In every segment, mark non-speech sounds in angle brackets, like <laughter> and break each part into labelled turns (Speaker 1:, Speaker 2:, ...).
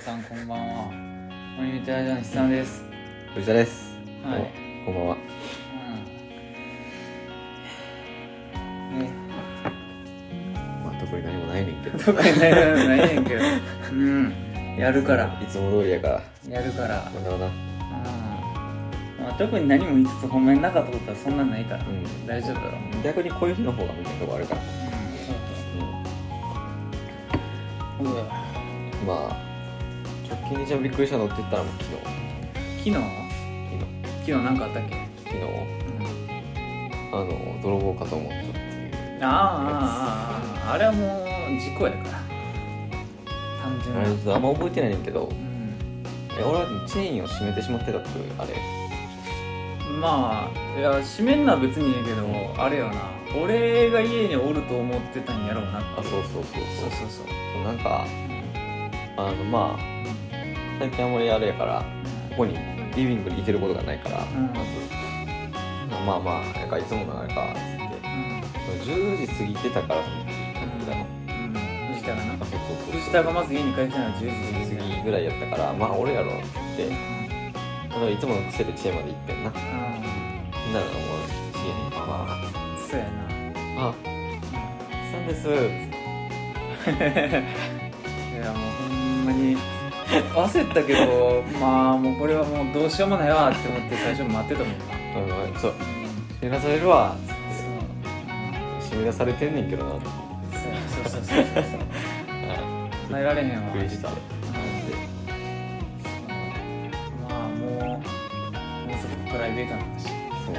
Speaker 1: さんこんばんはコミュニティアジアの筆談です
Speaker 2: 藤田です。
Speaker 1: はい
Speaker 2: こんばんは。
Speaker 1: うんね
Speaker 2: まあ、特に何もないねんけど。
Speaker 1: 特に悩みもないねんけどうんやるから
Speaker 2: いつも通りやから。
Speaker 1: やるから
Speaker 2: こんなもんな。
Speaker 1: うんまあ特に何も言いつつ褒めなかったことはそんなんないから
Speaker 2: うん
Speaker 1: 大丈夫だろ
Speaker 2: 逆にこういう日の方がみたいなとこあるから。
Speaker 1: うんそうだ
Speaker 2: うんまあ、直近で一番びっくりしたのって言ったらもう昨日。
Speaker 1: 昨日昨日何かあったっけ、
Speaker 2: 昨日。昨日、
Speaker 1: うん
Speaker 2: あの、泥棒かと思ったっていう。
Speaker 1: あーあーあーあーあれはもう事故やから単純
Speaker 2: あ
Speaker 1: な、
Speaker 2: れ
Speaker 1: う
Speaker 2: ちょっとあんま覚えてないねんけど、
Speaker 1: ん、
Speaker 2: え俺はチェーンを締めてしまってたっていう、あれ。
Speaker 1: まあいや締めんのは別にいいけどあれよな俺が家におると思ってたんやろうなって
Speaker 2: あ、そうそうそう
Speaker 1: そ
Speaker 2: そう
Speaker 1: う。そうそう
Speaker 2: そうなんか、あの、まあ、最近あんまりあれやから、ここにリビングにいてることがないから、
Speaker 1: ん
Speaker 2: まずまあまあなんかいつものあれかっつって10時過ぎてたからその時だの
Speaker 1: 藤田がな
Speaker 2: あそうそうそう
Speaker 1: 藤田がまず家に帰ってたのは10時
Speaker 2: 10時過ぎぐらいやったからまあ俺やろっつってだからいつもの癖で知恵まで行ってんなな
Speaker 1: うん
Speaker 2: らもう知恵に「あ
Speaker 1: そうやな
Speaker 2: ああさんです」っつって
Speaker 1: いやもうほんまに焦ったけどまあもうこれはもうどうしようもないわって思って最初待ってたもんな
Speaker 2: 「うんうんそう締め出されるわ」っつっ
Speaker 1: そ
Speaker 2: て締め出されてんねんけどなって
Speaker 1: うそうそうそうそうそう耐えられへん
Speaker 2: びっ
Speaker 1: わ
Speaker 2: くりして
Speaker 1: まあもうもうすぐプライベートな話
Speaker 2: そう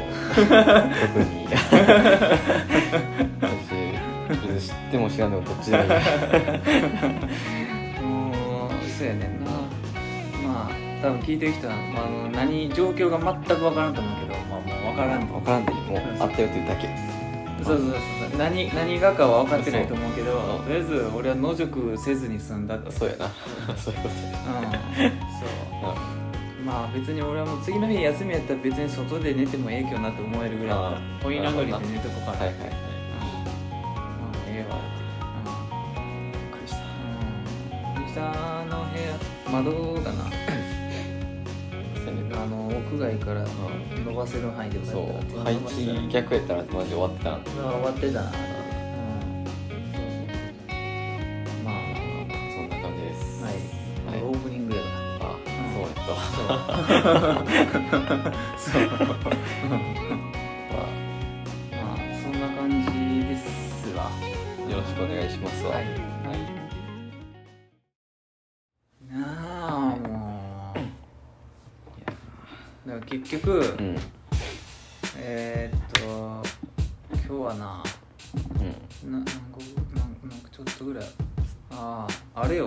Speaker 2: 特に私知っても知らんでもどっちでもいい
Speaker 1: もうそうやねんなまあ多分聞いてる人は、まあ、あの何状況が全く分からんと思うけどまあもう分からんと
Speaker 2: 分からんでいいもうあったよっていうだけ
Speaker 1: そうそうそうそう何何がかは分かってないと思うけど
Speaker 2: そう
Speaker 1: とりあえず俺は野宿せずに済んだって
Speaker 2: そうやな <laughs> そういうことや
Speaker 1: うんそうまあ別に俺はもう次の日休みやったら別に外で寝てもええけどなって思えるぐらい
Speaker 2: あー
Speaker 1: コインランドリーで寝とこか
Speaker 2: はい
Speaker 1: ら、
Speaker 2: はい
Speaker 1: うん
Speaker 2: はい
Speaker 1: まあええわ
Speaker 2: びっくりした
Speaker 1: うんうん下の部屋窓が
Speaker 2: <laughs>
Speaker 1: な
Speaker 2: そうやねんな
Speaker 1: あの屋外から伸ばせる範囲で
Speaker 2: そ
Speaker 1: こやって
Speaker 2: う
Speaker 1: や
Speaker 2: 配
Speaker 1: って伸ば
Speaker 2: 置
Speaker 1: し
Speaker 2: 逆やったらマジで終わってたな
Speaker 1: たら終わってたなうんまあ
Speaker 2: そんな感じです
Speaker 1: はい、
Speaker 2: はい
Speaker 1: オープニングやから
Speaker 2: あそうやった
Speaker 1: そう
Speaker 2: <laughs> ま
Speaker 1: まあそんな感じですわ
Speaker 2: あよろしくお願いしますわ
Speaker 1: はい
Speaker 2: はい
Speaker 1: なあもうだから結局、
Speaker 2: うんうん
Speaker 1: えー、っと今日はなな何個なんなんかちょっとぐらいあああれよ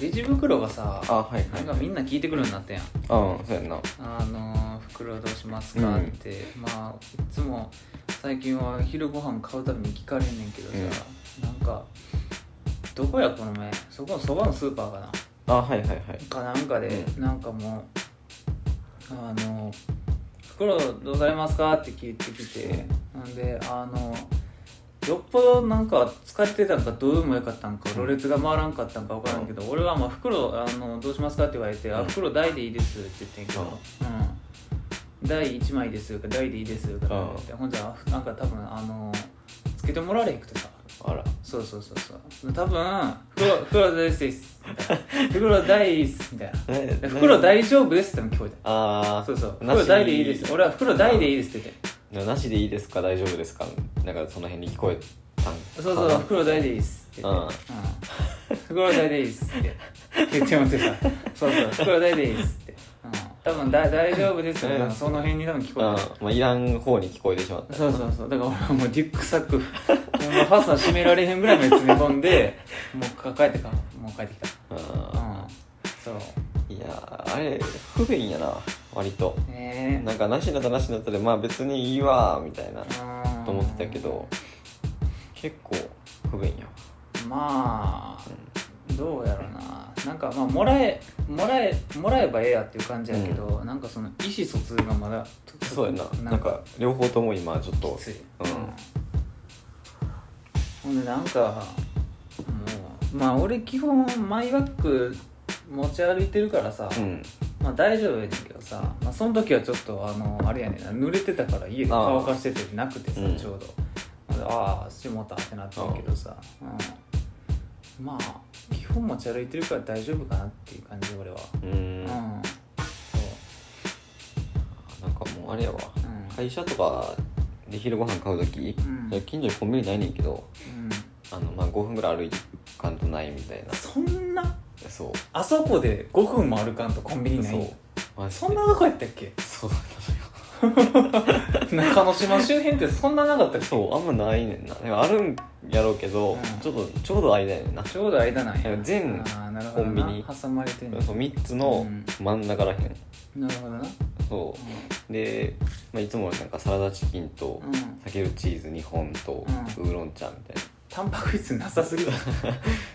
Speaker 1: レジ袋がさ
Speaker 2: あはいは
Speaker 1: ないんかみんな聞いてくるようになったやん
Speaker 2: うんそうやんな
Speaker 1: あのー袋どうしますかって、まあいつも最近は昼ご飯買うたびに聞かれんねんけどさ、なんかどこやこの前そこのそばのスーパーかな
Speaker 2: あはいはいはい
Speaker 1: かなんかで、
Speaker 2: う
Speaker 1: なんかもうあの袋どうされますかって聞いてきてなんであのよっぽどなんか使ってたんかどうでもよかったんかろれつが回らんかったんか分からんけど、俺はまあ袋あのどうしますかって言われて「あ
Speaker 2: うん
Speaker 1: 袋台でいいです」って言ってんけど「うん、台1枚です」か「台でいいです」とか言ってほんじゃあなんか多分あのつけてもらわれへんくてさ
Speaker 2: あら
Speaker 1: そうそうそうそう多分袋袋大好きです袋大好きみたい <laughs> な
Speaker 2: え
Speaker 1: で袋大丈夫ですっても聞こえ
Speaker 2: あ
Speaker 1: た
Speaker 2: あ
Speaker 1: そうそう袋大でいいです俺は袋大でいいですって言って
Speaker 2: なしでいいですか大丈夫ですかなんかその辺に聞こえたん
Speaker 1: そうそう袋大でいいですって言って、うん、袋大でいいですって言ってもってさそうそう袋大でいいですって、うん、多分だ大丈夫ですってなんかその辺に多分聞
Speaker 2: うん
Speaker 1: こえた
Speaker 2: まあいらん方に聞こえてしまった
Speaker 1: そうそうそうだから俺はもうリュックサックもうファスナー閉められへんぐらいまで詰め込んでもう帰ってかもう帰ってきたう
Speaker 2: うん
Speaker 1: そう
Speaker 2: いやーあれ不便やな割と
Speaker 1: ね
Speaker 2: なんかなしになったらなしになったでまあ別にいいわーみたいな
Speaker 1: え
Speaker 2: と思ってたけど結構不便や
Speaker 1: まあどうやろうななんかまあもらえもらえもらえばええやっていう感じやけど、なんかその意思疎通がまだ
Speaker 2: わそうやななんか
Speaker 1: なんか
Speaker 2: 両方とも今ちょっと
Speaker 1: きつい、
Speaker 2: うん
Speaker 1: ほんでなんかもうまあ俺基本マイバッグ持ち歩いてるからさ、
Speaker 2: うん
Speaker 1: まあ大丈夫やねんけどさ、まあ、その時はちょっとあのあれやねんな濡れてたから家で
Speaker 2: あ
Speaker 1: 乾
Speaker 2: ー
Speaker 1: かしててなくてさ
Speaker 2: うん
Speaker 1: ちょうど、ああしもたってなったけどさ、うん、まあ基本持ち歩いてるから大丈夫かなっていう感じ俺は
Speaker 2: う
Speaker 1: うんん、
Speaker 2: なんか
Speaker 1: そう
Speaker 2: もうあれやわ、
Speaker 1: ん
Speaker 2: 会社とかで昼ご飯買う時、
Speaker 1: うん
Speaker 2: 近所にコンビニないねんけど
Speaker 1: うん、
Speaker 2: あのまあ5分ぐらい歩いかんとないみたいな
Speaker 1: そんな
Speaker 2: そう
Speaker 1: あそこで5分も歩かんとコンビニな
Speaker 2: そう
Speaker 1: い
Speaker 2: マジで
Speaker 1: そんなとこやったっけ <laughs>
Speaker 2: <laughs> そうなのよ
Speaker 1: 中之島周辺ってそんななかったっけ
Speaker 2: そうあんまないねんななんかあるんやろうけど、
Speaker 1: うん
Speaker 2: ちょっとちょうど間やねんな
Speaker 1: ちょうど間なんや
Speaker 2: 全
Speaker 1: あーなるほどな
Speaker 2: コンビニ
Speaker 1: 挟まれてんねん
Speaker 2: そう3つの真ん中らへん、
Speaker 1: なるほどな
Speaker 2: そうで、まあ、いつもなんかサラダチキンと
Speaker 1: うん、うん
Speaker 2: かけるチーズ2本と
Speaker 1: う
Speaker 2: ウーロン茶みたいな
Speaker 1: タンパク質なさすぎ
Speaker 2: <laughs>
Speaker 1: る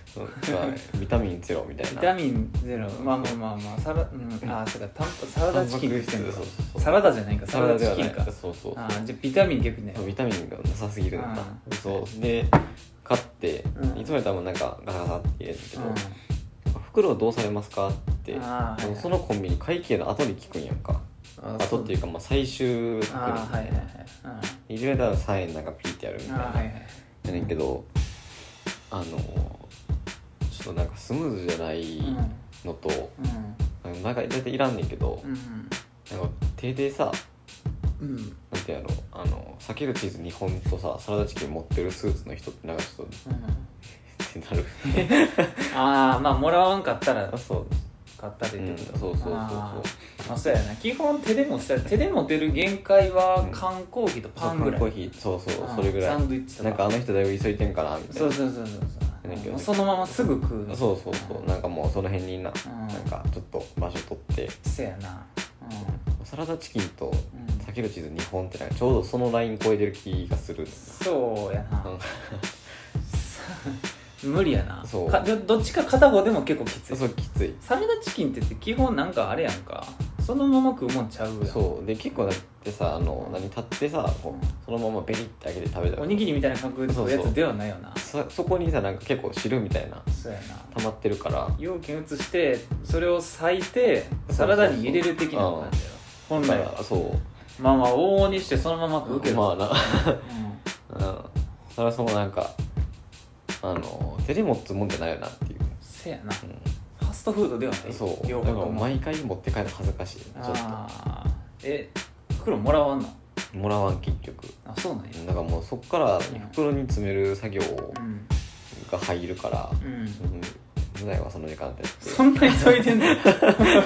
Speaker 2: そう
Speaker 1: <laughs>
Speaker 2: まあ、ビタミンゼロみたい
Speaker 1: ビ
Speaker 2: な
Speaker 1: タミンゼロまあまあまあまあサラうんあーそうかタンパサラダチキンって言ってんのか
Speaker 2: そうそうそう
Speaker 1: サラダじゃないか
Speaker 2: サ
Speaker 1: サ
Speaker 2: ラ
Speaker 1: ラダ
Speaker 2: ダで
Speaker 1: チ
Speaker 2: は
Speaker 1: キ
Speaker 2: な
Speaker 1: ン
Speaker 2: いか
Speaker 1: から
Speaker 2: そうそう
Speaker 1: あーじゃあビタミン逆ね
Speaker 2: そうビタミンがなさすぎるんだ
Speaker 1: うん
Speaker 2: そうで買って、
Speaker 1: うん
Speaker 2: いつもやったらもうなんかガサガサって入れるけど、
Speaker 1: う
Speaker 2: 袋どうされますかって
Speaker 1: あーはいはい
Speaker 2: そのコンビニ会計の後に聞くんやんか
Speaker 1: ん
Speaker 2: 後っていうかまあ最終確
Speaker 1: あー
Speaker 2: 認
Speaker 1: はいはいはい
Speaker 2: 入れたら3円なんかピーってやるみ
Speaker 1: うん
Speaker 2: たいな
Speaker 1: あーはいはい
Speaker 2: やねんけどあのちょっとなんかスムーズじゃない
Speaker 1: うん
Speaker 2: のと、なんか大体いらんねんけど、
Speaker 1: う
Speaker 2: なんか手でさ
Speaker 1: んうんうん
Speaker 2: なんていうのあの避けるチーズ2本とさサラダチキン持ってるスーツの人ってなんかちょっと
Speaker 1: うん
Speaker 2: ってなる
Speaker 1: ああまあもらわんかったら
Speaker 2: あそう
Speaker 1: 買ったでってこと、
Speaker 2: うんそうそうそうそう
Speaker 1: あーまあそうやな基本手でもした手でも出る限界は缶コーヒーとパンぐらい
Speaker 2: <laughs> コーヒーそうそう
Speaker 1: うん
Speaker 2: それぐら
Speaker 1: サ
Speaker 2: い
Speaker 1: ンドイッチとか
Speaker 2: なんかあの人だいぶ急いでんかなみたい
Speaker 1: そ
Speaker 2: な
Speaker 1: うそうそうそう
Speaker 2: やねん
Speaker 1: そう
Speaker 2: け
Speaker 1: も
Speaker 2: ど
Speaker 1: う
Speaker 2: ね
Speaker 1: そのまますぐ食うの
Speaker 2: そうそうそうなんかもうその辺にな,、
Speaker 1: うん
Speaker 2: なんかちょっと場所取って
Speaker 1: せやなうん
Speaker 2: サラダチキンと
Speaker 1: うん
Speaker 2: 避けるチーズ2本ってなんかちょうどそのライン超えてる気がする
Speaker 1: そうやな
Speaker 2: なん
Speaker 1: <laughs>
Speaker 2: か
Speaker 1: 無理やな
Speaker 2: そう
Speaker 1: かどどっちか片方でも結構きつい
Speaker 2: そうきつい
Speaker 1: サラダチキンって言って基本なんかあれやんかそのまま食うもんちゃうやん
Speaker 2: そうで結構だってさあの何立ってさこうそのままベリって開けて食べたら
Speaker 1: おにぎりみたいな感覚で食うや
Speaker 2: そうそ
Speaker 1: つ
Speaker 2: う
Speaker 1: ではないよな
Speaker 2: そそこにさなんか結構汁みたいな
Speaker 1: そうやな
Speaker 2: 溜まってるから
Speaker 1: 容器に移してそれを裂いてサラダに入れる的な感じやろ本来
Speaker 2: ま
Speaker 1: は
Speaker 2: あそ
Speaker 1: まあまあ往々にしてそのまま食うけ
Speaker 2: う
Speaker 1: ど
Speaker 2: まあ
Speaker 1: うん
Speaker 2: なうんそれはそのなんかあの手で持つもんじゃないよなっていう、
Speaker 1: せやな
Speaker 2: う、
Speaker 1: ファストフードではなんい
Speaker 2: そうだ
Speaker 1: 洋
Speaker 2: か
Speaker 1: 服
Speaker 2: ら
Speaker 1: も
Speaker 2: 毎回持って帰るの恥ずかしいちょっ
Speaker 1: ああえ袋もらわんの
Speaker 2: ともらわん結局
Speaker 1: あそうなんや
Speaker 2: だからもうそっから袋に詰める作業
Speaker 1: うん
Speaker 2: が入るから、
Speaker 1: うん
Speaker 2: うん無駄やわその時間って
Speaker 1: そんな急いでんの <laughs>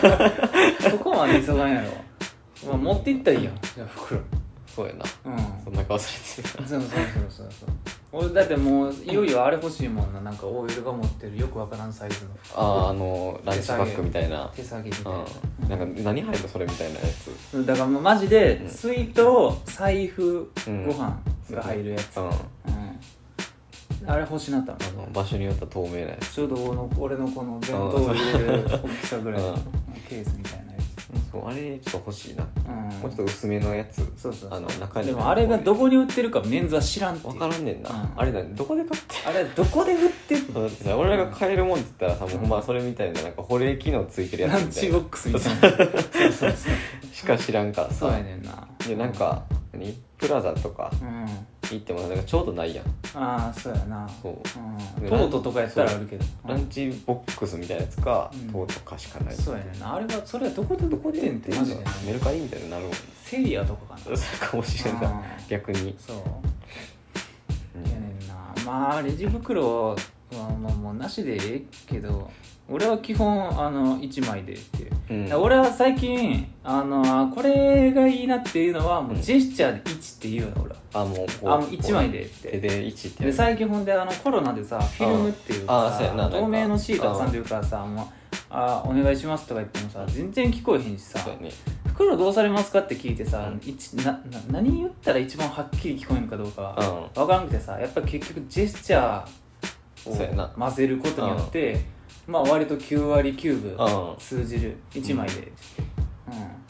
Speaker 1: そこまで急がんやろ、まあ、持って行ったらいいやんじゃあ袋
Speaker 2: そうやな
Speaker 1: うん
Speaker 2: そんな顔されてる
Speaker 1: そうそうそうそうそう俺だってもういよいよあれ欲しいもんななんか OL が持ってるよくわからんサイズの
Speaker 2: あああのランチバッグみたいな
Speaker 1: 手提げみたいな,、
Speaker 2: うん、なんか何入るのそれみたいなやつ
Speaker 1: だからもうマジで
Speaker 2: うん
Speaker 1: 水筒財布
Speaker 2: うん
Speaker 1: ご飯が入るやつ、
Speaker 2: う
Speaker 1: うんんあれ欲しなった
Speaker 2: あ
Speaker 1: もん
Speaker 2: の場所によっては透明なやつ
Speaker 1: ちょうど俺の俺のこの弁当を入れる大きさぐらいの
Speaker 2: うん
Speaker 1: ケースみたいなや
Speaker 2: そうあれちょっと欲しいな、
Speaker 1: つ、うん、
Speaker 2: もうちょっと薄めのやつ
Speaker 1: そうそうそう
Speaker 2: あの中に
Speaker 1: でもあれがどこに売ってるかメンズは知らんっていう
Speaker 2: 分からんねんな、
Speaker 1: うん
Speaker 2: あれだどこで買って
Speaker 1: あれどこで売ってん
Speaker 2: そ
Speaker 1: の
Speaker 2: うだってさ俺らが買えるもんって言ったらさ、もうまあそれみたいななんか保冷機能ついてるや
Speaker 1: ラ
Speaker 2: つ
Speaker 1: ン
Speaker 2: みた
Speaker 1: チ
Speaker 2: い
Speaker 1: ボ
Speaker 2: な
Speaker 1: ックスみたいなそうそうそう
Speaker 2: しか知らんから
Speaker 1: そう
Speaker 2: さ
Speaker 1: やねんな
Speaker 2: でなんか何プラザとか
Speaker 1: うん
Speaker 2: 行ってもなんかちょうどないやん
Speaker 1: ああそうやな
Speaker 2: そう
Speaker 1: うん、トートとかやったらあるけど
Speaker 2: ランチボックスみたいなやつか、
Speaker 1: うん
Speaker 2: とうとうかしかない
Speaker 1: そうやねんなあれがそれはどこでどこでんってマジでな
Speaker 2: メルカリみたいになるもんね
Speaker 1: セリアとかか
Speaker 2: そ <laughs>
Speaker 1: な
Speaker 2: うかもしれん
Speaker 1: う
Speaker 2: なん逆に、
Speaker 1: そう
Speaker 2: うん
Speaker 1: やねんなまあレジ袋はまあもうなしでええけど俺は基本あの1枚でっていう
Speaker 2: うん
Speaker 1: 俺は最近あのあこれがいいなっていうのはもうジェスチャーで1って言うの俺は
Speaker 2: あもうこ
Speaker 1: あもう1枚でっ
Speaker 2: 手
Speaker 1: て
Speaker 2: で1って
Speaker 1: で最近ほんであのコロナでさフィルムっていう
Speaker 2: あー
Speaker 1: か
Speaker 2: そうやなな
Speaker 1: さ
Speaker 2: んか
Speaker 1: 透明のシート挟んでるからさもうあーお願いしますとか言ってもさ全然聞こえへんしさ
Speaker 2: そうやね
Speaker 1: 袋どうされますかって聞いてさ、
Speaker 2: うん
Speaker 1: 一なな何言ったら一番はっきり聞こえるかどうか
Speaker 2: う
Speaker 1: は
Speaker 2: ん
Speaker 1: 分からなくてさやっぱり結局ジェスチャ
Speaker 2: そうや
Speaker 1: ー
Speaker 2: な
Speaker 1: を混ぜることによって、まあ割と9割9分
Speaker 2: うん
Speaker 1: 通じる1枚で、うん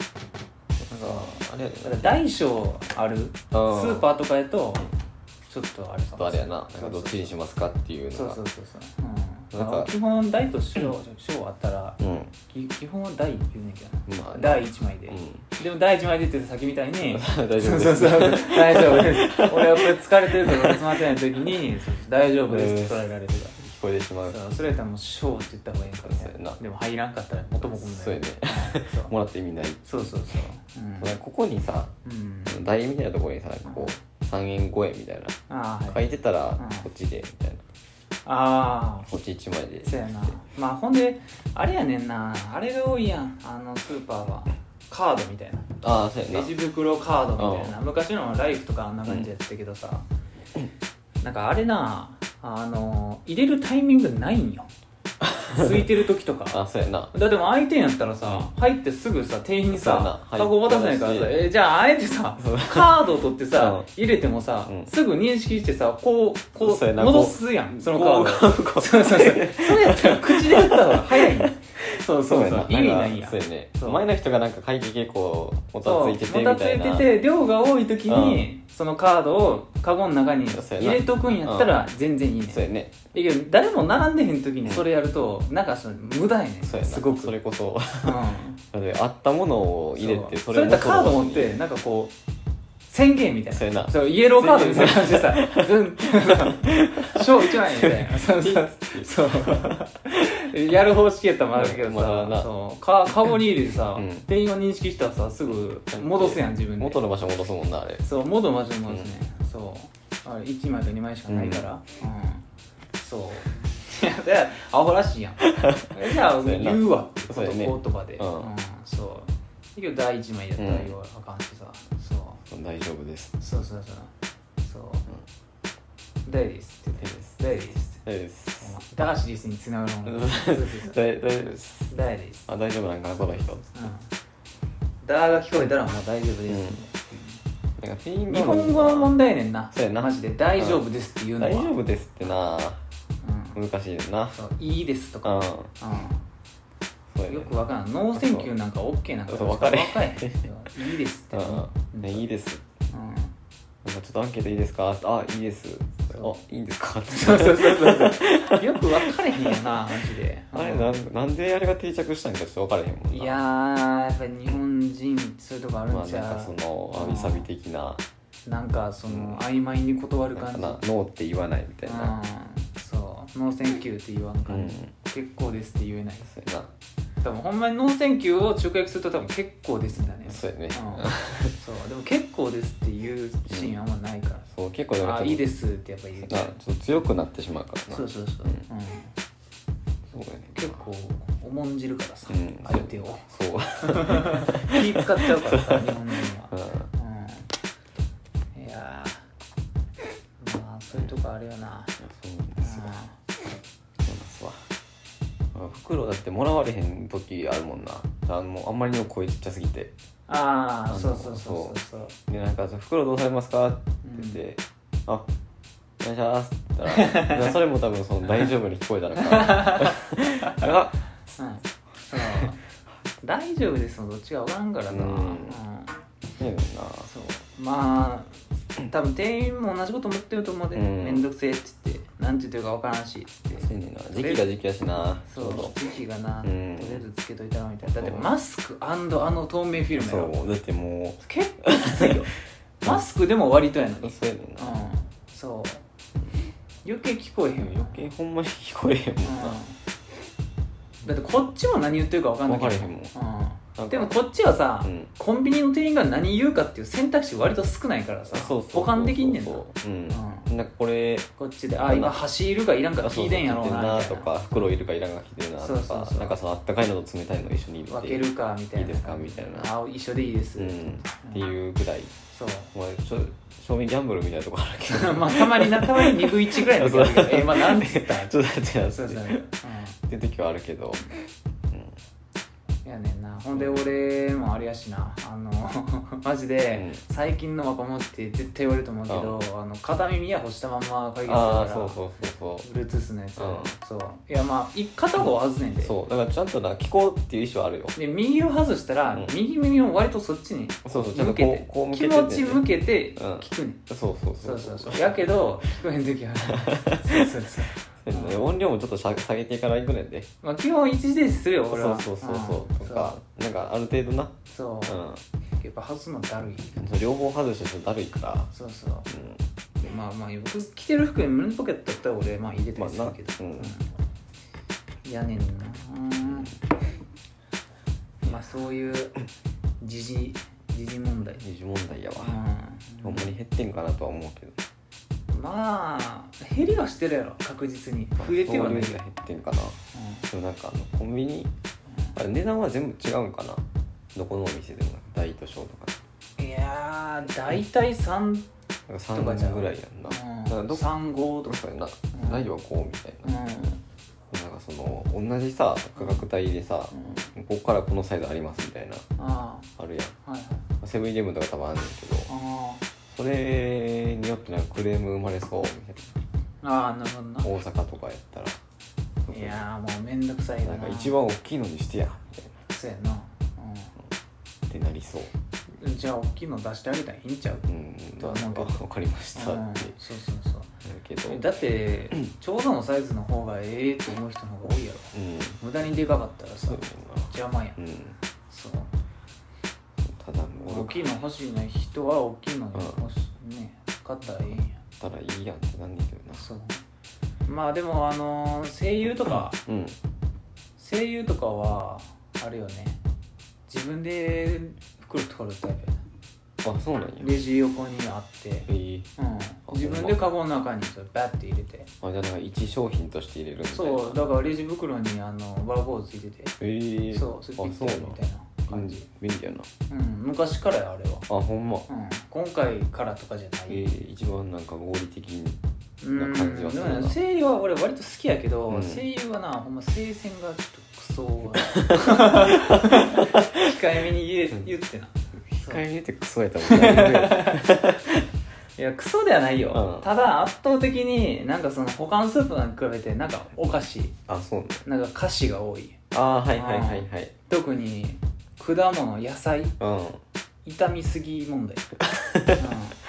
Speaker 2: なんかあれや
Speaker 1: だ
Speaker 2: で
Speaker 1: から大小ある、スーパーとかやとちょっとあれ
Speaker 2: ちょ
Speaker 1: か
Speaker 2: っと
Speaker 1: も
Speaker 2: あ
Speaker 1: しれ
Speaker 2: れや
Speaker 1: な
Speaker 2: ないなんかどっちにしますかっていう
Speaker 1: そ
Speaker 2: の
Speaker 1: う
Speaker 2: が
Speaker 1: そうそうそう、うん
Speaker 2: なんか
Speaker 1: 基本台と小小あったら
Speaker 2: うん
Speaker 1: き基本は台って言うねんけど
Speaker 2: まあ
Speaker 1: な第1枚で、
Speaker 2: う
Speaker 1: でも第1枚でって言って先みたいに
Speaker 2: ん <laughs> 大丈
Speaker 1: そ
Speaker 2: 夫
Speaker 1: う
Speaker 2: です
Speaker 1: そうそう大丈夫です俺はこれ疲れてるとか詰まってない時にそう大丈夫ですって捉えられるか
Speaker 2: 聞こえてしま
Speaker 1: ら
Speaker 2: う
Speaker 1: そうそれやったらもう「小」って言った方がいいから
Speaker 2: そうやな
Speaker 1: ねでも入らんかったら元も子もない
Speaker 2: そうやね
Speaker 1: そう
Speaker 2: もらって意味ない
Speaker 1: そうそうそううん
Speaker 2: なんかここにさ
Speaker 1: うん
Speaker 2: 台みたいなところにさなんかこう3円5円みたいな
Speaker 1: ああ
Speaker 2: 書
Speaker 1: はい
Speaker 2: いてたら
Speaker 1: うん
Speaker 2: こっちでみたいな
Speaker 1: ああ
Speaker 2: こっち1枚で
Speaker 1: そうやなまあほんであれやねんなあれが多いやんあのスーパーはカードみたいな
Speaker 2: ああそうや
Speaker 1: レ
Speaker 2: な
Speaker 1: ジ袋カードみたいな昔のライフとかあんな感じやったけどさ、なんかあれなあの入れるタイミングないんよ <laughs> 空いてる時とか
Speaker 2: あそうやな
Speaker 1: だってもう相手やったらさ入ってすぐさ店員に
Speaker 2: そうやな
Speaker 1: さ
Speaker 2: はい
Speaker 1: 箱渡さないからさ、
Speaker 2: そうやし
Speaker 1: えじゃああえてさ
Speaker 2: そう
Speaker 1: カードを取ってさ
Speaker 2: う
Speaker 1: 入れてもさ、
Speaker 2: うん
Speaker 1: すぐ認識してさこうこ
Speaker 2: そう
Speaker 1: う
Speaker 2: やな
Speaker 1: 戻すやんそのカ
Speaker 2: こう
Speaker 1: ード
Speaker 2: こう
Speaker 1: <laughs> そうそうそうそれやったら口でやったら早いんよそう
Speaker 2: <laughs> そ
Speaker 1: そうう
Speaker 2: や
Speaker 1: そ
Speaker 2: な
Speaker 1: う意味ないやん
Speaker 2: そうやね
Speaker 1: そう
Speaker 2: 前の人がなんか会計結構もたついてて
Speaker 1: そう
Speaker 2: み
Speaker 1: も
Speaker 2: た
Speaker 1: たつい
Speaker 2: いな
Speaker 1: てて量が多い時に、そのカードをカゴの中に
Speaker 2: そうや
Speaker 1: 入
Speaker 2: な
Speaker 1: れとくんやったら全然いいねん
Speaker 2: そうやね
Speaker 1: だけど誰も並んでへん時にそれやるとなんかその無駄やねん
Speaker 2: そうやな
Speaker 1: すごく
Speaker 2: それこそ
Speaker 1: うん
Speaker 2: だってあったものを入れて
Speaker 1: そ
Speaker 2: そう
Speaker 1: そ
Speaker 2: れを
Speaker 1: れとカード
Speaker 2: 元の
Speaker 1: 持ってなんかこう宣言みたいな
Speaker 2: そうやな
Speaker 1: イエローカードみたいな感じでさ「
Speaker 2: <laughs>
Speaker 1: うん」 <laughs> 賞一枚みたいなそうそうそうやる方式やったらまだあるけど
Speaker 2: まだまだ
Speaker 1: さ
Speaker 2: な
Speaker 1: そうかカゴに入れてさ
Speaker 2: うん
Speaker 1: 店員を認識したらさすぐ戻すやん自分で
Speaker 2: 元の場所戻すもんなあれ
Speaker 1: そう元の場所戻すねそうあれ1枚か2枚しかないからうんそう <laughs> いやだからアホらしい
Speaker 2: <laughs>
Speaker 1: やんじゃあ
Speaker 2: そうやな
Speaker 1: 言うわ
Speaker 2: そうやね
Speaker 1: 言葉で
Speaker 2: うん
Speaker 1: うんそうだけど第1枚やったら言わなあかんしさそう
Speaker 2: 大丈夫です
Speaker 1: そうそうそうそう大ですって大です
Speaker 2: 大丈夫です
Speaker 1: って高橋リスにつながるもん
Speaker 2: 大大丈夫です
Speaker 1: 大です
Speaker 2: あ大丈夫なんかなこの人
Speaker 1: うんだーが聞こえたらもう大丈夫です
Speaker 2: なんかフィン
Speaker 1: 日本語の問題やねんな
Speaker 2: そうやな
Speaker 1: マジで「大丈夫です」って言うのは
Speaker 2: 大丈夫ですってな
Speaker 1: うん
Speaker 2: 難しいよな
Speaker 1: そういいですと
Speaker 2: う
Speaker 1: か
Speaker 2: ん、
Speaker 1: う
Speaker 2: そうや
Speaker 1: ん、
Speaker 2: ね
Speaker 1: よくわからんノーセンキューなんか OK なんか
Speaker 2: そうわかれへん
Speaker 1: われへんいいですって
Speaker 2: うんねいい
Speaker 1: で
Speaker 2: です
Speaker 1: す、うん、
Speaker 2: なんかちょっとアンケートいいですかあいいですあ
Speaker 1: そ
Speaker 2: いいんですか
Speaker 1: そうそうそうそうよくわかれへんよなマジで
Speaker 2: あれなんなんであれが定着したんかちょっと分からへんもんない
Speaker 1: やーやっぱり日本人そういうとこある
Speaker 2: ま
Speaker 1: ん
Speaker 2: あ
Speaker 1: ちゃう、
Speaker 2: なんかそのわびさび的な
Speaker 1: なんかその曖昧に断る
Speaker 2: なん
Speaker 1: 感
Speaker 2: か
Speaker 1: じ
Speaker 2: なノーって言わないみたい
Speaker 1: う
Speaker 2: な
Speaker 1: んそうノーセンキューって言わん
Speaker 2: う
Speaker 1: 感
Speaker 2: ん
Speaker 1: じ、結構ですって言えない
Speaker 2: そうや
Speaker 1: 多分ほんまにノーセンキューを直訳すると多分結構ですんだね
Speaker 2: なそうや <laughs>
Speaker 1: う
Speaker 2: ね
Speaker 1: んそうでも結構ですっていうシーンあんまないから、
Speaker 2: そう結構でも
Speaker 1: あ
Speaker 2: ちょっと
Speaker 1: いいですってやっぱ言う
Speaker 2: なちょっと強くなってしまうからな
Speaker 1: そうそうそう、
Speaker 2: うん
Speaker 1: うん
Speaker 2: そうやね
Speaker 1: 結構重んじるからさ、
Speaker 2: うん
Speaker 1: 相手を <laughs>
Speaker 2: そう
Speaker 1: 気
Speaker 2: <laughs>
Speaker 1: 使っちゃうからさ日本人
Speaker 2: う
Speaker 1: は、
Speaker 2: ん
Speaker 1: うん、いやーまあそういうとこあるよな、
Speaker 2: そうなん
Speaker 1: うん
Speaker 2: ですわそうなんですわあ袋だってもらわれへん時あるもんなあのあんまりにも声ちっちゃすぎて
Speaker 1: あ
Speaker 2: あ
Speaker 1: あ
Speaker 2: の
Speaker 1: そうそうそうそうそう
Speaker 2: でなんか「袋どうされますか?」って言って「あお願いします」って言った <laughs> らいやそれも多分その大丈夫に聞こえたのか <laughs> あ
Speaker 1: うんそう <laughs> 大丈夫ですもんどっちが分からんからな、
Speaker 2: うん
Speaker 1: うん
Speaker 2: ねえもんな
Speaker 1: そうまあ多分店員も同じこと思ってると思うで、
Speaker 2: うん
Speaker 1: めんどくせえっつってなんて言ってるか分からんしっつって
Speaker 2: せやねんな時期が時期やしなち
Speaker 1: そ
Speaker 2: ょうど
Speaker 1: う時期がな、
Speaker 2: うん
Speaker 1: とりあえずつけといたらみたいなだって
Speaker 2: そう
Speaker 1: マスクあの透明フィルムやろ
Speaker 2: そうだっても
Speaker 1: 結構きつい
Speaker 2: <laughs>
Speaker 1: よマスクでも割とやの
Speaker 2: う
Speaker 1: に
Speaker 2: そうやねん
Speaker 1: う
Speaker 2: なん
Speaker 1: そう余計聞こえへんよ
Speaker 2: 余計ほんまに聞こえへんもんな
Speaker 1: うんだってこっちも何言ってるか分かんない
Speaker 2: 分かれへんもん
Speaker 1: う
Speaker 2: なんんか
Speaker 1: でもこっちはさ、
Speaker 2: うん
Speaker 1: コンビニの店員が何言うかっていう選択肢割と少ないからさ
Speaker 2: そうそうそう
Speaker 1: 補完できんねんな
Speaker 2: そううん
Speaker 1: う
Speaker 2: なんかこれ
Speaker 1: こっちで「あ今箸いるかいらんか
Speaker 2: あそう
Speaker 1: 聞いてんやろうな」み
Speaker 2: そ
Speaker 1: たい
Speaker 2: う聞いてんなと
Speaker 1: な
Speaker 2: か袋いるかいらんが来てるなと
Speaker 1: そうそう
Speaker 2: か
Speaker 1: そう
Speaker 2: なんかそのあったかいのと冷たいの一緒に入れて
Speaker 1: 分けるかみたい
Speaker 2: いい
Speaker 1: な
Speaker 2: ですかみたいな
Speaker 1: あ一緒でいいです、
Speaker 2: うんっていうぐらい
Speaker 1: そう <laughs>
Speaker 2: まあ、しょ正味ギャンブルみたいなとこあるけど
Speaker 1: まあたまになたまに2分1ぐらいの時あ
Speaker 2: <laughs>
Speaker 1: るけど「えまあなんで?」ったん
Speaker 2: ちょっと違う
Speaker 1: そうそう、う
Speaker 2: っていう時はあるけど、
Speaker 1: ん、やねんなほんで俺もあれやしなあの <laughs> マジで、最近の若者って絶対言われると思うけどあの片耳は干したまんま会議
Speaker 2: ああ
Speaker 1: するか
Speaker 2: そう
Speaker 1: ら
Speaker 2: そうそうそ
Speaker 1: Bluetooth のやつ、
Speaker 2: うん
Speaker 1: そういやまあい片方は外すねん
Speaker 2: う
Speaker 1: で
Speaker 2: そうだからちゃんとな聞こうっていう意思はあるよ
Speaker 1: で右を外したら、
Speaker 2: うん
Speaker 1: 右耳を割とそっちに
Speaker 2: そうそうちゃんと
Speaker 1: 向け
Speaker 2: こう
Speaker 1: て
Speaker 2: こう向け
Speaker 1: 気
Speaker 2: て
Speaker 1: 持ち向
Speaker 2: け
Speaker 1: けて
Speaker 2: うん
Speaker 1: 聞くねん、
Speaker 2: そうそうそ
Speaker 1: そう
Speaker 2: <laughs>
Speaker 1: うそうそうやけど聞こえん時はあるそうそうそううん
Speaker 2: 音量もちょっと下下げてから行くねんで
Speaker 1: まあ、基本一時停止するよ
Speaker 2: そう
Speaker 1: 俺は
Speaker 2: そうそうそうとかなんかある程度な
Speaker 1: そうそう
Speaker 2: う
Speaker 1: やっぱ外すのだるい
Speaker 2: んそう両方外してちょっとだるいから
Speaker 1: そうそう
Speaker 2: う
Speaker 1: でまあまあ僕着てる服に胸ポケットだったら俺まあ入れてるするけど、
Speaker 2: まあなうん
Speaker 1: うん、やねんなまあそういう時事時事問題
Speaker 2: ん二次問題やわ
Speaker 1: う
Speaker 2: ほんまに減ってんかなとは思うけど
Speaker 1: んまあ減りはしてるやろ確実に増えてはない
Speaker 2: が
Speaker 1: よ、
Speaker 2: 減ってんかなでもなんかあのコンビニあれ値段は全部違うんかなどこのお店でも大と小とか
Speaker 1: うんいやー大体3
Speaker 2: なんか
Speaker 1: とかじゃ
Speaker 2: 3
Speaker 1: ん
Speaker 2: ぐらいやんなだからどっか
Speaker 1: 35と
Speaker 2: ど
Speaker 1: か
Speaker 2: っかでな
Speaker 1: うん
Speaker 2: 大はこうみたい
Speaker 1: うん
Speaker 2: ななんかその同じさ価格帯でさ
Speaker 1: うん
Speaker 2: ここからこのサイズありますみたいな
Speaker 1: あ
Speaker 2: あるやん
Speaker 1: あはいはい
Speaker 2: セブンイレブンとかたまにあるんだけど
Speaker 1: あ
Speaker 2: それによってなんかクレーム生まれそうみたい
Speaker 1: あああなるほどな
Speaker 2: な大阪とかやったら
Speaker 1: いやーもうめんどくさいよ
Speaker 2: な
Speaker 1: なん
Speaker 2: か一番大きいのにしてやみたいな
Speaker 1: そうやな、
Speaker 2: ってなりそう
Speaker 1: うん、じゃあ大きいの出してあげたらいいんちゃう、
Speaker 2: うんまあなんか分かりました
Speaker 1: う
Speaker 2: っ
Speaker 1: ん
Speaker 2: て
Speaker 1: そうそうそう
Speaker 2: なるけど
Speaker 1: だ <clears throat> ってちょうどのサイズの方がええって思う人の方が多いやろ
Speaker 2: うん
Speaker 1: 無駄にでかかったらさ
Speaker 2: そうや
Speaker 1: 邪魔やん
Speaker 2: ねんな
Speaker 1: そう
Speaker 2: うんただも
Speaker 1: 大
Speaker 2: う
Speaker 1: きいの欲しいね人は大きいの
Speaker 2: うん
Speaker 1: 欲しいね買ったらええんや
Speaker 2: たらいいやんってなんねんけどな
Speaker 1: そうまあでもあのー声優とか
Speaker 2: うん
Speaker 1: 声優とかはあれよね自分で袋取るタイプやな
Speaker 2: あそうなんや
Speaker 1: レジ横にあって
Speaker 2: えー
Speaker 1: うん自分でカゴの中にそれバッて入れて
Speaker 2: あじゃあなんか一商品として入れるみたいな
Speaker 1: そうだからレジ袋にあのバーコードついてて
Speaker 2: えー
Speaker 1: そうそれピ
Speaker 2: あ
Speaker 1: ッ
Speaker 2: そ
Speaker 1: て
Speaker 2: う
Speaker 1: やる
Speaker 2: な
Speaker 1: みたいな感
Speaker 2: ん
Speaker 1: じ、
Speaker 2: 便利やな
Speaker 1: うん昔からやあれは、
Speaker 2: あほんま
Speaker 1: うん、今回からとかじゃな
Speaker 2: え
Speaker 1: い、
Speaker 2: ー一番なんか合理的に
Speaker 1: うん
Speaker 2: な感じはす
Speaker 1: で
Speaker 2: る
Speaker 1: も
Speaker 2: な
Speaker 1: ね声優は俺割と好きやけど、
Speaker 2: うん
Speaker 1: 声優はなほんま声線がちょっ
Speaker 2: <laughs>
Speaker 1: とクソが控えめに言え言ってなそう
Speaker 2: 控えめってクソやったもんね
Speaker 1: いやクソではないよ、
Speaker 2: うん
Speaker 1: ただ圧倒的になんかその他のスープなんかに比べてなんかおかしい
Speaker 2: あそうね
Speaker 1: なんか歌詞が多い
Speaker 2: あーはいはいはいはい
Speaker 1: 特に果物野菜
Speaker 2: う
Speaker 1: 傷みすぎ問題、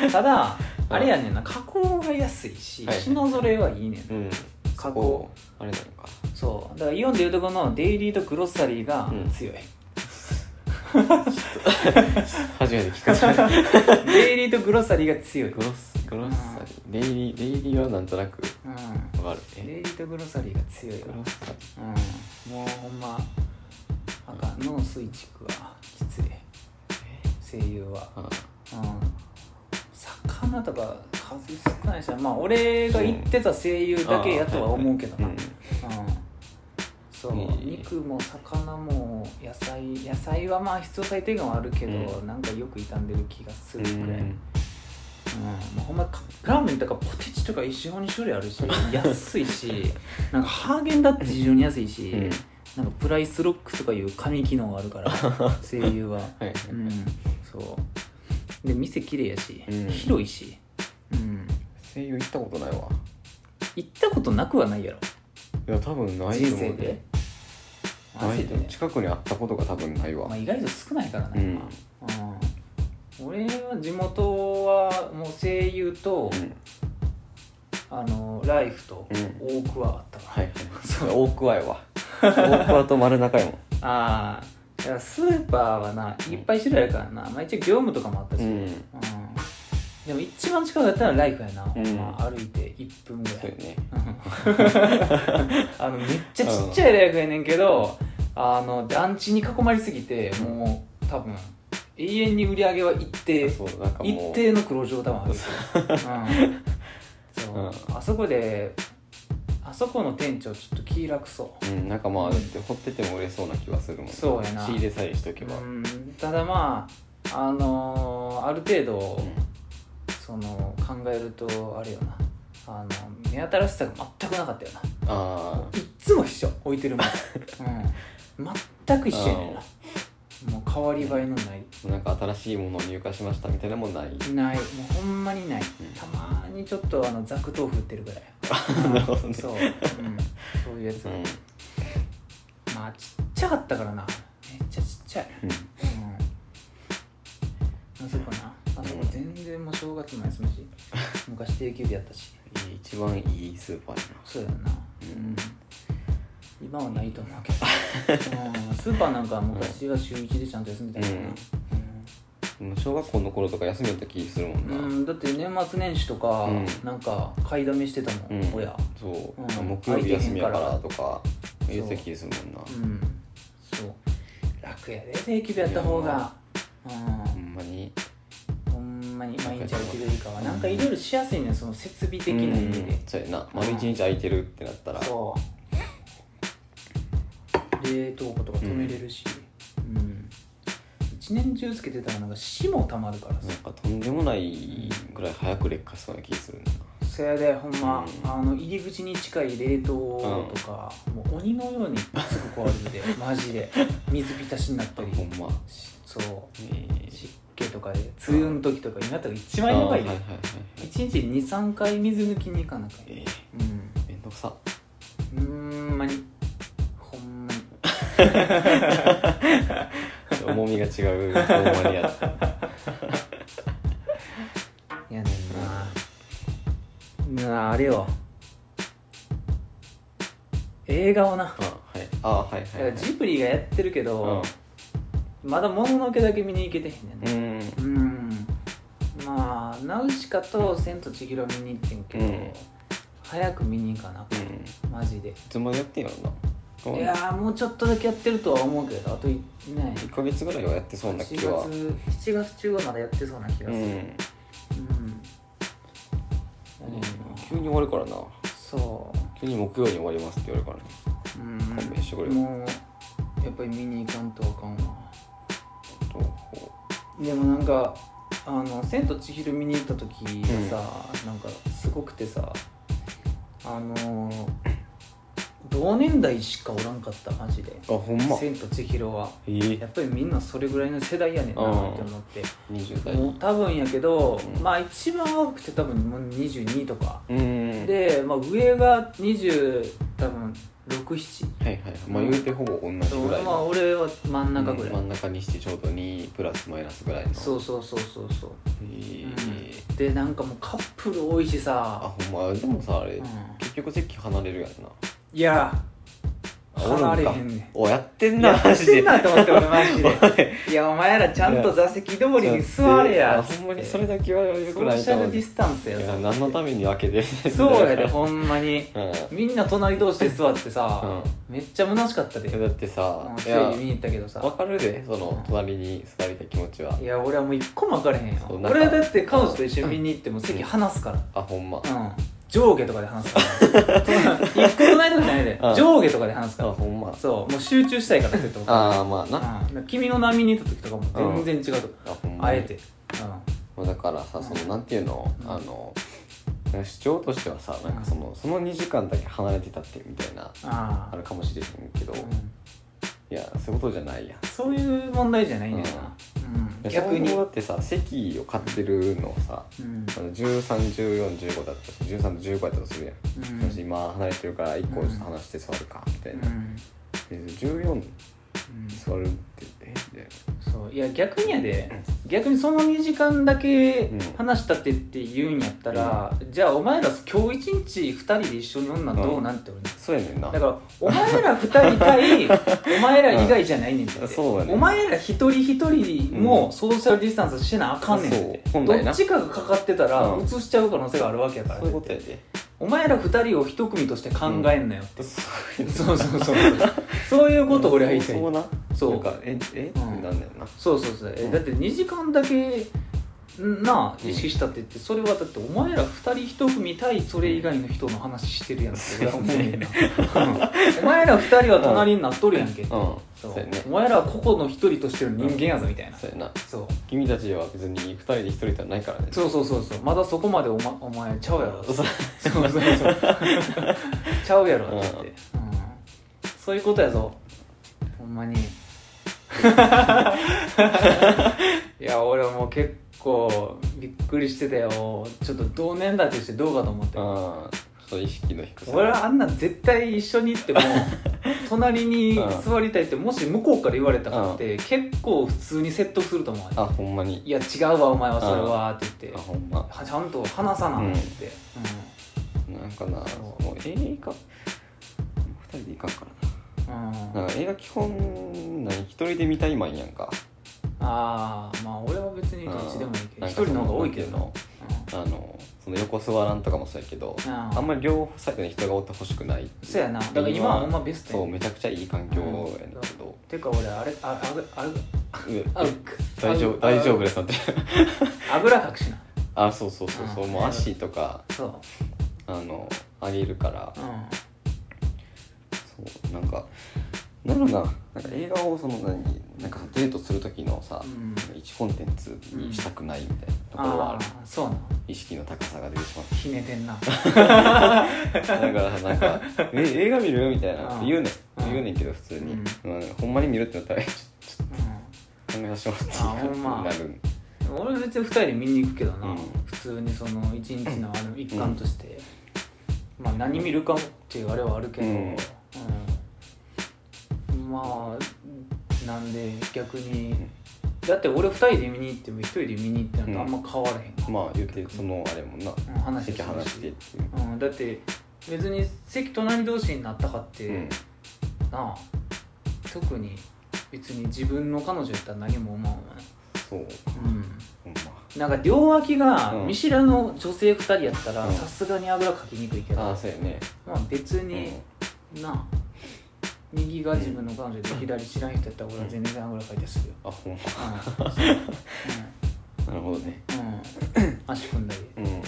Speaker 1: うんただ
Speaker 2: うん
Speaker 1: あれやねんな加工が安いし
Speaker 2: はい
Speaker 1: 品ぞれはいいねん、
Speaker 2: んうん
Speaker 1: 加工
Speaker 2: そこあれなのか
Speaker 1: そうだからイオンでいうとこのデイリーとグロッサリーが強い、
Speaker 2: 初めて聞かされたグ
Speaker 1: デイリーとグロッサリーが強い、うん、
Speaker 2: ロスグロスサリーデイリーデイリーはなんとなくわかる
Speaker 1: デイ
Speaker 2: え
Speaker 1: リーとグロッサリーが強いわ
Speaker 2: グロスサリ
Speaker 1: うん、もうほんまあかん脳スイッチクはきつい声優は
Speaker 2: ーあ
Speaker 1: うん魚とか数少ないしなまあ俺が言ってた声優だけやとは思うけどな、
Speaker 2: あーはい
Speaker 1: うんそう、
Speaker 2: いい
Speaker 1: 肉も魚も野菜野菜はまあ必要最低限はあるけど、
Speaker 2: うん
Speaker 1: なんかよく傷んでる気がす
Speaker 2: う
Speaker 1: るくらい、うん
Speaker 2: ん
Speaker 1: まあ、ほんまカップラーメンとかポテチとか一緒に種類あるし安いし <laughs> なんかハーゲンダッツ非常に安いし、
Speaker 2: うん
Speaker 1: なんかプライスロックとかいう紙機能があるから
Speaker 2: <laughs>
Speaker 1: 声優は、
Speaker 2: はい
Speaker 1: うんそうで店綺麗やし、
Speaker 2: うん
Speaker 1: 広いし、うん、
Speaker 2: 声優行ったことないわ
Speaker 1: 行ったことなくはないやろ
Speaker 2: いや多分ないと
Speaker 1: 人
Speaker 2: 思
Speaker 1: 生
Speaker 2: う
Speaker 1: で
Speaker 2: ね
Speaker 1: あ
Speaker 2: ない
Speaker 1: そうだね
Speaker 2: 近くにあったことが多分ないわ
Speaker 1: まあ、意外と少ないからな、
Speaker 2: うん
Speaker 1: 今うん俺は地元はもう声優と、
Speaker 2: うん
Speaker 1: あのライフと
Speaker 2: う
Speaker 1: 大
Speaker 2: ん
Speaker 1: 久はあったから、
Speaker 2: はい
Speaker 1: そう
Speaker 2: 大桑やわ大桑と丸中やもん
Speaker 1: ああいやスーパーはないっぱい種類あるからな、まあ、一応業務とかもあったし、
Speaker 2: う
Speaker 1: うん
Speaker 2: ん
Speaker 1: でも一番近くだったらライフやな、
Speaker 2: うん
Speaker 1: まあ、歩いて1分ぐらい
Speaker 2: そうよね
Speaker 1: <laughs> あのめっちゃちっちゃい大学やねんけど、あの団地に囲まれすぎてもう多分永遠に売り上げは一定
Speaker 2: そうなんかも
Speaker 1: 一
Speaker 2: う
Speaker 1: 定の黒字を多分ある
Speaker 2: <laughs>
Speaker 1: うんそう
Speaker 2: う
Speaker 1: あそこであそこの店長ちょっと気楽そ
Speaker 2: うん、なんかまあだって掘ってても売れそうな気はするもん
Speaker 1: そうやな
Speaker 2: 仕入れさえしと
Speaker 1: う
Speaker 2: けば、うん
Speaker 1: うんただまああのーある程度、その考えるとあれよなあの目新しさが全くなかったよな
Speaker 2: あ
Speaker 1: いっつも一緒置いてる
Speaker 2: <laughs>
Speaker 1: もん、うん、全く一緒やねんなもう変わり映えのない
Speaker 2: あなんか新しいものを入荷しましたみたいなもんない
Speaker 1: ないもうほんまにない
Speaker 2: うん
Speaker 1: たまにちょっとあのザク豆腐売ってるぐらい
Speaker 2: なるほどね
Speaker 1: そう、うん、そういうやつ、
Speaker 2: うん、
Speaker 1: まあちっちゃかったからなめっちゃちっちゃいうんあそこなあそこ全然もう正月も休みし昔定休日やったし
Speaker 2: 一番いいスーパーや
Speaker 1: そうだよなうん今はないと思うけど、うん、スーパーなんかは昔は週1でちゃんと休んでたけどな、
Speaker 2: もう小学校の頃とか休みやった気するもん
Speaker 1: う
Speaker 2: な、
Speaker 1: んうんだって年末年始とか、
Speaker 2: うん
Speaker 1: なんか買いだめしてたもん、
Speaker 2: うん
Speaker 1: 親
Speaker 2: そう、
Speaker 1: うん
Speaker 2: 木曜日休みやからとか言ってた気するもんな
Speaker 1: うんそう楽やで定期日やった方がうん
Speaker 2: ほんまに
Speaker 1: ほんまに毎日空いてるよりかはなんかいろいろしやすいねんその設備的な意味で
Speaker 2: うんそうやな丸一日空いてるってなったら
Speaker 1: そう冷凍庫とか止めれるしうん一年中つけてたらなんか死もたまるからさ
Speaker 2: なんかとんでもないぐらい早く劣化しそうな気するな
Speaker 1: それでほんま
Speaker 2: うん
Speaker 1: あの入り口に近い冷凍とかもう鬼のようにすぐ壊れ <laughs> るでマジで水浸しになったり
Speaker 2: ほんま
Speaker 1: そう
Speaker 2: え
Speaker 1: 湿気とかで梅雨の時とか今やったら一番やばい
Speaker 2: あーはいはい
Speaker 1: で
Speaker 2: はいはい
Speaker 1: 一日23回水抜きに行かなきゃ
Speaker 2: え
Speaker 1: うん
Speaker 2: ー、めんどくさ
Speaker 1: ほんまにほんまに
Speaker 2: 重みが違うほんまにやった
Speaker 1: やねんななああれよ映画をな、
Speaker 2: あはいあはいはいはい
Speaker 1: ジブリがやってるけど、まだ「もののけ」だけ見に行けてへんねん
Speaker 2: う
Speaker 1: ね
Speaker 2: んうん
Speaker 1: うん、まあナウシカと「千と千尋」見に行ってんけど、
Speaker 2: うん
Speaker 1: 早く見に行かな
Speaker 2: うん
Speaker 1: マジで、
Speaker 2: いつまでやってんやろない
Speaker 1: やーもうちょっとだけやってるとは思うけどあといね
Speaker 2: 1ヶ月ぐらいはやってそう
Speaker 1: 7
Speaker 2: な
Speaker 1: 月
Speaker 2: 気は
Speaker 1: 7月中はまだやってそうな気がする、うん
Speaker 2: う
Speaker 1: や
Speaker 2: ん
Speaker 1: ねんな
Speaker 2: 急に終わるからな
Speaker 1: そう
Speaker 2: 急に木曜に終わりますって言われるからね
Speaker 1: うん
Speaker 2: 勘弁してくれよ
Speaker 1: もうやっぱり見に行かんとあかんわ
Speaker 2: とこ
Speaker 1: でもなんかあの「千と千尋」見に行った時がさ、なんかすごくてさあのー同年代しかおらんかったマジで
Speaker 2: うあほん
Speaker 1: 「
Speaker 2: まえ
Speaker 1: 千と千尋は」
Speaker 2: え
Speaker 1: やっぱりみんなそれぐらいの世代やねんなって思って
Speaker 2: 20代
Speaker 1: もう多分やけど、
Speaker 2: うん
Speaker 1: まあ一番多くて多分もう22とか
Speaker 2: うん
Speaker 1: で、まあ、上が20多分67
Speaker 2: はいはいまあ言うてほぼ同じぐらい
Speaker 1: まあ
Speaker 2: の
Speaker 1: 俺は真ん中ぐらい、
Speaker 2: 真ん中にしてちょうど2プラスマイナスぐらいの
Speaker 1: そうそうそうそうそう
Speaker 2: ええ
Speaker 1: でなんかもうカップル多いし
Speaker 2: あ
Speaker 1: さ、
Speaker 2: ほんまでもさあれ
Speaker 1: うん
Speaker 2: 結局席離れるやんない
Speaker 1: や
Speaker 2: あおるんか
Speaker 1: 離れへんねん
Speaker 2: おやってんな
Speaker 1: やってんな
Speaker 2: マ
Speaker 1: と思って俺マジ
Speaker 2: <laughs> ジ
Speaker 1: で
Speaker 2: で
Speaker 1: いやお前らちゃんと座席通りに座れや
Speaker 2: あほんまにそれだけはよ
Speaker 1: ソ
Speaker 2: くな
Speaker 1: ー
Speaker 2: い
Speaker 1: シ
Speaker 2: と
Speaker 1: ャ
Speaker 2: 思
Speaker 1: ル
Speaker 2: う
Speaker 1: ディスタンスや
Speaker 2: い
Speaker 1: ぞ
Speaker 2: や何のために開けてる
Speaker 1: そうやでほんまに
Speaker 2: うん
Speaker 1: みんな隣同士で座ってさ、めっちゃ虚しかったで、
Speaker 2: いや
Speaker 1: うん、
Speaker 2: だってさ
Speaker 1: 一
Speaker 2: いや
Speaker 1: 人で見に行ったけどさ
Speaker 2: わかるでその隣に座りたい気持ちはい
Speaker 1: や俺はもう一個も分かれへんよ
Speaker 2: そうなんか
Speaker 1: 俺はだって彼女と一緒に見に行っても席離すから
Speaker 2: あほんま
Speaker 1: うん上下とかで話す
Speaker 2: <laughs>
Speaker 1: から一個隣とかじゃないで
Speaker 2: うん
Speaker 1: 上下とかで話す
Speaker 2: あ
Speaker 1: から
Speaker 2: ほんま
Speaker 1: そうもう集中したいからってと思
Speaker 2: ああまあな
Speaker 1: うん君の波にいた時とかも全然違うとこ
Speaker 2: あほんま
Speaker 1: あ
Speaker 2: に
Speaker 1: えて
Speaker 2: まあだからさそのなんていうの
Speaker 1: うん
Speaker 2: あの主張としてはさなんかそのその2時間だけ離れてたってみたい
Speaker 1: う
Speaker 2: な
Speaker 1: んあ
Speaker 2: あ
Speaker 1: あ
Speaker 2: るかもしれへんけど
Speaker 1: うん
Speaker 2: いやそういうことじゃないやん
Speaker 1: そういう問題じゃないんだよなうん逆に
Speaker 2: そうだってさ席を買ってるのさ
Speaker 1: うん
Speaker 2: 131415だったし13と15やったとするやん
Speaker 1: うん
Speaker 2: 私今離れてるから1個離して座るかみた
Speaker 1: う
Speaker 2: い
Speaker 1: ん
Speaker 2: なで14
Speaker 1: うん
Speaker 2: 座るってえみたいな
Speaker 1: そういや逆にやで逆にその2時間だけ
Speaker 2: うん
Speaker 1: 話したってって言うんやったら、じゃあお前ら今日一日2人で一緒に女どうなんて俺に
Speaker 2: そうやねんな
Speaker 1: だからお前ら2人対
Speaker 2: <laughs>
Speaker 1: お前ら以外じゃないねんて、
Speaker 2: うんそうだね
Speaker 1: お前ら一人一人もソーシャルディスタンスしなあかんねんって、
Speaker 2: そう本来な
Speaker 1: どっちかがかかってたら
Speaker 2: うん
Speaker 1: 移しちゃう可能性があるわけやから
Speaker 2: そういうことやで
Speaker 1: お前ら2人を一組として考えんなよって、
Speaker 2: そういう
Speaker 1: そうそうそうそういうことを俺は言いたい
Speaker 2: そうな
Speaker 1: そう
Speaker 2: なんかええっ
Speaker 1: う
Speaker 2: て
Speaker 1: ん
Speaker 2: なんだよな
Speaker 1: そうそうそう、え
Speaker 2: うん
Speaker 1: だって2時間だけなあ
Speaker 2: うん
Speaker 1: 意識したって言ってそれはだってお前ら2人1組対それ以外の人の話してるやんって俺は思うねんな、うんお前ら2人は隣になっとるやんけ、
Speaker 2: うん
Speaker 1: そ
Speaker 2: そううやね
Speaker 1: お前らは個々の一人としての人間やぞみたいな、
Speaker 2: そうやな
Speaker 1: そう
Speaker 2: 君たちは別に2人で1人ではないからね
Speaker 1: そうそうそうそうまだそこまでお,、ま、お前ちゃうやろ
Speaker 2: そう
Speaker 1: そうそうそう <laughs> ちゃうやろって言って、うんそういうことやぞほんまに <laughs> いや俺はもう結構びっくりしてたよちょっと同年代としてどうかと思って
Speaker 2: あーちょっと意識の低さ
Speaker 1: 俺はあんなん絶対一緒に行って <laughs> も隣に座りたいってもし向こうから言われたかって結構普通に説得すると思う
Speaker 2: あ
Speaker 1: わ
Speaker 2: ほんまに
Speaker 1: いや違うわお前はそれはって言って
Speaker 2: あほんま
Speaker 1: はちゃんと話さなって言って、うん
Speaker 2: なんかな
Speaker 1: そう
Speaker 2: もう映画人で行かんから
Speaker 1: うん
Speaker 2: ななんか映画基本何一人で見たいマンやんか
Speaker 1: ああまあ俺は別にどっちでもいいけど
Speaker 2: うん
Speaker 1: 一人の方が多いけどな
Speaker 2: なんかそのあのその横座らんとかもそうやけど
Speaker 1: あー
Speaker 2: あんまり両サイドに人がおってほしくない
Speaker 1: そうやなだから今はほんまベストや
Speaker 2: そ
Speaker 1: ね
Speaker 2: うめちゃくちゃいい環境やねんけど
Speaker 1: てか俺あれああぐあぐ
Speaker 2: う
Speaker 1: あぐ
Speaker 2: 大丈夫大丈夫ですなんて
Speaker 1: あぐらかくしな
Speaker 2: <laughs> あそうそうそうそう
Speaker 1: うん
Speaker 2: もう足とか
Speaker 1: そ
Speaker 2: あの上げるから
Speaker 1: ううん
Speaker 2: そうなんかなんだろうななんか映画をその何なんかデートする時のさ、
Speaker 1: うん
Speaker 2: 一コンテンツにしたくないみたいなところは
Speaker 1: あ
Speaker 2: ある、
Speaker 1: あそうな
Speaker 2: 意識の高さが出てしまう
Speaker 1: ひねてん
Speaker 2: <laughs>
Speaker 1: な
Speaker 2: だからなん
Speaker 1: <laughs>
Speaker 2: か「え映画見る?」みたいな
Speaker 1: うん
Speaker 2: 言うね
Speaker 1: うん
Speaker 2: ん言うねんけど普通に、
Speaker 1: うん
Speaker 2: まあほんまに見るってなったらえちょちょっと考えさせてもらっていいか
Speaker 1: あほんま
Speaker 2: なってなる
Speaker 1: うん俺は別に2人で見に行くけどな、
Speaker 2: うん
Speaker 1: 普通にその一日のあの一環として、まあ何見るかっていうあれはあるけど、
Speaker 2: う
Speaker 1: うんんまあなんで逆にだって俺2人で見に行っても1人で見に行ってなんてあんま変わらへんから、
Speaker 2: まあ言ってそのあれもんな
Speaker 1: うん話
Speaker 2: 席
Speaker 1: する
Speaker 2: 話
Speaker 1: し
Speaker 2: してっていう
Speaker 1: うん、だって別に席隣同士になったかって、
Speaker 2: うん
Speaker 1: なあ特に別に自分の彼女やったら何も思わんわな
Speaker 2: そう
Speaker 1: うん
Speaker 2: ほん
Speaker 1: なんか両脇が
Speaker 2: うん
Speaker 1: 見知らぬ女性2人やったら
Speaker 2: うん
Speaker 1: さすがにあぐらかきにくいけど、
Speaker 2: まああそうやね
Speaker 1: まあ別
Speaker 2: う
Speaker 1: に
Speaker 2: ん、
Speaker 1: なあ右が自分の彼女で左知らん人やったら俺は全然あぐらかいてするよ、
Speaker 2: あほんま
Speaker 1: う
Speaker 2: なるほどね
Speaker 1: んうんうん、足組んだり、
Speaker 2: うん
Speaker 1: うん、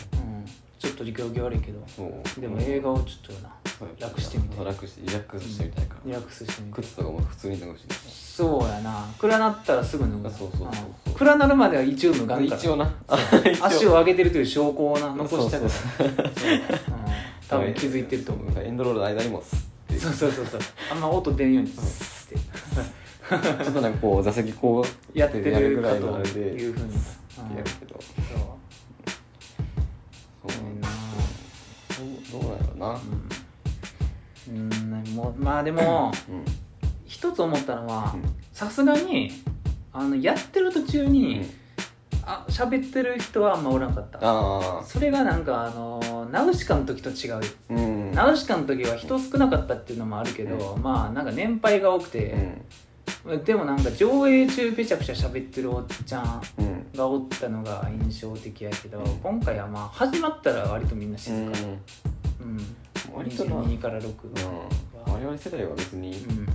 Speaker 1: ちょっと行儀悪いけど
Speaker 2: そう
Speaker 1: でも映画をちょっとな
Speaker 2: そう
Speaker 1: 楽してみたい
Speaker 2: そう楽してリラックスしてみたいから、
Speaker 1: リラックスしてみて
Speaker 2: 靴とかも普通に脱ぐしね
Speaker 1: そうやな暗なったらすぐ脱ぐな
Speaker 2: あそうそうそうそうん
Speaker 1: 暗なるまでは一応脱がんから
Speaker 2: <laughs> 一応な
Speaker 1: 足を
Speaker 2: を
Speaker 1: 上げてるという証拠をな残したくない
Speaker 2: そうそうそう
Speaker 1: そううん多分気づいてると思う
Speaker 2: エンドロールの間にもスッて
Speaker 1: そうそうそうそうあんま音出んようにスッて
Speaker 2: ちょっとなんかこう座席こう
Speaker 1: やって
Speaker 2: やるぐ
Speaker 1: るから
Speaker 2: い
Speaker 1: と
Speaker 2: のあれで
Speaker 1: いうふうにうん
Speaker 2: やるけ
Speaker 1: そ
Speaker 2: ど
Speaker 1: う
Speaker 2: そう
Speaker 1: ごめん
Speaker 2: な
Speaker 1: なん
Speaker 2: どうどうなんやろうな
Speaker 1: うんうんもうまあでも
Speaker 2: うん
Speaker 1: 一つ思ったのは
Speaker 2: うん
Speaker 1: さすがにあのやってる途中
Speaker 2: う
Speaker 1: に
Speaker 2: ん
Speaker 1: あ喋ってる人はあんまおらんかった
Speaker 2: ああ
Speaker 1: それがなんかあのーナウシカの時と違う
Speaker 2: うん
Speaker 1: ナウシカの時は人少なかったっていうのもあるけど、まあなんか年配が多く
Speaker 2: う
Speaker 1: て、
Speaker 2: ん
Speaker 1: でもなんか上映中めちゃくちゃ喋ってるおっちゃん
Speaker 2: うん
Speaker 1: がおったのが印象的やけど、
Speaker 2: うん
Speaker 1: 今回はまあ始まったら割とみんな静か、うん
Speaker 2: 割とな
Speaker 1: 22から6
Speaker 2: うん我々世代は別に
Speaker 1: うん、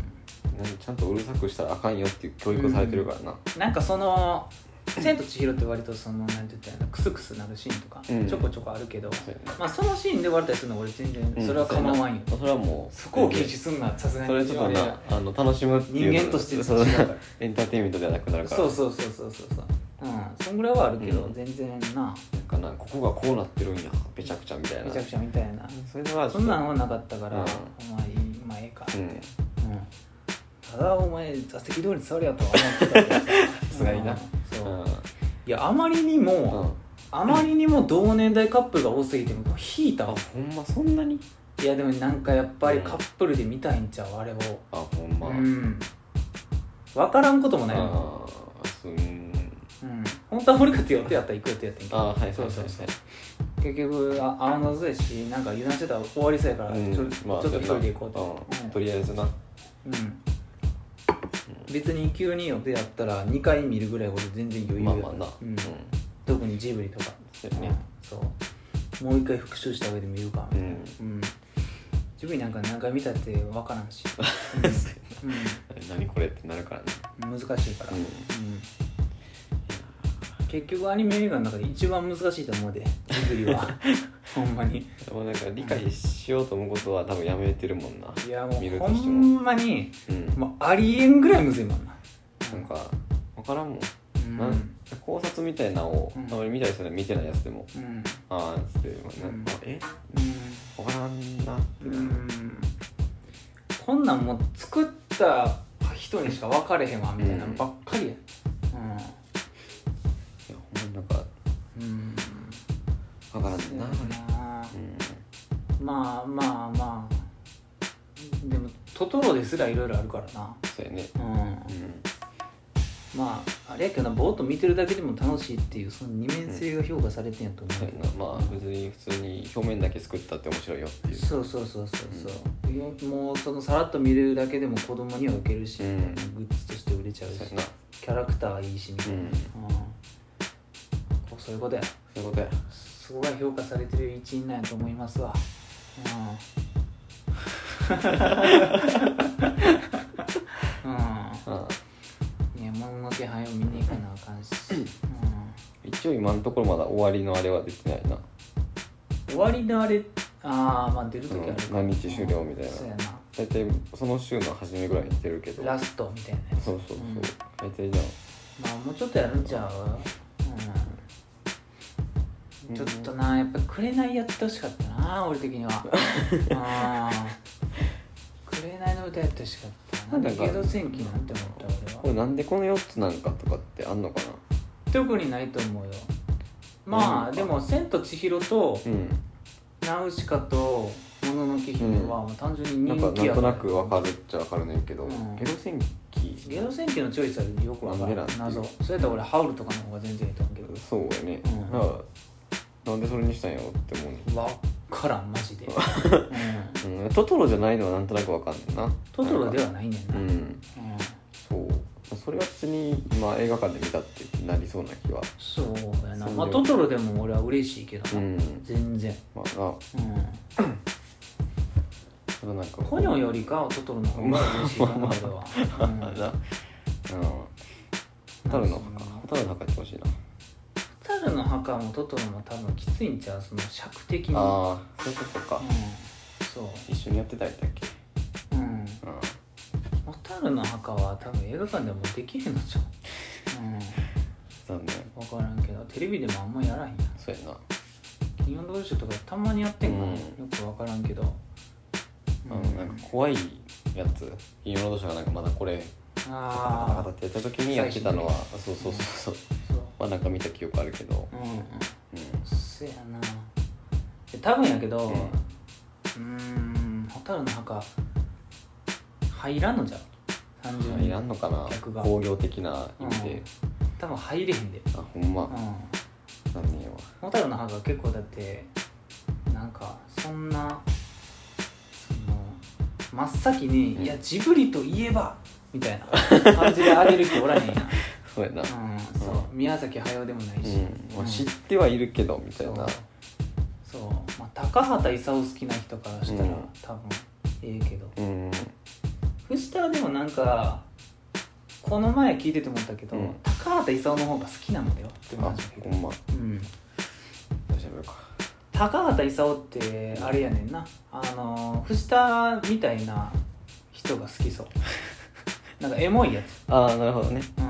Speaker 2: 何ちゃんとうるさくしたらあかんよっていう教育をされてるからな
Speaker 1: なんかその「千と千尋」って割とそのなんて言ったらいいのクスクスなるシーンとか、
Speaker 2: うん
Speaker 1: ちょこちょこあるけど、
Speaker 2: そうやな
Speaker 1: まあそのシーンで笑ったりするの俺全
Speaker 2: うん
Speaker 1: 然それは構わんよ、
Speaker 2: それはもう
Speaker 1: そこを軽視すんなさすがに
Speaker 2: それはちょっとなあの楽しむっていう
Speaker 1: 人間として
Speaker 2: そう
Speaker 1: 違うから
Speaker 2: エンターテインメントではなくなるから
Speaker 1: そうそうそうそうそうそううんそんぐらいはあるけど、
Speaker 2: うん
Speaker 1: 全然な
Speaker 2: なんかなここがこうなってるんやめちゃくちゃみたいな
Speaker 1: めちゃくちゃみたいな
Speaker 2: それは
Speaker 1: そんなんはなかったから、
Speaker 2: うん
Speaker 1: お前いいまあええかって、
Speaker 2: う
Speaker 1: うん
Speaker 2: ん
Speaker 1: ただお前座席通りに座りやとは思ってたけどさ
Speaker 2: <laughs> さすがにな
Speaker 1: うんそう、
Speaker 2: うん
Speaker 1: いやあまりにも、
Speaker 2: うん
Speaker 1: あまりにも同年代カップルが多すぎてもう引いた
Speaker 2: あ
Speaker 1: わ
Speaker 2: ほんまそんなに
Speaker 1: いやでもなんかやっぱりカップルで見たいんちゃうあれを
Speaker 2: あほんま
Speaker 1: うん分からんこともないの
Speaker 2: あーそう
Speaker 1: う
Speaker 2: ん
Speaker 1: ん本当は俺かって予定やったら行く予定やってんけど
Speaker 2: あはいはい
Speaker 1: そうそう
Speaker 2: はい
Speaker 1: 結局あ青のずやしなんか油断してたら終わりそうやから、
Speaker 2: うん
Speaker 1: ちょ
Speaker 2: まあ
Speaker 1: ちょっと一人で行こうと
Speaker 2: うんとりあえずな
Speaker 1: うん、うん別に急に予定やったら2回見るぐらい俺全然余裕
Speaker 2: ま
Speaker 1: や
Speaker 2: あ
Speaker 1: った
Speaker 2: まあな
Speaker 1: う
Speaker 2: うんん
Speaker 1: 特にジブリとか
Speaker 2: そうやね
Speaker 1: そうもう一回復習した上で見るか
Speaker 2: う
Speaker 1: みたい
Speaker 2: ん
Speaker 1: なうんジブリなんか何回見たって分からんし、
Speaker 2: <laughs> 何これってなるからね
Speaker 1: うんうん、難しいから、
Speaker 2: うん
Speaker 1: うん結局アニメ映画の中で一番難しいと思うでジブリ
Speaker 2: <laughs>
Speaker 1: はほんまに
Speaker 2: でもなんか理解しようと思うことは多分やめてるもんない
Speaker 1: やも
Speaker 2: 見
Speaker 1: う
Speaker 2: る
Speaker 1: ほ
Speaker 2: としても
Speaker 1: んまに
Speaker 2: うん
Speaker 1: もうありえんぐらいむずいもんな
Speaker 2: なんか分からんもん
Speaker 1: うん
Speaker 2: なん考察みたいなのを
Speaker 1: うん
Speaker 2: あまり見たりするの見てないやつでも
Speaker 1: うん
Speaker 2: ああつってまあな
Speaker 1: うん
Speaker 2: あえ
Speaker 1: う
Speaker 2: 分からんなって
Speaker 1: んう
Speaker 2: なる
Speaker 1: んこんなんもう作った人にしか分かれへんわみたいなのばっかりや
Speaker 2: いやほんまになんか
Speaker 1: うんうん
Speaker 2: 分からんねんな
Speaker 1: そうやな
Speaker 2: う
Speaker 1: まあまあまあでもトトロですらいろいろあるからなん
Speaker 2: そうやね
Speaker 1: うん
Speaker 2: うん
Speaker 1: まああれやけどなぼーっと見てるだけでも楽しいっていうその二面性が評価されてんやと思う
Speaker 2: そうやなまあ別に普通に表面だけ作ったって面白いよっていう
Speaker 1: そうそうそうそうそう、よもうそのさらっと見れるだけでも子供にはウケるし、
Speaker 2: う
Speaker 1: み
Speaker 2: ん
Speaker 1: たいなグッズとして売れちゃうし
Speaker 2: そうやな
Speaker 1: キャラクターいいしみたいな、
Speaker 2: うん
Speaker 1: うんこうそういうことや
Speaker 2: そういうことや
Speaker 1: そこが評価されてる一員なんやと思いますわ、うん <laughs> う
Speaker 2: うん
Speaker 1: んいや物の気配を見に行かなあかんし、うん、
Speaker 2: 一応今のところまだ終わりのあれはできないな
Speaker 1: 終わりのあれああまあ出る時ある
Speaker 2: うん何日終了みたいな
Speaker 1: うんそうやな
Speaker 2: 大体その週の初めぐらいに行ってるけど
Speaker 1: ラストみたいなやつ
Speaker 2: そうそうそう、
Speaker 1: ん
Speaker 2: 大体じゃん
Speaker 1: まあもうちょっとやるんちゃう、う、
Speaker 2: うんん
Speaker 1: ちょっとなやっぱ「紅」やってほしかったな俺的に
Speaker 2: <laughs>
Speaker 1: はうん紅の歌やってほしかったな
Speaker 2: な
Speaker 1: だ
Speaker 2: んか
Speaker 1: けど戦記なんて思った俺は
Speaker 2: これなんでこの4つなんかとかってあんのかな
Speaker 1: 特にないと思うよまあ
Speaker 2: うん
Speaker 1: でも「千と千尋」と
Speaker 2: うん
Speaker 1: 「ナウシカ」と「もののけ姫」はもう単純に
Speaker 2: なんか
Speaker 1: 人気
Speaker 2: な
Speaker 1: や
Speaker 2: んとなく
Speaker 1: わ
Speaker 2: わかるっちゃわかるねんけど、
Speaker 1: うん
Speaker 2: ゲロ戦
Speaker 1: ゲ
Speaker 2: 記
Speaker 1: ロ戦記のチョイスはよくわか
Speaker 2: なんで
Speaker 1: る
Speaker 2: なんていう
Speaker 1: 謎それやったら俺ハウルとかの方が全然いいと思うけど
Speaker 2: そうやね、
Speaker 1: うん
Speaker 2: なんかなんでそれにしたんやろって思うね
Speaker 1: わっからんマジ
Speaker 2: <laughs>
Speaker 1: で、うん
Speaker 2: ん、うん、トトロじゃないのはなんとなくわかんねんな
Speaker 1: トトロで
Speaker 2: は
Speaker 1: はないねんな、
Speaker 2: う
Speaker 1: うん
Speaker 2: んそうそれは別に今映画館で見たってなりそうな気は
Speaker 1: そうやなまあ
Speaker 2: そう
Speaker 1: トトロでも俺は嬉しいけどな、
Speaker 2: うん
Speaker 1: 全然
Speaker 2: まあな
Speaker 1: うん
Speaker 2: それはなんか
Speaker 1: ポニョよりかはトトロの方が嬉しいかな
Speaker 2: まあ
Speaker 1: 俺は、うん、
Speaker 2: あれだうん蛍の墓蛍の墓行ってほしいな
Speaker 1: 蛍の墓もトトロも多分きついんちゃうその尺的に
Speaker 2: ああそういうことか
Speaker 1: うんそ
Speaker 2: 一緒にやってたやったっけ
Speaker 1: ううん
Speaker 2: うん
Speaker 1: 蛍の墓は多分映画館でもできへんのちゃう
Speaker 2: 残念
Speaker 1: うん分からんけどテレビでもあんまやらへんやん
Speaker 2: そうやな
Speaker 1: 金曜ロードショーとかたまにやってんかな、
Speaker 2: うん
Speaker 1: よく分からんけど
Speaker 2: あのなんか怖いやつ金曜ロードショーがなんかまだこれカタカ
Speaker 1: あ
Speaker 2: タ
Speaker 1: あ
Speaker 2: ってやった時にやってたのはそうそうそうそう
Speaker 1: そう
Speaker 2: まあなんか見た記憶あるけど
Speaker 1: うんうん
Speaker 2: うん
Speaker 1: そやなえ多分やけど
Speaker 2: うん
Speaker 1: うーん蛍の墓入らんのじゃん30
Speaker 2: いら
Speaker 1: 人
Speaker 2: んのかな
Speaker 1: 客が
Speaker 2: 工業的な意味で、
Speaker 1: 多分入れへんで
Speaker 2: あほんま、
Speaker 1: うん
Speaker 2: 残念やわ
Speaker 1: 蛍の墓結構だってなんかそんなその真っ先に、
Speaker 2: うん
Speaker 1: いやジブリといえばみたいな感じであげる人おらへんやん、 <laughs> う
Speaker 2: そうやな、うん
Speaker 1: ん、そう宮崎駿でもないし、
Speaker 2: ま
Speaker 1: う
Speaker 2: あ
Speaker 1: ん
Speaker 2: 知ってはいるけどみたいな
Speaker 1: そうそう、まあ、高畑勲好きな人からしたら、
Speaker 2: うん
Speaker 1: 多分ええけど
Speaker 2: うん
Speaker 1: 藤田はでもなんかこの前聞いてて思ったけど、
Speaker 2: うん
Speaker 1: 高畑勲の方が好きなんだよって
Speaker 2: あ
Speaker 1: 話だけ
Speaker 2: ほ
Speaker 1: ど、
Speaker 2: んま
Speaker 1: うん、
Speaker 2: 大丈夫か
Speaker 1: 高畑勲ってあれやねんなあの藤田みたいな人が好きそう
Speaker 2: <laughs>
Speaker 1: なんかエモいやつ
Speaker 2: ああなるほどね
Speaker 1: うん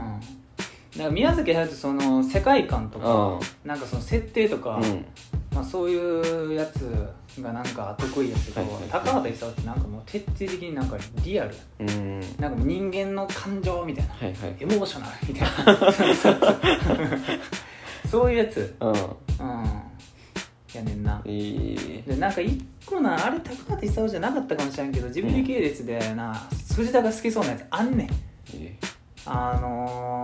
Speaker 1: なんか宮崎駿ってその世界観とか
Speaker 2: あ
Speaker 1: なんかその設定とか、
Speaker 2: うん
Speaker 1: まあ、そういうやつがなんか得意やけど、
Speaker 2: はいはいはい
Speaker 1: 高畑勲ってなんかもう徹底的になんかリアル
Speaker 2: うん
Speaker 1: なんかもう人間の感情みたいな
Speaker 2: はいはい
Speaker 1: エモーショナルみたいなそうそうそう
Speaker 2: <laughs>
Speaker 1: そういうやつ
Speaker 2: う
Speaker 1: うんやねんなん
Speaker 2: いい
Speaker 1: でなんか一個なあれ高畑勲じゃなかったかもしれんけどジブリ系列でな藤田が好きそうなやつあんねん
Speaker 2: いい
Speaker 1: あの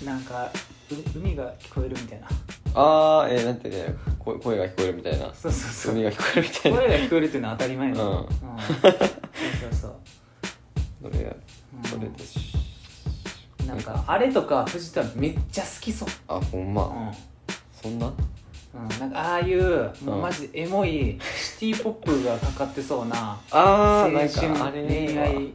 Speaker 1: ー、なんかう海が聞こえるみたいな
Speaker 2: ああえー、なんてね声声が聞こえるみたいな
Speaker 1: そうそうそう
Speaker 2: 海が聞こえるみたいな
Speaker 1: 声が聞こえるっていうのは当たり前なの、
Speaker 2: う
Speaker 1: そ
Speaker 2: ん
Speaker 1: うそうそう
Speaker 2: それや
Speaker 1: うん
Speaker 2: それでし
Speaker 1: なんかあれとか藤田めっちゃ好きそう、
Speaker 2: あほん
Speaker 1: う
Speaker 2: ま
Speaker 1: ん
Speaker 2: そんな
Speaker 1: うん、なんかああいうもううんマジでエモいシティポップがかかってそうな
Speaker 2: あ
Speaker 1: 青
Speaker 2: あなん
Speaker 1: 春
Speaker 2: かあれ
Speaker 1: 恋愛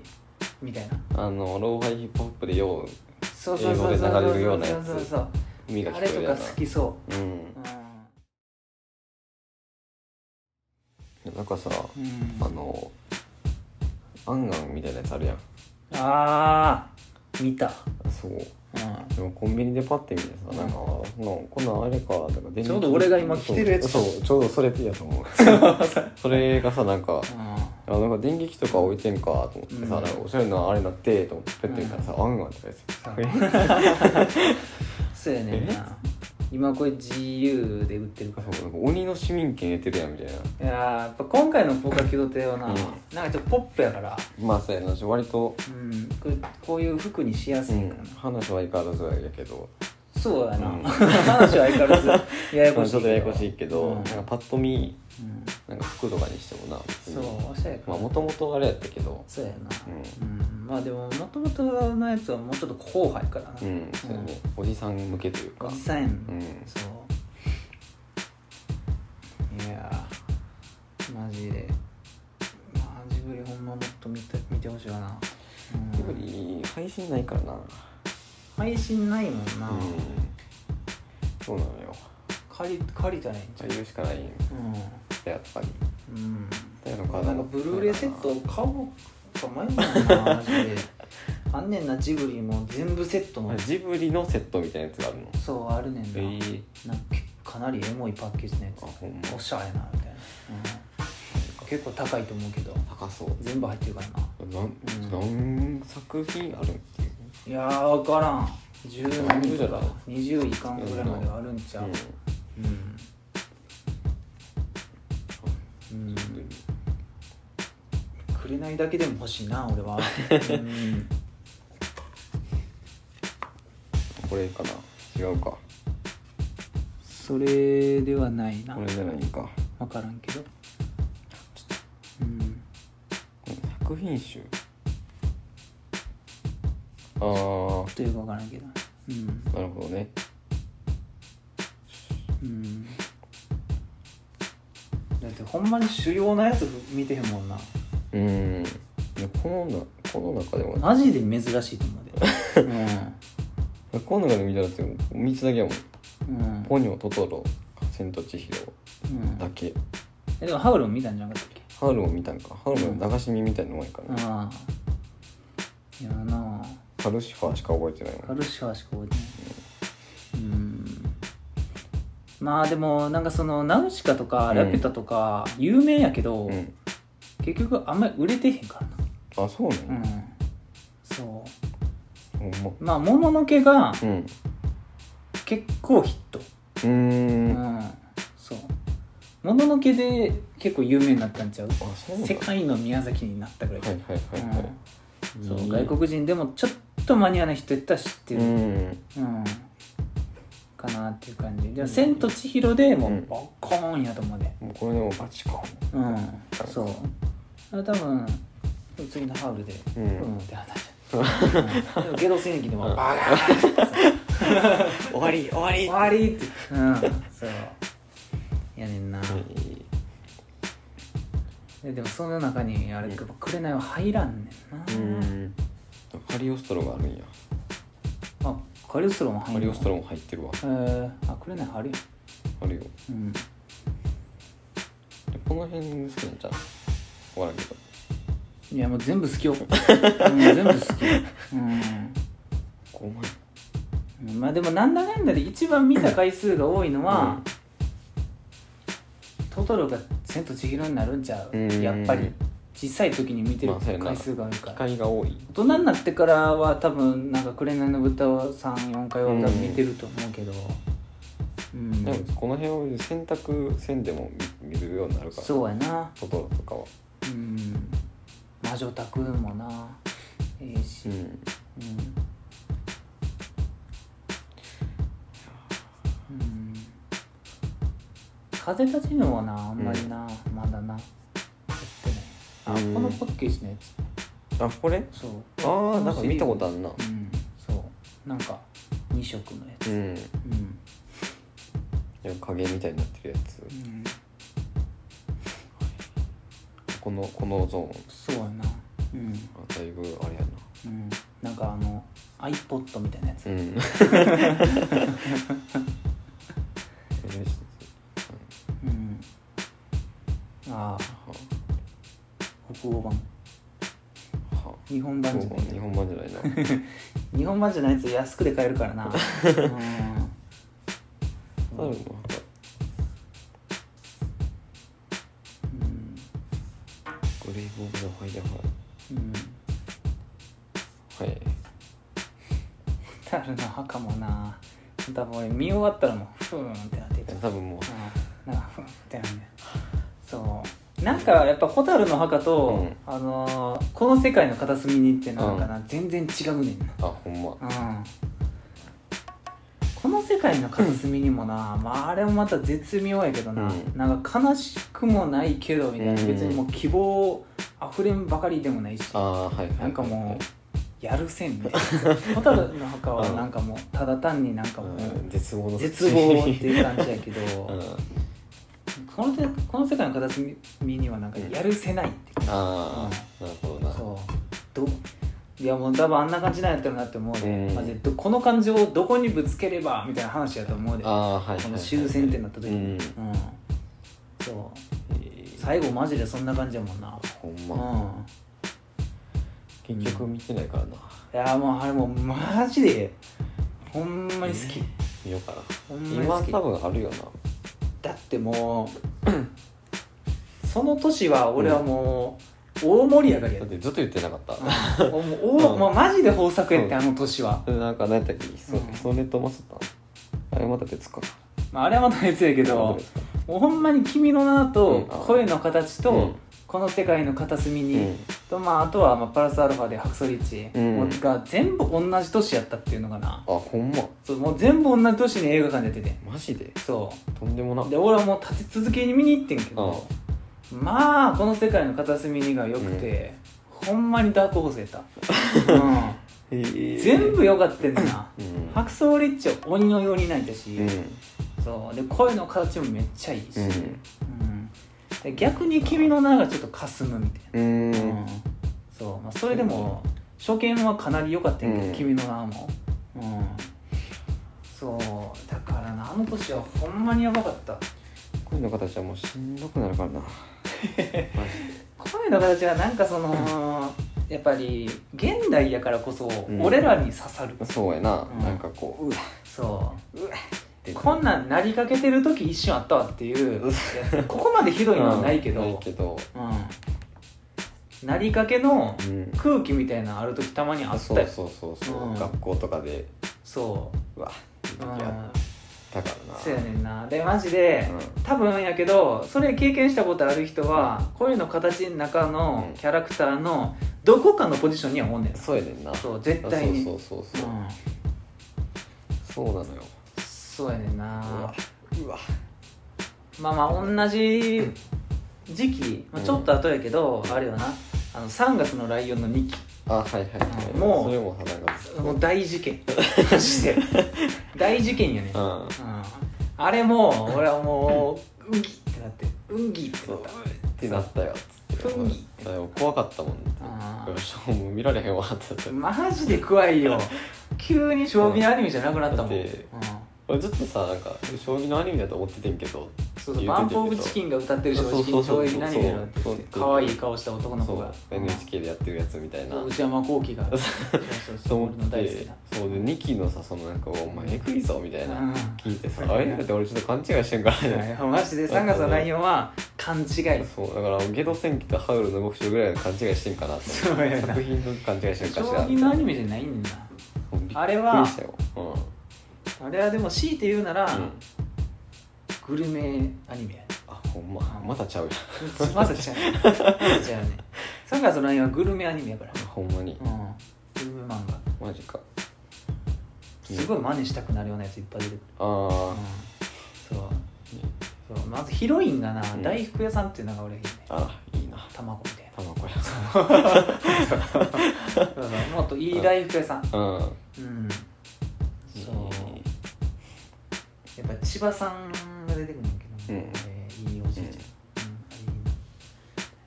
Speaker 1: みたいな
Speaker 2: あのローファイヒップホップでよう
Speaker 1: そうそうそうそう
Speaker 2: 英
Speaker 1: そ
Speaker 2: 語で流
Speaker 1: う
Speaker 2: れるような
Speaker 1: そう
Speaker 2: やつ
Speaker 1: そうそう
Speaker 2: 海が聞
Speaker 1: あ
Speaker 2: こ
Speaker 1: れ
Speaker 2: え
Speaker 1: と
Speaker 2: る
Speaker 1: か
Speaker 2: や
Speaker 1: 好きそ
Speaker 2: なうん
Speaker 1: う
Speaker 2: なんかさ
Speaker 1: うん、うん
Speaker 2: あのアンガンみたいなやつあるやん
Speaker 1: あー見た、
Speaker 2: そう
Speaker 1: う
Speaker 2: でもコンビニでパッて見てさなんかあのこんなんあれかとか電気
Speaker 1: ちょうど俺が今着てるやつ
Speaker 2: そうそうちょうどそれや
Speaker 1: <laughs>
Speaker 2: と思うそれがさなんか
Speaker 1: ん
Speaker 2: あなんか電撃とか置いてんかと思ってさ、
Speaker 1: うん
Speaker 2: なんかおしゃれなあれなってと思ってペッて見たらさ、アンガンとか
Speaker 1: <laughs>
Speaker 2: やつ
Speaker 1: そうやねんな今これ GU で売ってるから
Speaker 2: そうなんか鬼の市民権得てるやんみたいない
Speaker 1: やーやっぱ今回のポカキドテはな、
Speaker 2: うん
Speaker 1: なんかちょっとポップやから、
Speaker 2: まあそうやなし割と、
Speaker 1: うん、これこういう服にしやす
Speaker 2: う
Speaker 1: い
Speaker 2: ん
Speaker 1: からな、
Speaker 2: 話は相変わらずやけど
Speaker 1: そうやな、
Speaker 2: う
Speaker 1: <laughs>
Speaker 2: ん
Speaker 1: 話は相変わら
Speaker 2: <laughs>
Speaker 1: ずやや
Speaker 2: ま
Speaker 1: こ
Speaker 2: あ
Speaker 1: しい
Speaker 2: ちょっとややこしいけど、
Speaker 1: うん
Speaker 2: なんかパッと見
Speaker 1: うん
Speaker 2: なんか服とかにしてもな別に
Speaker 1: そうおしゃれか
Speaker 2: まあもともとあれやったけど
Speaker 1: そうやな
Speaker 2: う
Speaker 1: うん、まあでももともとのやつはもうちょっと後輩からな、
Speaker 2: うんそうやね、おじさん向けという
Speaker 1: お
Speaker 2: か
Speaker 1: じさんやん、
Speaker 2: うん
Speaker 1: そういやーマジでまあジブリほんまもっと見て見てほしいわな、うん
Speaker 2: ジブリ配信ないからな
Speaker 1: 配信ないもんな、
Speaker 2: うんそうなのよ
Speaker 1: 借り借りたらいいんちゃ
Speaker 2: 借りるしかないん
Speaker 1: う
Speaker 2: だやっぱり
Speaker 1: うん、
Speaker 2: だよな
Speaker 1: うん、なんかブルーレイセット買おうか迷うもんなマ <laughs> ジであんねんなジブリも全部セットの
Speaker 2: あジブリのセットみたいなやつがあるの
Speaker 1: そうあるねんな、
Speaker 2: えー、
Speaker 1: なんか結構かなりエモいパッケージのや
Speaker 2: あほんま
Speaker 1: つおしゃれなみたいな、うん、結構高いと思うけど
Speaker 2: 高そう
Speaker 1: 全部入ってるからな
Speaker 2: なん、何作品あるっていう
Speaker 1: いやー分からん10何
Speaker 2: ど
Speaker 1: と
Speaker 2: うだ
Speaker 1: か
Speaker 2: ろ
Speaker 1: 20いかんぐらいまではあるんちゃう
Speaker 2: うん
Speaker 1: うん、うん
Speaker 2: ジブリ
Speaker 1: くれないだけでも欲しいな俺は、
Speaker 2: <laughs>
Speaker 1: うん、
Speaker 2: これかな違うか
Speaker 1: それではないな
Speaker 2: これじゃないか
Speaker 1: 分からんけどうん
Speaker 2: この作品集あー
Speaker 1: というか分からんけどうん
Speaker 2: なるほどね
Speaker 1: うんだってほんまに主要なやつ見てへんもんな
Speaker 2: うんでこのなこの中でも
Speaker 1: マジで珍しいと思
Speaker 2: <laughs>
Speaker 1: うで
Speaker 2: この中で見たらって3つだけやもん
Speaker 1: うんうん
Speaker 2: ポニョトトロ千と千尋
Speaker 1: うん
Speaker 2: だけ
Speaker 1: えでもハウルも見たんじゃなかったっけ
Speaker 2: ハウルを見たんかハウルの流し見みたいなのもんやからね
Speaker 1: ああいやな
Speaker 2: カルシファーしか覚えてないも
Speaker 1: カ
Speaker 2: ん
Speaker 1: ルシファーしか覚えてないうんまあでもなんかそのナウシカとかラピュタとか有名やけど、
Speaker 2: うん
Speaker 1: 結局あんまり売れてへんからな
Speaker 2: あそうね
Speaker 1: うんそ
Speaker 2: ほんま
Speaker 1: うまあもののけが
Speaker 2: うん
Speaker 1: 結構ヒット
Speaker 2: うー
Speaker 1: うん
Speaker 2: あ
Speaker 1: んそうもののけで結構有名になったんちゃう
Speaker 2: そうなんだ
Speaker 1: 世界の宮崎になったぐらい、
Speaker 2: はいはいはいは
Speaker 1: う
Speaker 2: い
Speaker 1: んそう
Speaker 2: いい
Speaker 1: 外国人でもちょっとマニアな人やったら知ってる、
Speaker 2: うん
Speaker 1: うんかなっていう感じで「千と千尋」でも
Speaker 2: うん
Speaker 1: うボッコーンやと思うで
Speaker 2: もうこれでもバチコ
Speaker 1: うん、そうあれ多分次のハウルで「
Speaker 2: う
Speaker 1: うんん」って話
Speaker 2: <laughs>
Speaker 1: うんでもゲド戦記でも「バカーン!」
Speaker 2: 終わり終わり
Speaker 1: 終わりってうんそうやねんな、ででもその中にあれやっぱ紅は入らんね
Speaker 2: う
Speaker 1: な、
Speaker 2: んんカリオストロがあるんや
Speaker 1: あカリオストロも入
Speaker 2: カ
Speaker 1: ん
Speaker 2: リ
Speaker 1: の
Speaker 2: オストロも入ってるわ
Speaker 1: えー、あ紅入るよ
Speaker 2: あるよ
Speaker 1: うん
Speaker 2: この辺好きなんちゃう終わらんけど
Speaker 1: いやもう全部好き
Speaker 2: <laughs>
Speaker 1: よ、うん、全部好き
Speaker 2: 5万
Speaker 1: うんまあでもなんだかんだで一番見た回数が多いのは、トトロが「千と千尋」になるんちゃう、
Speaker 2: うん
Speaker 1: やっぱり小さい時に見てる回数が多いか
Speaker 2: 機
Speaker 1: ら、
Speaker 2: 会が多い
Speaker 1: 大人になってからは多分なんか「紅の豚」を34回は多分見てると思うけどうん、
Speaker 2: でもこの辺を選択せんでも見見るようになるから
Speaker 1: そうやな
Speaker 2: トトロとかは
Speaker 1: うん魔女宅もなええし、
Speaker 2: うん
Speaker 1: うん風立ちぬはなあんまりな、まだなやってないあ、
Speaker 2: うん
Speaker 1: このパッケージのや
Speaker 2: あこれ
Speaker 1: つそう
Speaker 2: あーなんか見たことあるな
Speaker 1: うんそうなんか2色のやつ
Speaker 2: うん
Speaker 1: うん、
Speaker 2: でも影みたいになってるや
Speaker 1: う
Speaker 2: つ
Speaker 1: ん、
Speaker 2: このこのゾーン
Speaker 1: そうやなうん
Speaker 2: あだいぶあれやな
Speaker 1: うんなんかあの iPod みたいなやつ
Speaker 2: うん <laughs>
Speaker 1: うんああ北欧版
Speaker 2: は
Speaker 1: 日本
Speaker 2: あ
Speaker 1: 版じゃない
Speaker 2: 日本版じゃないな
Speaker 1: 日本版じゃないやつ安くで買える <laughs> からなうん
Speaker 2: 多分なんか
Speaker 1: うん
Speaker 2: グレイボーブのファイヤーハ
Speaker 1: うん
Speaker 2: ーはい
Speaker 1: 蛍の墓もな多分俺見終わったらもうふーんってなってた、
Speaker 2: 多分も
Speaker 1: うん、なんかふーんってなんだよそうなんかやっぱ蛍の墓と、
Speaker 2: うん
Speaker 1: あのーこの世界の片隅にってなんかな、全然違うねんな
Speaker 2: うあほんま
Speaker 1: うんこの世界の片隅にもな、まああれもまた絶妙やけどな、
Speaker 2: うん
Speaker 1: なんか悲しくもないけどみたいな、
Speaker 2: うん
Speaker 1: 別にもう希望あふれんばかりでもないし
Speaker 2: ああはいはい
Speaker 1: なんかもうやるせんみ
Speaker 2: <laughs>
Speaker 1: たいな蛍の墓はなんかもうただ単になんか
Speaker 2: う
Speaker 1: も
Speaker 2: ん
Speaker 1: う
Speaker 2: 絶望の
Speaker 1: 絶望っていう感じやけど、
Speaker 2: <laughs> うんあ
Speaker 1: この手この世界の片隅にはなんかやるせないっていう
Speaker 2: あーなるほどな
Speaker 1: そうどいやもう多分あんな感じなんやったらなって思うで、
Speaker 2: うん
Speaker 1: まあ絶対この感情をどこにぶつければみたいな話やと思うで
Speaker 2: あ
Speaker 1: こ
Speaker 2: あはいはいはい
Speaker 1: の終戦ってなった時
Speaker 2: う
Speaker 1: に、
Speaker 2: ん
Speaker 1: うんそう
Speaker 2: えー
Speaker 1: 最後マジでそんな感じやもんな、
Speaker 2: ほん
Speaker 1: う
Speaker 2: ま
Speaker 1: ん
Speaker 2: 結局見てないからない
Speaker 1: やもうあれもうマジでほんまに好き、
Speaker 2: 見ようかな
Speaker 1: ほんまに
Speaker 2: 今
Speaker 1: 好き
Speaker 2: 多分あるよな
Speaker 1: だってもう <clears throat> その年は俺はもう大盛り上がりや
Speaker 2: だっ
Speaker 1: で、
Speaker 2: てずっと言ってなかった
Speaker 1: うんもう大もうマジで豊作やってあの年は、
Speaker 2: なんか何やったっけそ,、
Speaker 1: うん
Speaker 2: それともそったのあれまた別か
Speaker 1: まあ、あれはまた別やけど
Speaker 2: また
Speaker 1: も
Speaker 2: 別か
Speaker 1: うほんまに「君の名」と
Speaker 2: う
Speaker 1: 「
Speaker 2: ん
Speaker 1: 声の形」
Speaker 2: う
Speaker 1: と
Speaker 2: ん
Speaker 1: 「この世界の片隅に」
Speaker 2: うん
Speaker 1: と、まあ、あとはまあパラスアルファで「ハクソリッチ」
Speaker 2: うん
Speaker 1: が全部同じ年やったっていうのかな
Speaker 2: あほんま
Speaker 1: そうもう全部同じ年に映画館で出てて
Speaker 2: マジで
Speaker 1: そ
Speaker 2: とんでもな
Speaker 1: うで俺はもう立て続けに見に行ってんけど、
Speaker 2: あ
Speaker 1: まあこの世界の片隅にが良くて、ほんまにダークホースやった、う
Speaker 2: へえ
Speaker 1: ん、全部良かったんだな
Speaker 2: うん
Speaker 1: 白装リッチは鬼のように泣いたし、
Speaker 2: うん
Speaker 1: そうで声の形もめっちゃいいし、
Speaker 2: う
Speaker 1: うん
Speaker 2: ん
Speaker 1: で逆に「君の名」がちょっとかすむみたいうな、
Speaker 2: ん
Speaker 1: うんそうまあ、それでも初見はかなり良かったんやけど「
Speaker 2: うん
Speaker 1: 君の名」も、うん、そうだからなあの年はほんまにやばかった
Speaker 2: 声の形はもうしんどくな
Speaker 1: <laughs>
Speaker 2: るからなマジで
Speaker 1: 声の形はなんかそのやっぱり現代やからこそ
Speaker 2: ん
Speaker 1: 俺らに刺さる、
Speaker 2: そうやな、
Speaker 1: うん
Speaker 2: なんかこううわっ
Speaker 1: そ
Speaker 2: て
Speaker 1: うこんなんなりかけてる時一瞬あったわっていうやつここまでひどいのはないけど、
Speaker 2: う
Speaker 1: うんん
Speaker 2: ないけど
Speaker 1: なりかけの
Speaker 2: うん
Speaker 1: 空気みたいなのある時たまにあった
Speaker 2: そう
Speaker 1: よ
Speaker 2: そうそうそう、
Speaker 1: うん
Speaker 2: 学校とかで
Speaker 1: そう
Speaker 2: わっ
Speaker 1: う、
Speaker 2: て
Speaker 1: う
Speaker 2: 時あ
Speaker 1: ん
Speaker 2: っ、たからな
Speaker 1: そうやねんなでマジで、
Speaker 2: う
Speaker 1: 多分やけどそれ経験したことある人は声の形の中の
Speaker 2: うん
Speaker 1: キャラクターのどこかのポジションにはおんねん
Speaker 2: そうやねんな
Speaker 1: そう絶対に
Speaker 2: そうそうそうそう、
Speaker 1: うん
Speaker 2: そうなのよ
Speaker 1: そうやねん
Speaker 2: うわ
Speaker 1: な
Speaker 2: うわ
Speaker 1: まあまあ同じ時期、まあ、ちょっと後やけど、あれよなあの3月のライオンの2期
Speaker 2: あはいはいはい
Speaker 1: もう
Speaker 2: それも鼻がずっと
Speaker 1: もう大事件マジ
Speaker 2: <laughs>
Speaker 1: で大事件やね、うん、
Speaker 2: うん
Speaker 1: あれも俺はもううんぎってなってうんぎって
Speaker 2: そ
Speaker 1: な
Speaker 2: う
Speaker 1: った
Speaker 2: ってなったよつって
Speaker 1: ふんぎって
Speaker 2: あでも怖かったもん
Speaker 1: あ
Speaker 2: よしもう見られへんわってなって
Speaker 1: マジで怖い
Speaker 2: <laughs>
Speaker 1: よ急に将棋のアニメじゃなくなったもん、
Speaker 2: だ
Speaker 1: う
Speaker 2: っ
Speaker 1: ん
Speaker 2: て俺ずっとさなんか将棋のアニメだと思っててんけど
Speaker 1: そうそうバンプ・オブ・チキ
Speaker 2: ン
Speaker 1: ンが歌ってる正直
Speaker 2: そ
Speaker 1: に
Speaker 2: うそ
Speaker 1: 将
Speaker 2: うそうそう
Speaker 1: 棋のアニメだって言って
Speaker 2: そう
Speaker 1: 可愛い顔した男の子
Speaker 2: そ
Speaker 1: が
Speaker 2: う NHK でやってるやつみたいな
Speaker 1: 内山幸輝が
Speaker 2: そう
Speaker 1: そうそう
Speaker 2: と
Speaker 1: そう
Speaker 2: 思
Speaker 1: 俺の
Speaker 2: っ
Speaker 1: 大好き
Speaker 2: て
Speaker 1: な
Speaker 2: そうで2期のさそのなんかお前えぐいぞみたいな
Speaker 1: うん
Speaker 2: 聞いてさ
Speaker 1: うん
Speaker 2: あれだって俺ちょっと勘違いしてんからね
Speaker 1: マジで3月のライオンは勘違い
Speaker 2: そうだからゲド戦記とハウルの動く城ぐらいの勘違いしてんかなって
Speaker 1: そうやな
Speaker 2: 作品の勘違いしてんか
Speaker 1: 将
Speaker 2: しら
Speaker 1: 棋のアニメじゃないんだ
Speaker 2: もうびっくり
Speaker 1: あれは
Speaker 2: したよう
Speaker 1: なあれはでも強いて言うなら、
Speaker 2: んうん
Speaker 1: グルメアニメ
Speaker 2: <laughs>
Speaker 1: やね
Speaker 2: あほんままだちゃうや
Speaker 1: まずちゃうねまずちゃうね3月のライオンはグルメアニメやから
Speaker 2: んほんまに
Speaker 1: うんグルメ漫画
Speaker 2: マジか
Speaker 1: すごい真似したくなるようなやついっぱい出てくる、
Speaker 2: あ
Speaker 1: うん、そうそうまずヒロインがな、
Speaker 2: うん
Speaker 1: 大福屋さんっていうのが俺いいね
Speaker 2: ああいいな
Speaker 1: 卵みたい
Speaker 2: 卵や
Speaker 1: なそう
Speaker 2: <laughs>
Speaker 1: そうもっといい大福屋さん
Speaker 2: うん
Speaker 1: うんそうやっぱ千葉さんが出てくるんだけど、
Speaker 2: うん
Speaker 1: えーいいおじいちゃん、うんいい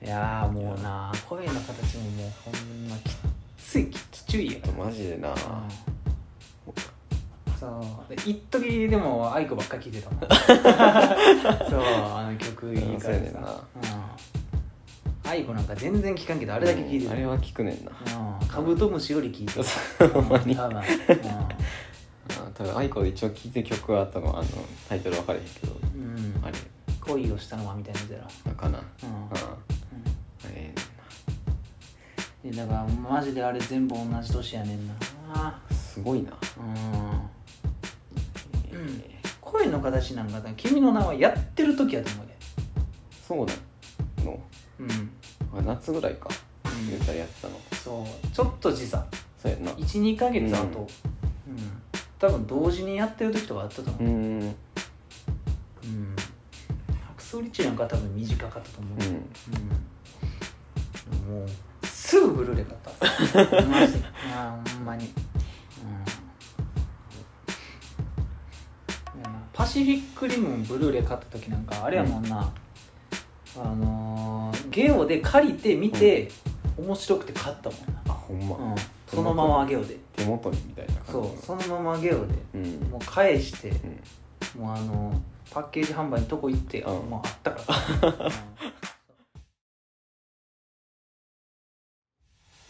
Speaker 1: ないやーもうな声の形ももうほんまきっついきっちゅいや
Speaker 2: マジでな
Speaker 1: そうで一時でも愛子ばっか聴いてたもん <laughs> そうあの曲いい
Speaker 2: そ
Speaker 1: か
Speaker 2: うや
Speaker 1: ら
Speaker 2: ねん
Speaker 1: さう
Speaker 2: な
Speaker 1: ん愛子なんか全然聴かんけどあれだけ聴いて
Speaker 2: うん
Speaker 1: た
Speaker 2: あれは聞くねんな
Speaker 1: うんカブトムシより聴いてた
Speaker 2: ほんまに
Speaker 1: 多
Speaker 2: あ
Speaker 1: 分
Speaker 2: 多分アイコで一応聞いてる曲は多分あのタイトル分かれへんけど
Speaker 1: うんうん
Speaker 2: あ
Speaker 1: 恋をしたのはみたいなやつ
Speaker 2: れかな
Speaker 1: やろうん
Speaker 2: うんあ
Speaker 1: うん
Speaker 2: れええねん
Speaker 1: でだからマジであれ全部同じ年やねんな
Speaker 2: なすごいな
Speaker 1: うん
Speaker 2: え
Speaker 1: うん
Speaker 2: え
Speaker 1: 声の形なんかだ君の名はやってる時やと思うで
Speaker 2: そうなの
Speaker 1: うん、うん、
Speaker 2: あ夏ぐらいか言うたらやってたの
Speaker 1: そうちょっと時差
Speaker 2: そうやんな
Speaker 1: 12ヶ月後、うん多分同時にやってる時とかあったと思う、
Speaker 2: う
Speaker 1: うん
Speaker 2: んうん
Speaker 1: 白装リッチなんか多分短かったと思う、うんもうすぐブルーレイ買ったマジであーほんまに、うんでなパシフィックリムをブルーレイ買った時なんかあれやもんな、あのーゲオで借りて見て、面白くて買ったもん
Speaker 2: あほんま、
Speaker 1: な、うん、そのままゲオで
Speaker 2: 手元にみたいな感じ
Speaker 1: そうそのままゲオで
Speaker 2: うん
Speaker 1: もう返して
Speaker 2: うん
Speaker 1: もうあのパッケージ販売のとこ行って、あ
Speaker 2: うん
Speaker 1: もうあったから、
Speaker 2: <laughs>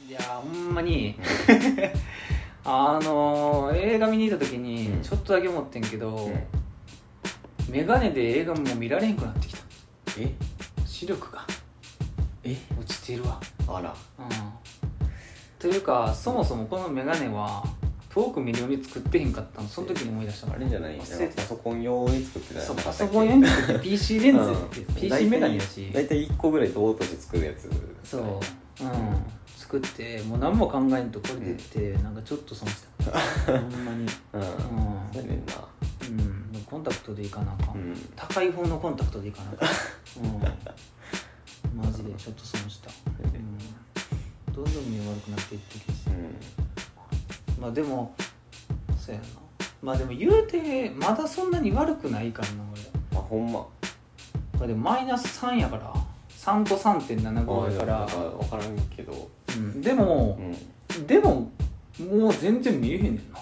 Speaker 1: いやーほんまにあのー映画見に行った時
Speaker 2: う
Speaker 1: に
Speaker 2: ん
Speaker 1: ちょっとだけ持ってんけど、
Speaker 2: うん
Speaker 1: メガネで映画もう見られへんくなってきた
Speaker 2: え
Speaker 1: 視力が
Speaker 2: え
Speaker 1: 落ちてるわ
Speaker 2: あら
Speaker 1: うんというかそもそもこのメガネは遠く見るように作ってへんかったのその時に思い出したから
Speaker 2: あれじゃない
Speaker 1: 忘れてた
Speaker 2: パソコン用に作ってた
Speaker 1: そう
Speaker 2: なか
Speaker 1: パ
Speaker 2: った
Speaker 1: ソ
Speaker 2: っけ
Speaker 1: コン用に作って PC レンズって、
Speaker 2: うん
Speaker 1: PC メガネやし
Speaker 2: 大体1個ぐらいドーッとして作るやつ
Speaker 1: そう、うん作ってもう何も考えんとこれでって、なんかちょっと損したほんまに
Speaker 2: うん
Speaker 1: う
Speaker 2: そ
Speaker 1: ん
Speaker 2: うやねんな
Speaker 1: うん、もうコンタクトでいいかなあかん、
Speaker 2: うん
Speaker 1: 高い方のコンタクトでいいかなあかん、うん、マジでちょっと損した、うん、どんどん目悪くなっていってるしまあでもそうやなまあでも言うてまだそんなに悪くないからな俺
Speaker 2: うんあほんま
Speaker 1: まあでもマイナス3やから3と3.75やか
Speaker 2: あ
Speaker 1: ら
Speaker 2: いやなん分からんけど
Speaker 1: うんでも
Speaker 2: う、ん
Speaker 1: でももう全然見えへんねんな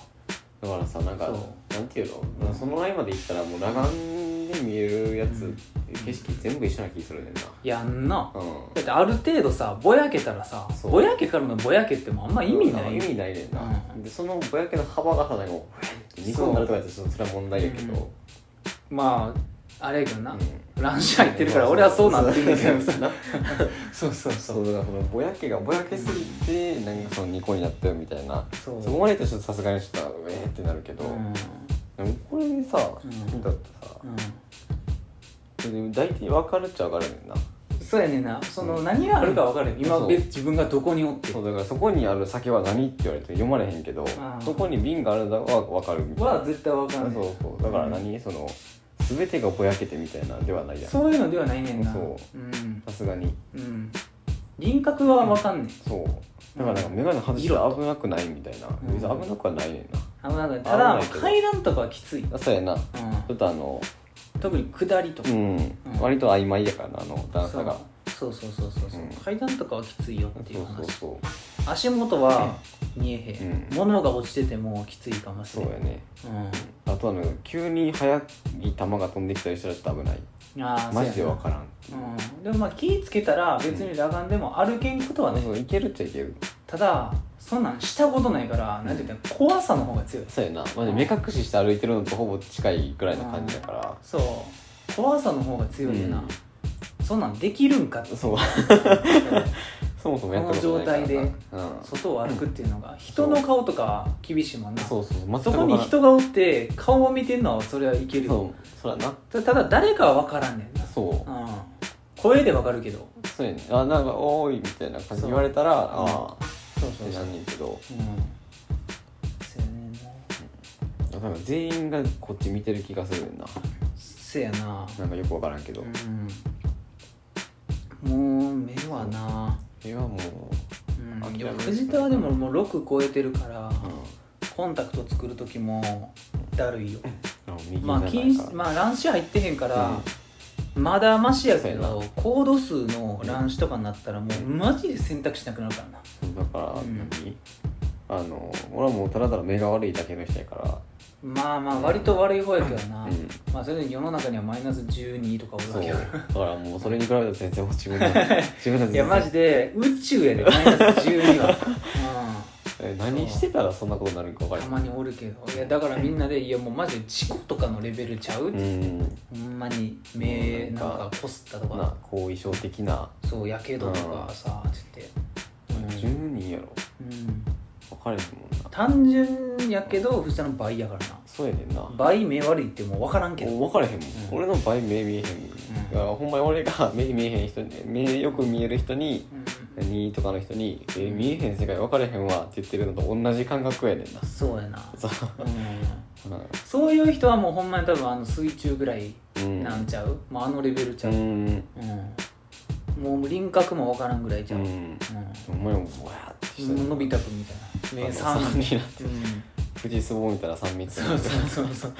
Speaker 2: だからさなんか
Speaker 1: そ
Speaker 2: なんていうのその合間で言ったらもう裸眼で見えるやつ、
Speaker 1: うん
Speaker 2: 景色全部一緒な気するねんな
Speaker 1: やんな
Speaker 2: う
Speaker 1: だってある程度さぼやけたらさ
Speaker 2: そう
Speaker 1: ぼやけからのぼやけってもあんま
Speaker 2: ん
Speaker 1: 意味ない
Speaker 2: 意味ないねんな、
Speaker 1: うん
Speaker 2: でそのぼやけの幅がさなんかもう2個になるとかやってそれは問題やけど、
Speaker 1: まああれやけどな、
Speaker 2: う
Speaker 1: 乱視入ってるから俺はそうなってんねんけど
Speaker 2: そ
Speaker 1: さ
Speaker 2: うな
Speaker 1: そうそうそ
Speaker 2: <laughs> そううだからそのぼやけがぼやけすぎてなんかその2個になったよみたいな
Speaker 1: そ
Speaker 2: そこまでとちょっとさすがにちょっとえーってなるけど、
Speaker 1: うん
Speaker 2: でもこれでさ、
Speaker 1: うん
Speaker 2: だってさ
Speaker 1: う
Speaker 2: でも大体分かるっちゃ分かるねんなん
Speaker 1: そうやねんなその
Speaker 2: うん
Speaker 1: 何があるか分かるよ今
Speaker 2: そう
Speaker 1: べ自分がどこにおって
Speaker 2: そうだからそこにある酒は何って言われて読まれへんけど
Speaker 1: ん
Speaker 2: そこに瓶があるのは分かるみたいな
Speaker 1: は絶対分かんない
Speaker 2: そうそうだから何、その全てがぼやけてみたいなんではないやんさ
Speaker 1: そういうのではないねんな
Speaker 2: そ
Speaker 1: うん
Speaker 2: すがに
Speaker 1: うん輪郭は分かんねん
Speaker 2: そうだからなんか眼鏡外したら危なくないみたいな
Speaker 1: うん
Speaker 2: 別に危なくはないねんな
Speaker 1: あのなんかただ
Speaker 2: 危ないけど
Speaker 1: 階段とかはきつい、う
Speaker 2: あそうやなちょ
Speaker 1: ん、
Speaker 2: っとあの
Speaker 1: 特に下りとか
Speaker 2: う、ん、割と曖昧やからなあの段
Speaker 1: そ
Speaker 2: 差
Speaker 1: う
Speaker 2: が
Speaker 1: そうそうそうそうそう、
Speaker 2: うん
Speaker 1: 階段とかはきついよってい
Speaker 2: そううそう
Speaker 1: 話
Speaker 2: そう
Speaker 1: 足元は見えへん、
Speaker 2: うん
Speaker 1: 物が落ちててもきついかもし
Speaker 2: そう
Speaker 1: れない
Speaker 2: やね
Speaker 1: う
Speaker 2: あとはなんか急に速い球が飛んできたりしたらちょっと危ない
Speaker 1: んああ
Speaker 2: マジで分
Speaker 1: わ
Speaker 2: からん
Speaker 1: うん、でもまあ気ぃつけたら別に裸眼でも歩けんことは
Speaker 2: そう
Speaker 1: ね、
Speaker 2: そういけるっちゃいける
Speaker 1: ただそんなんしたことないからなんていうか怖さの方が強い
Speaker 2: そうやなマジ目隠しして歩いてるのとほぼ近いぐらいの感じだから
Speaker 1: そう怖さの方が強いよな、
Speaker 2: うん
Speaker 1: そんなんできるんかって
Speaker 2: そう <laughs> そもそもやったことないから
Speaker 1: こ
Speaker 2: な
Speaker 1: の状態で
Speaker 2: うん
Speaker 1: 外を歩くっていうのが人の顔とか厳しいもんな
Speaker 2: そうそう全く
Speaker 1: そこに人がおって顔を見てんのはそれはいけるよ
Speaker 2: そうそらな
Speaker 1: たただ誰かは分からんねんな
Speaker 2: そ
Speaker 1: うん声で分かるけど
Speaker 2: うそうやねあなんか「おーい」みたいな感じで言われたら
Speaker 1: うん
Speaker 2: ああ
Speaker 1: そう
Speaker 2: ってなんねんけど
Speaker 1: うんそうやねんな
Speaker 2: なんか全員がこっち見てる気がするねんな
Speaker 1: せやな
Speaker 2: なんかよくわからんけど
Speaker 1: うんもう目はな
Speaker 2: 絵は
Speaker 1: う
Speaker 2: も
Speaker 1: ん
Speaker 2: 諦める
Speaker 1: いや藤田はでももう6超えてるからコンタクト作る時もだるいよ
Speaker 2: う、うん、右
Speaker 1: まあ禁止
Speaker 2: あ
Speaker 1: まあ乱視入ってへんから、まだマシやけ
Speaker 2: そう
Speaker 1: どコード数の乱視とかになったらもうマジで選択肢なくなるからな
Speaker 2: だから何、
Speaker 1: うん
Speaker 2: あの俺はもうただただ目が悪いだけの人やから
Speaker 1: まあまあ割と悪い方やけどな、
Speaker 2: うん
Speaker 1: まあそれで世の中にはマイナス12とかおる
Speaker 2: そ
Speaker 1: わ
Speaker 2: う
Speaker 1: け
Speaker 2: だ
Speaker 1: や
Speaker 2: か
Speaker 1: から
Speaker 2: もうそれに比べたら全然自分の自分の
Speaker 1: らいやマジで宇宙やでマイナス12は、
Speaker 2: え何してたらそんなことになるんか
Speaker 1: う
Speaker 2: 分
Speaker 1: ん、た
Speaker 2: かる
Speaker 1: まにおるけどいやだからみんなでいやもうマジで事故とかのレベルちゃう、
Speaker 2: うん
Speaker 1: ほんまに目
Speaker 2: うん
Speaker 1: な
Speaker 2: なん
Speaker 1: ん
Speaker 2: か
Speaker 1: かこすったとか
Speaker 2: な後遺症的な
Speaker 1: そうやけどとかさって言って、
Speaker 2: 10人やろ
Speaker 1: うんうん
Speaker 2: 分かれへんもんな
Speaker 1: 単純やけど藤田の倍やからな
Speaker 2: そうやねんなも
Speaker 1: 倍目悪いってもう分からんけど
Speaker 2: う分かれへんもん、
Speaker 1: うん
Speaker 2: 俺の場合目見えへん、
Speaker 1: うん
Speaker 2: あほんまに俺が目見えへん人に目よく見える人に
Speaker 1: うん
Speaker 2: 2とかの人に「え見えへん世界分かれへんわ」って言ってるのと同じ感覚
Speaker 1: <laughs>
Speaker 2: やねんな
Speaker 1: そうやな
Speaker 2: そう
Speaker 1: うん
Speaker 2: う
Speaker 1: そういう人はもうほんまに多分あの水中ぐらい
Speaker 2: ん
Speaker 1: なんちゃう、まあ、あのレベルち
Speaker 2: う
Speaker 1: ゃう、
Speaker 2: ん
Speaker 1: うんもう輪郭もわからんぐらいち
Speaker 2: う
Speaker 1: ゃう、うん
Speaker 2: んお前もぼやってして
Speaker 1: もうのび
Speaker 2: た
Speaker 1: 太くんみたいな目三
Speaker 2: 3になって
Speaker 1: うん
Speaker 2: 富士壺見たら3密
Speaker 1: そうそうそう
Speaker 2: <laughs>
Speaker 1: そう、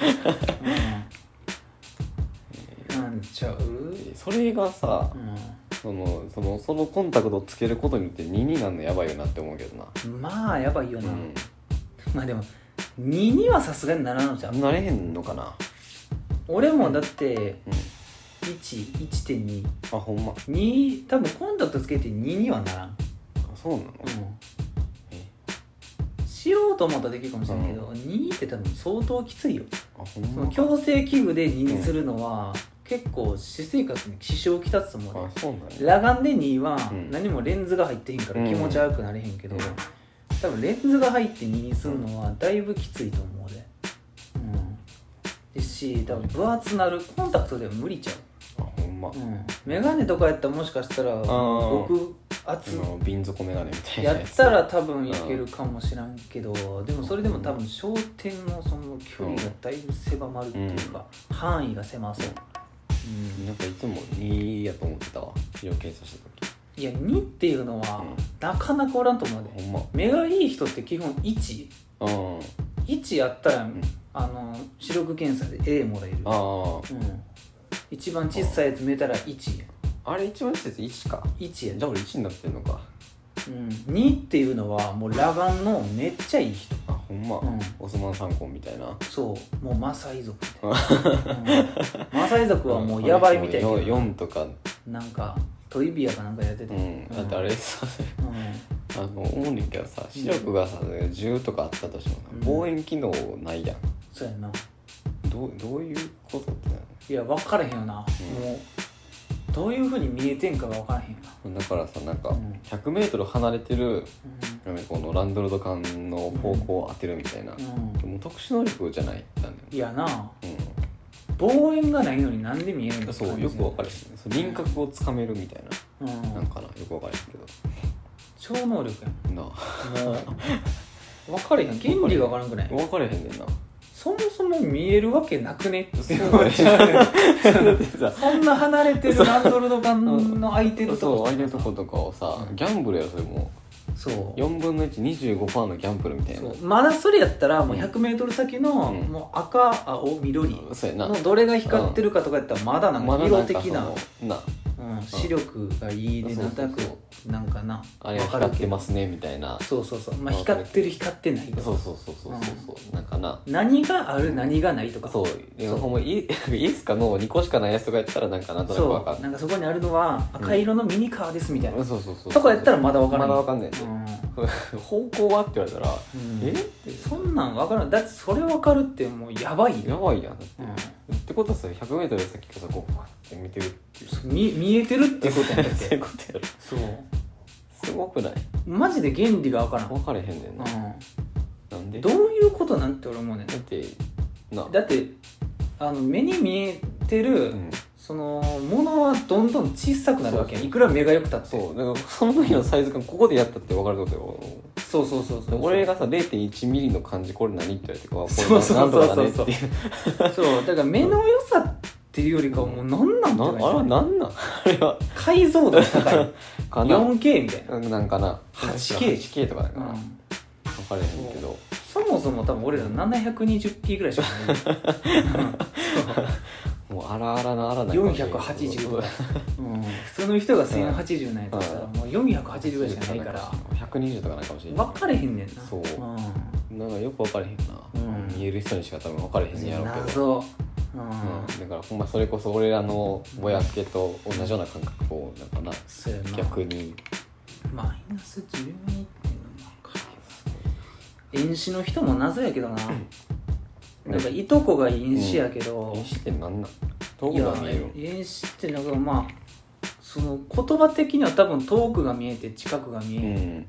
Speaker 1: うん、なんちゃう、
Speaker 2: それがさ
Speaker 1: う、
Speaker 2: そのそのそのコンタクトつけることによって2になんのやばいよなって思うけどなん
Speaker 1: まあやばいよ
Speaker 2: う
Speaker 1: な、
Speaker 2: ん
Speaker 1: まあでも2にはさすがにならんのじゃん
Speaker 2: なれへんのかな
Speaker 1: 俺もだって
Speaker 2: うん
Speaker 1: 11.2
Speaker 2: あほんま
Speaker 1: 2多分コンタクトつけて2にはならん、
Speaker 2: あそうなの
Speaker 1: う
Speaker 2: え
Speaker 1: ん、しようと思ったらできるかもしれないけど、2って多分相当きついよ
Speaker 2: あほん
Speaker 1: そ
Speaker 2: ま
Speaker 1: の矯正器具で2にするのは、結構私生活に支障をきたすと思うね
Speaker 2: あそうなの
Speaker 1: 裸眼で2は
Speaker 2: うん
Speaker 1: 何もレンズが入ってへんから
Speaker 2: うん
Speaker 1: 気持ち悪くなれへんけど、
Speaker 2: うん
Speaker 1: 多分レンズが入って2にするのはだいぶきついと思うでうんですし多分分厚なるコンタクトでは無理ちゃ
Speaker 2: あほんま
Speaker 1: う、うん、眼鏡とかやったらもしかしたら
Speaker 2: ー
Speaker 1: 極
Speaker 2: あ
Speaker 1: 厚
Speaker 2: の瓶底メガネみたいな
Speaker 1: や
Speaker 2: や
Speaker 1: っ
Speaker 2: つ
Speaker 1: たら多分いけるかもしらんけどでもそれでも多分焦点のその距離がだいぶ狭まるっていうか、範囲が狭そう、うん
Speaker 2: なんかいつも2やと思ってたわ要検査した時
Speaker 1: いや2っていうのは
Speaker 2: うん
Speaker 1: なかなかおらんと思うで、
Speaker 2: ほんま
Speaker 1: 目がいい人って基本11
Speaker 2: うん
Speaker 1: やったら、
Speaker 2: ん
Speaker 1: あの視力検査で A もらえる
Speaker 2: あー
Speaker 1: うん、一番小さいやつ見たら11
Speaker 2: あれ一番施設1か
Speaker 1: 1や
Speaker 2: じゃあ俺1になってんのか
Speaker 1: うん、2っていうのはもう裸眼のめっちゃいい人
Speaker 2: あほんま、
Speaker 1: うん
Speaker 2: オスマン三婚みたいな
Speaker 1: そうもうマサイ
Speaker 2: <laughs>
Speaker 1: 族みたいな、うんマサイ族はもうやばいみたい
Speaker 2: な
Speaker 1: な
Speaker 2: 4とか
Speaker 1: なんかトリビアかなんかやってて、
Speaker 2: うんだってあれさ、あの思うねんけどさ視力がさ10とかあったとしてもさ
Speaker 1: うん
Speaker 2: 望遠機能ないやん
Speaker 1: そうやな
Speaker 2: どうどういうことってなの
Speaker 1: いや分からへんよな、
Speaker 2: うん
Speaker 1: もうどういうふうに見えてんかが分からへんよな、
Speaker 2: だからさなんか
Speaker 1: うん
Speaker 2: 100m 離れてる
Speaker 1: うん
Speaker 2: なんかこのランドルド缶の方向を当てるみたいな、
Speaker 1: うん
Speaker 2: でも特殊能力じゃないなんだよね
Speaker 1: いやな
Speaker 2: う
Speaker 1: 望遠がないのになんで見えるんだ
Speaker 2: ん、
Speaker 1: って
Speaker 2: そう
Speaker 1: 感じ
Speaker 2: よくわかるし、ね、そう輪郭をつかめるみたいな
Speaker 1: う
Speaker 2: なん
Speaker 1: ん
Speaker 2: かなよくわかるけ
Speaker 1: 超能力や
Speaker 2: どなあ
Speaker 1: ん
Speaker 2: <laughs>
Speaker 1: もう分かれへん原理が分からんくない
Speaker 2: 分かれへんねんな
Speaker 1: そもそも見えるわけなくねって
Speaker 2: そう
Speaker 1: 思っちゃうよ
Speaker 2: だってさ
Speaker 1: そんな離れてるランドルド缶の空いてると
Speaker 2: <laughs> そう
Speaker 1: こ
Speaker 2: 相手のとことかをさギャンブルやろそれも
Speaker 1: そう
Speaker 2: 4分の125%のギャンブルみたい
Speaker 1: そ
Speaker 2: な
Speaker 1: うまだそれやったらもう 100m 先の
Speaker 2: うん
Speaker 1: もう赤青緑
Speaker 2: そうやな
Speaker 1: のどれが光ってるかとかやったらまだなん
Speaker 2: ま
Speaker 1: か
Speaker 2: だ
Speaker 1: 色
Speaker 2: んか
Speaker 1: 的な、
Speaker 2: そのな
Speaker 1: うん、視力がいいで
Speaker 2: そう
Speaker 1: な
Speaker 2: そうそうん
Speaker 1: となくなんかな
Speaker 2: あれは
Speaker 1: わかる
Speaker 2: 光っ
Speaker 1: け
Speaker 2: て
Speaker 1: ど
Speaker 2: ますねみたいな
Speaker 1: そうそうそう、まあ、光ってる光ってない
Speaker 2: そうそうそうそうそうそうなんかな
Speaker 1: 何がある何がないとか
Speaker 2: そうでもほんま <laughs> イイエスかノー2個しかないやつとかやったらなんかなんとなくわか
Speaker 1: そ
Speaker 2: ん
Speaker 1: うな
Speaker 2: な
Speaker 1: いんかそこにあるのは赤色のミニカーですみたいな、
Speaker 2: そうそうそう
Speaker 1: とかやったらまだわからん
Speaker 2: まだわかんないんで
Speaker 1: う
Speaker 2: 方向はって言われたら
Speaker 1: ん
Speaker 2: え
Speaker 1: うんそんなんわからんだってそれわかるってもうやばいよ、
Speaker 2: やばいやんだっ
Speaker 1: う
Speaker 2: て
Speaker 1: ん
Speaker 2: ってことはさ 100m 先からさこうパッて見てるっていう
Speaker 1: そう見見えてるっていうことやんだっ
Speaker 2: <laughs> そういう
Speaker 1: て
Speaker 2: ことやろ
Speaker 1: <laughs> そう
Speaker 2: すごくない
Speaker 1: マジで原理がわからん、
Speaker 2: 分かれへんねんな
Speaker 1: う
Speaker 2: なん
Speaker 1: ん、
Speaker 2: で
Speaker 1: どういうことなんて俺思うねん
Speaker 2: だってな
Speaker 1: だってあの目に見えてる、
Speaker 2: うん
Speaker 1: そのものはどんどん小さくなるわけやん
Speaker 2: そう
Speaker 1: いくら目がよくたって
Speaker 2: そうだからその時のサイズ感ここでやったって分かるってことよ
Speaker 1: そうそうそうそう
Speaker 2: 俺がさ0 1ミリの感じこれ何って言われてこ
Speaker 1: そう
Speaker 2: れ
Speaker 1: そ
Speaker 2: 何
Speaker 1: う
Speaker 2: と
Speaker 1: そう
Speaker 2: かだ
Speaker 1: そ
Speaker 2: ね
Speaker 1: う
Speaker 2: って
Speaker 1: <laughs>
Speaker 2: いう
Speaker 1: そうだから目の良さっていうよりかはもう何なん
Speaker 2: な
Speaker 1: だ
Speaker 2: あれは何なんあれは
Speaker 1: 解像度が高い
Speaker 2: <laughs> かな
Speaker 1: 4K みたいな、
Speaker 2: うんなんかな
Speaker 1: 8K
Speaker 2: 8K とかだか
Speaker 1: う
Speaker 2: ら分
Speaker 1: ん、
Speaker 2: かれへんけど
Speaker 1: そもそも多分俺ら 720p ぐらいしかない
Speaker 2: もう荒々な荒な
Speaker 1: 480とか、うん、普通の人が1080なんやとしたら
Speaker 2: うん
Speaker 1: もう480ぐらいしかないから
Speaker 2: 120とかないかもしれない
Speaker 1: 分かれへんねんな
Speaker 2: そうんなんかよく分かれへんな、
Speaker 1: うん
Speaker 2: 見える人にしか多分分かれへんやろうけど、
Speaker 1: 謎うん、
Speaker 2: うん、だからほんまそれこそ俺らのぼやけと同じような感覚をなんかな
Speaker 1: そうやな
Speaker 2: 逆に
Speaker 1: マイナス12っていうのも分かるよ遠視の人も謎やけどななんかいとこが遠視やけど、
Speaker 2: 遠視ってなんなん遠
Speaker 1: い
Speaker 2: く
Speaker 1: や
Speaker 2: が見える
Speaker 1: 遠視ってなんかまあその言葉的には多分遠くが見えて近くが見
Speaker 2: う
Speaker 1: え
Speaker 2: ん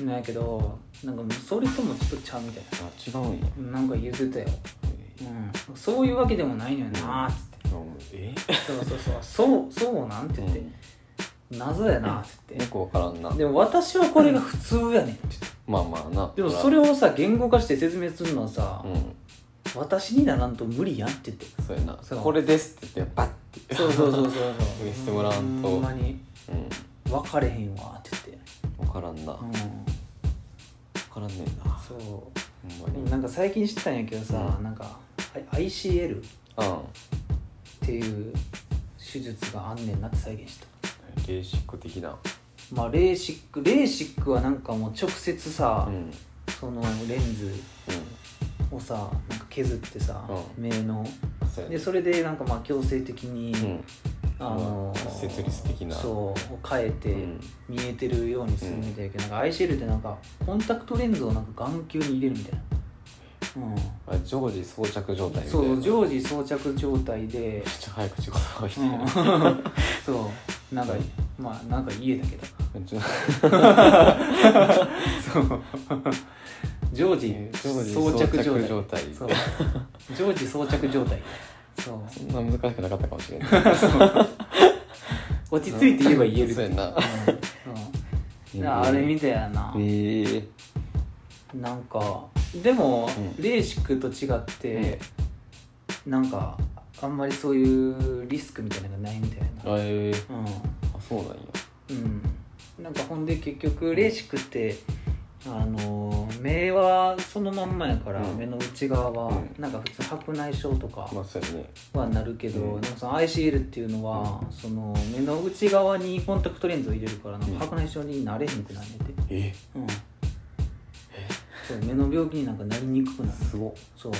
Speaker 1: るんやけど、なんかもうそれともちょっとちゃうみたい
Speaker 2: あ違うんや
Speaker 1: ななんか言ってたよ、うん、そういうわけでもないのよなーっつって
Speaker 2: え <laughs>
Speaker 1: そうそうそうそうそうなんて言って、謎やなって言
Speaker 2: よ
Speaker 1: っ
Speaker 2: くわからんな
Speaker 1: てでも私はこれが普通やねんって言って
Speaker 2: まあまあな
Speaker 1: でもそれをさ言語化して説明するのはさ、
Speaker 2: うん
Speaker 1: 私にならんと無理やんって言って
Speaker 2: そうやな
Speaker 1: そう
Speaker 2: これですって言ってバッて
Speaker 1: そうそうそうそうそう
Speaker 2: <laughs> 見せてもらわんと
Speaker 1: ほんまに
Speaker 2: う
Speaker 1: 分かれへんわって言って
Speaker 2: んわからんなわ
Speaker 1: うん
Speaker 2: からんねんな
Speaker 1: そ
Speaker 2: ほんま
Speaker 1: う
Speaker 2: に
Speaker 1: なんか最近知ったんやけどさ、
Speaker 2: うん
Speaker 1: なんかあ ICL っ
Speaker 2: うん
Speaker 1: ていう手術があんねんなって再現した
Speaker 2: レーシック的な
Speaker 1: まあレーシックレーシックはなんかもう直接さ、
Speaker 2: うん
Speaker 1: そのレンズをさなんか削ってさ、
Speaker 2: う
Speaker 1: 目の
Speaker 2: うんそうやね
Speaker 1: でそれでなんかまあ強制的に、
Speaker 2: うん
Speaker 1: あの
Speaker 2: まあ設立的な
Speaker 1: そう変えて
Speaker 2: うん
Speaker 1: 見えてるようにするみたいだけど、なんかアイシェルってなんかコンタクトレンズをなんか眼球に入れるみたいな、
Speaker 2: あ常時装着状
Speaker 1: う
Speaker 2: 態
Speaker 1: ん、
Speaker 2: みたいな
Speaker 1: そう
Speaker 2: めっ
Speaker 1: 常時装着状態で、
Speaker 2: <laughs> ちゃ早口言葉が来
Speaker 1: う
Speaker 2: てる
Speaker 1: ん、そうなんか、
Speaker 2: はい
Speaker 1: まあなんか家だけ
Speaker 2: <laughs>
Speaker 1: ど
Speaker 2: めっちゃ
Speaker 1: そう常時
Speaker 2: 常時
Speaker 1: 装
Speaker 2: 装
Speaker 1: 着
Speaker 2: 着
Speaker 1: 状態
Speaker 2: 状態
Speaker 1: そう常時装着状態そう
Speaker 2: そんな難しくなかったかもしれない
Speaker 1: 落ち着いて言えば言えるって
Speaker 2: そう
Speaker 1: い
Speaker 2: や
Speaker 1: ううんそうだから
Speaker 2: な
Speaker 1: あれみたいやな、
Speaker 2: ええ
Speaker 1: なんかでも、
Speaker 2: うん
Speaker 1: レーシックと違って、なんかあんまりそういうリスクみたいなのがないみたい
Speaker 2: あえー
Speaker 1: な
Speaker 2: あそうなんや
Speaker 1: うんうんなんかほんで結局レーシックってあのー目はそのまんまやから、
Speaker 2: うん
Speaker 1: 目の内側は、
Speaker 2: うん
Speaker 1: なんか普通白内障とか
Speaker 2: まあそうやね
Speaker 1: はなるけど、
Speaker 2: うん
Speaker 1: でもその ICL っていうのは、その目の内側にコンタクトレンズを入れるからなんか白内障になれへんくなるねて、
Speaker 2: え
Speaker 1: うん、そう目の病気になんかなりにくくなる
Speaker 2: すごっ
Speaker 1: そう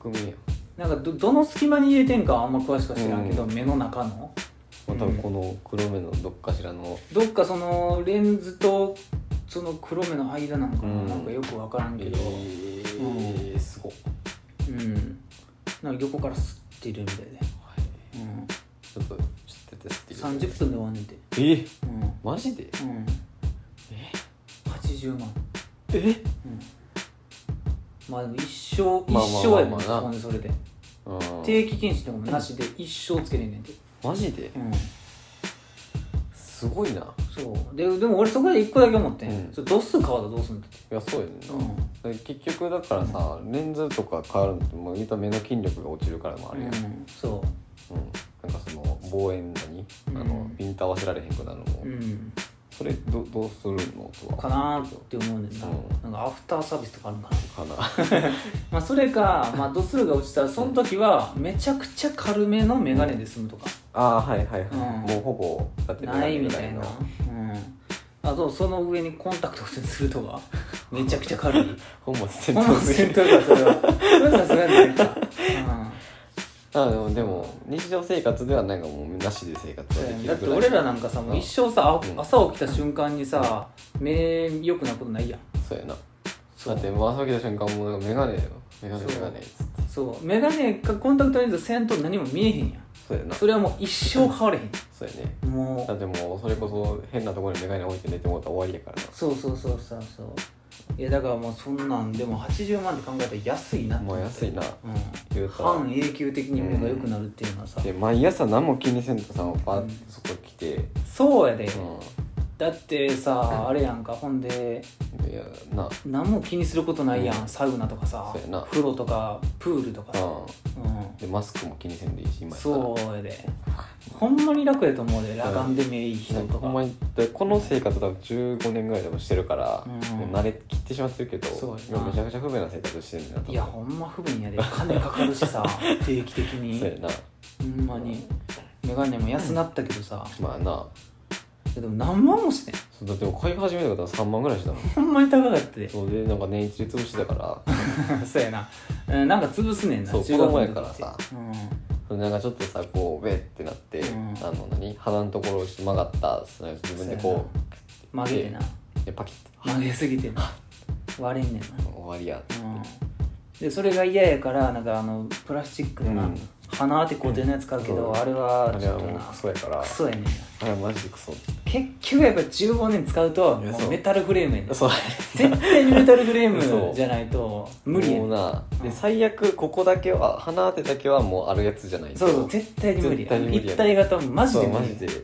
Speaker 2: 革命や
Speaker 1: なんかどどの隙間に入れてんかはあんま詳しくは知らんけど、
Speaker 2: う
Speaker 1: 目の中の
Speaker 2: まあ多分この黒目のどっかしらの
Speaker 1: どっかそのレンズとその黒目の間なんかな,、
Speaker 2: うん
Speaker 1: なんかよく分からんけど、
Speaker 2: えすごっ
Speaker 1: うんなんか横からスッて入れるみたいで、
Speaker 2: はい
Speaker 1: うん、
Speaker 2: ちょっとちょっとやってやって
Speaker 1: 30分で終わんねんて
Speaker 2: ええ
Speaker 1: うん、
Speaker 2: マジで
Speaker 1: うん、
Speaker 2: え
Speaker 1: 80万
Speaker 2: え
Speaker 1: うんまあでも一生
Speaker 2: まあまあ
Speaker 1: 一生やもん
Speaker 2: まあまあな
Speaker 1: ほんでそれで
Speaker 2: うん
Speaker 1: 定期検診とかもなしで一生つけれんねんて
Speaker 2: マジで
Speaker 1: うん
Speaker 2: すごいない
Speaker 1: そうででも俺そこで一個だけ思ってん、
Speaker 2: うん
Speaker 1: それ度数変わったらどうすんのって
Speaker 2: やそうやねんな
Speaker 1: うん
Speaker 2: だから結局だからさレンズとか変わるのってもう言うたら目の筋力が落ちるからもあるやん、うん
Speaker 1: うん、そ
Speaker 2: なんかその望遠何、
Speaker 1: うん
Speaker 2: あのピント合わせられへんくなるのも、
Speaker 1: う、うん、
Speaker 2: それどどうするのとは
Speaker 1: かなーって思うねんだよ
Speaker 2: うん
Speaker 1: な,、なんかアフターサービスとかあるのかな、
Speaker 2: かな
Speaker 1: まあ、それか、まあ、度数が落ちたらその時はめちゃくちゃ軽めの眼鏡で済むとか、
Speaker 2: ああはいはいはい、
Speaker 1: うん
Speaker 2: もうほぼだって
Speaker 1: ないみ
Speaker 2: ぐ
Speaker 1: た
Speaker 2: ら
Speaker 1: い
Speaker 2: の
Speaker 1: な、うん、あとその上にコンタクトをすると
Speaker 2: <laughs>
Speaker 1: かめちゃくちゃ軽い
Speaker 2: 本末
Speaker 1: ほんま
Speaker 2: 転
Speaker 1: 戦
Speaker 2: 倒
Speaker 1: 闘だそれはそれはさすがにない
Speaker 2: <laughs>
Speaker 1: か、うん
Speaker 2: あでもでも日常生活ではなんかもうなしで生活
Speaker 1: そう
Speaker 2: が
Speaker 1: や
Speaker 2: できる
Speaker 1: ねだ
Speaker 2: ぐら
Speaker 1: っ
Speaker 2: い
Speaker 1: て俺らなんかさもう一生さ、あ
Speaker 2: うん
Speaker 1: 朝起きた瞬間にさ目良くなることないやん
Speaker 2: そうやな
Speaker 1: そ
Speaker 2: だ
Speaker 1: う
Speaker 2: って回さきた瞬間もうなんか眼鏡だよ眼鏡
Speaker 1: そう
Speaker 2: 眼鏡っつって
Speaker 1: そう眼鏡かコンタクトレンズせんと何も見えへんやん
Speaker 2: そうやなそ
Speaker 1: それはもう一生変われへ
Speaker 2: うやね
Speaker 1: んも
Speaker 2: だってもうそれこそ変なところに眼鏡置いて寝てもらったら終わりやからな
Speaker 1: うそうそうそうそうそういやだからもうそんなんでも80万って考えたら安いなって
Speaker 2: もう安いな
Speaker 1: うん
Speaker 2: 言うたら
Speaker 1: 半永久的に目が良くなるっていうのはさ、
Speaker 2: で毎朝何も気にせんとさバッてそこ来て
Speaker 1: そうやで、
Speaker 2: う
Speaker 1: だってさあれやんかほんで
Speaker 2: んいやな
Speaker 1: 何も気にすることないやん、サウナとかさ
Speaker 2: そうやな
Speaker 1: 風呂とかプールとかさ、
Speaker 2: う
Speaker 1: うん
Speaker 2: んでマスクも気にせんでいいし今やったら
Speaker 1: そうやでほんまに楽やと思うで裸眼で目いい人
Speaker 2: なんか
Speaker 1: と
Speaker 2: ほ
Speaker 1: か、
Speaker 2: んまにでこの生活多分15年ぐらいでもしてるから、
Speaker 1: うん
Speaker 2: もう慣れきってしまってるけど
Speaker 1: そうやな
Speaker 2: 今めちゃくちゃ不便な生活してるんだない
Speaker 1: やほんま不便やで金かかるし
Speaker 2: <laughs>
Speaker 1: さ定期的に
Speaker 2: そうやな
Speaker 1: ほんまに眼鏡も安なったけどさ、
Speaker 2: まあな
Speaker 1: でも何万もしてん
Speaker 2: そうだって買い始めたことは3万ぐらいしたもん
Speaker 1: ほんまに高かったで
Speaker 2: そうでなんか年一で潰して
Speaker 1: <laughs>
Speaker 2: たから
Speaker 1: そうやなうんなんか潰すねんな
Speaker 2: そう
Speaker 1: 中学の時
Speaker 2: 子供やからさ
Speaker 1: って
Speaker 2: それなんかちょっとさこうベってなって、
Speaker 1: うん
Speaker 2: あの何鼻のところを曲がったその自分でこ
Speaker 1: うん、曲げてな
Speaker 2: うでパキッ
Speaker 1: 曲げすぎて
Speaker 2: <laughs>
Speaker 1: な割れんねんな
Speaker 2: と終わりや
Speaker 1: うんでそれが嫌やからなんかあのプラスチックのな、
Speaker 2: うん
Speaker 1: 鼻当て固定のやつ買うけど、
Speaker 2: うんそう
Speaker 1: あれは
Speaker 2: あ
Speaker 1: ち
Speaker 2: れ
Speaker 1: ょ
Speaker 2: は
Speaker 1: っと
Speaker 2: もう
Speaker 1: な
Speaker 2: クソやから
Speaker 1: クソやねんな
Speaker 2: あれはマジで
Speaker 1: <laughs>
Speaker 2: クソ
Speaker 1: 結局やっぱ15年使うと
Speaker 2: いや
Speaker 1: も
Speaker 2: そう
Speaker 1: うメタルフレームやねん
Speaker 2: そう
Speaker 1: 絶対にメタルフレー
Speaker 2: そ
Speaker 1: ム
Speaker 2: う
Speaker 1: じゃないと無理や
Speaker 2: も
Speaker 1: ね
Speaker 2: うんな
Speaker 1: う
Speaker 2: で
Speaker 1: ん
Speaker 2: 最悪ここだけは鼻当てだけはもうあるやつじゃないと
Speaker 1: そうそう絶対に無理
Speaker 2: 絶対に無理やね
Speaker 1: 一体型もマジで
Speaker 2: そう
Speaker 1: 無
Speaker 2: マ
Speaker 1: 理
Speaker 2: ジで
Speaker 1: うん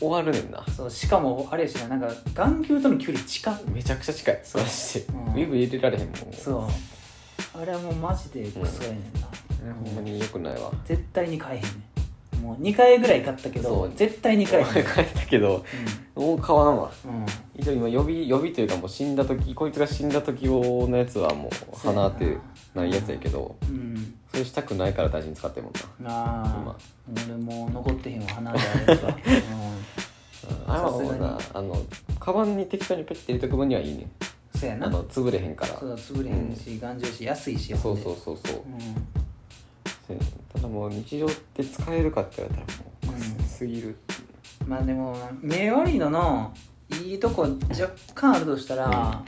Speaker 2: 終わるねんな
Speaker 1: そうしかもあれやしななんか眼球との距離近っ
Speaker 2: めちゃくちゃ近い
Speaker 1: そう
Speaker 2: マジで
Speaker 1: うん
Speaker 2: 指入れられへんもん
Speaker 1: そうあれはもうマジでクソやねんな、
Speaker 2: ほんまに良くないわ
Speaker 1: 絶対に買えへんねんもう2回ぐらい買ったけ
Speaker 2: そ
Speaker 1: ど
Speaker 2: う
Speaker 1: 絶対に
Speaker 2: 帰
Speaker 1: 買えへん
Speaker 2: ったけどもう買わんわ
Speaker 1: うん、うん、
Speaker 2: 一応今予備予備というかもう死んだ時こいつが死んだ時用のやつはもう
Speaker 1: そうやな
Speaker 2: 花ってないやつやけど
Speaker 1: うん
Speaker 2: それしたくないから大事に使ってるもんな
Speaker 1: なあ、
Speaker 2: ま
Speaker 1: 俺もう残ってへんわ花であれとか、うん、
Speaker 2: あれはもうな
Speaker 1: さ
Speaker 2: あのカバンに適当にペッて入れとく分にはいいね
Speaker 1: そうや
Speaker 2: あ
Speaker 1: な
Speaker 2: の潰れへんから
Speaker 1: そうだ潰れへんし、頑丈やし安いし
Speaker 2: そうそううそうそう
Speaker 1: うん
Speaker 2: そうやねただもう日常って使えるかって言われたらもうくすすぎる
Speaker 1: まあでも目悪いののいいとこ若干あるとしたら、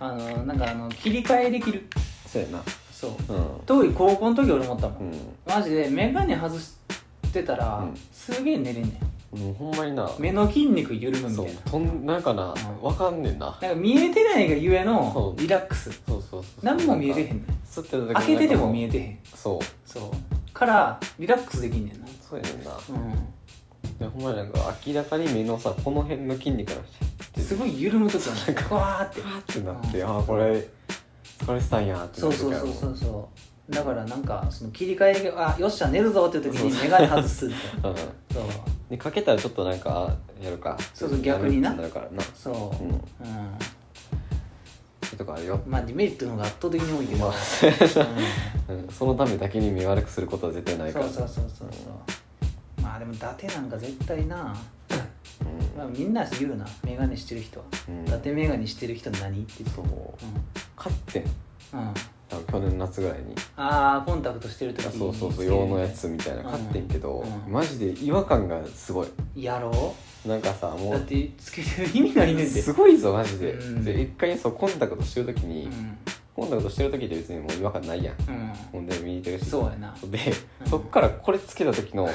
Speaker 1: あのなんかあの切り替えできる
Speaker 2: そうやな
Speaker 1: そう
Speaker 2: うん
Speaker 1: 当時高校の時俺思ったもん、
Speaker 2: うん
Speaker 1: マジで眼鏡外してたら、
Speaker 2: うん
Speaker 1: すげえ寝れんねん
Speaker 2: もうほんまにな
Speaker 1: 目の筋肉緩むみた
Speaker 2: そ
Speaker 1: いうな
Speaker 2: とんなんかな
Speaker 1: うん
Speaker 2: わかんねんな
Speaker 1: なんか見えてないがゆえの
Speaker 2: そう
Speaker 1: リラックス
Speaker 2: そうそうそうそう
Speaker 1: 何も見えてへんね
Speaker 2: なんか吸ってた時も
Speaker 1: 開けてても見
Speaker 2: え
Speaker 1: えてへん
Speaker 2: そう
Speaker 1: そうからリラックスできんねんな
Speaker 2: そうやねんな
Speaker 1: う
Speaker 2: いやほんまになんか明らかに目のさこの辺の筋肉が
Speaker 1: んすごい緩むときは
Speaker 2: なんか
Speaker 1: わーって
Speaker 2: ってなって、
Speaker 1: うん
Speaker 2: ああこれ疲れてたんやって
Speaker 1: そ
Speaker 2: な
Speaker 1: うそ
Speaker 2: るか
Speaker 1: う
Speaker 2: ら
Speaker 1: そうそうそうだからなんかその切り替えであよっしゃ寝るぞっていう時に眼鏡外
Speaker 2: <laughs>
Speaker 1: すって
Speaker 2: うん
Speaker 1: そう
Speaker 2: でかけたらちょっとなんかあやるか
Speaker 1: そうそう逆にな
Speaker 2: やめるってなるからな
Speaker 1: そううんうん
Speaker 2: そういうとかあるよ、
Speaker 1: まあデメリットの方が圧倒的に多いけど、
Speaker 2: ま
Speaker 1: う
Speaker 2: あ
Speaker 1: ん、
Speaker 2: うん、そのためだけに目悪くすることは絶対ないか
Speaker 1: そう
Speaker 2: ら
Speaker 1: そうそうそうそうまあでも伊達なんか絶対な、まあ、みんな言うな眼鏡してる人は、
Speaker 2: うん
Speaker 1: 伊達眼鏡してる人何って言って
Speaker 2: そう買ってん
Speaker 1: うん、うん、あ
Speaker 2: 多分去年の夏ぐらいに
Speaker 1: あーコンタクトしてる時
Speaker 2: あ
Speaker 1: に
Speaker 2: そうそうそう用のやつみたいな買ってんけど、
Speaker 1: うん
Speaker 2: マジで違和感がすごい
Speaker 1: やろ
Speaker 2: なんかさ
Speaker 1: う <laughs>
Speaker 2: も
Speaker 1: だっ
Speaker 2: う
Speaker 1: てつけてる意味ないねんて
Speaker 2: すごいぞマジで,、
Speaker 1: うん
Speaker 2: で一回そうコンタクトしてる時に、
Speaker 1: うん
Speaker 2: コンタクトしてる時って別にもう違和感ないやん
Speaker 1: うん
Speaker 2: ほんで見に行ってるし
Speaker 1: そうやな
Speaker 2: で、
Speaker 1: うん
Speaker 2: そっからこれつけた時の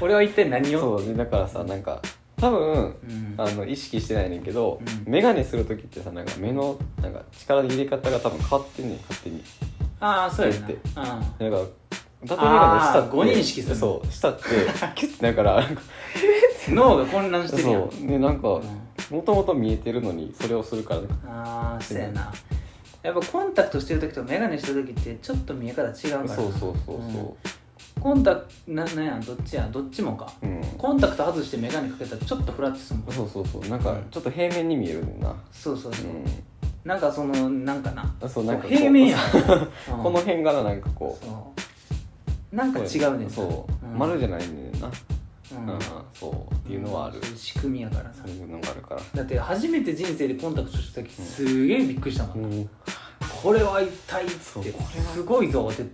Speaker 1: これは一体何を
Speaker 2: そうでだからさなんか多分
Speaker 1: うん
Speaker 2: あの意識してないねんけど、
Speaker 1: うん
Speaker 2: 眼鏡する時ってさなんか目のなんか力の入れ方が多分変わってんねん勝手に
Speaker 1: ああそうやな
Speaker 2: って
Speaker 1: うん
Speaker 2: なんかだって眼鏡した
Speaker 1: あー誤認識する
Speaker 2: そうしたってキュッてだからなんか
Speaker 1: 脳が混乱してるやん
Speaker 2: そうでなんか
Speaker 1: うん
Speaker 2: もともと見えてるのにそれをするからなんか
Speaker 1: ああそうやなやっぱコンタクトしてる時と眼鏡してる時ってちょっと見え方違うからな
Speaker 2: そうそうそうそ
Speaker 1: コンタクトななんやどっちやどっちもか
Speaker 2: ううん、
Speaker 1: コンタクト外して眼鏡かけたらちょっとフラッとするもん
Speaker 2: そうそうそうなんかちょっと平面に見えるねんな
Speaker 1: そうそうそう、
Speaker 2: う
Speaker 1: なんかそのなんかなん
Speaker 2: そうなんかこう
Speaker 1: 平面やん
Speaker 2: <laughs> この辺がななんかこう
Speaker 1: そうなんか違うねんな
Speaker 2: そう、
Speaker 1: ん
Speaker 2: 丸じゃないねんな、
Speaker 1: う
Speaker 2: うん
Speaker 1: ん
Speaker 2: そうっていうのはある、
Speaker 1: そういう仕組みやからな
Speaker 2: そういうのがあるから
Speaker 1: だって初めて人生でコンタクトした時すげえびっくりしたもん、
Speaker 2: うん
Speaker 1: これは痛いっつ
Speaker 2: そ
Speaker 1: っ
Speaker 2: う
Speaker 1: て
Speaker 2: これは
Speaker 1: すごいぞって言っ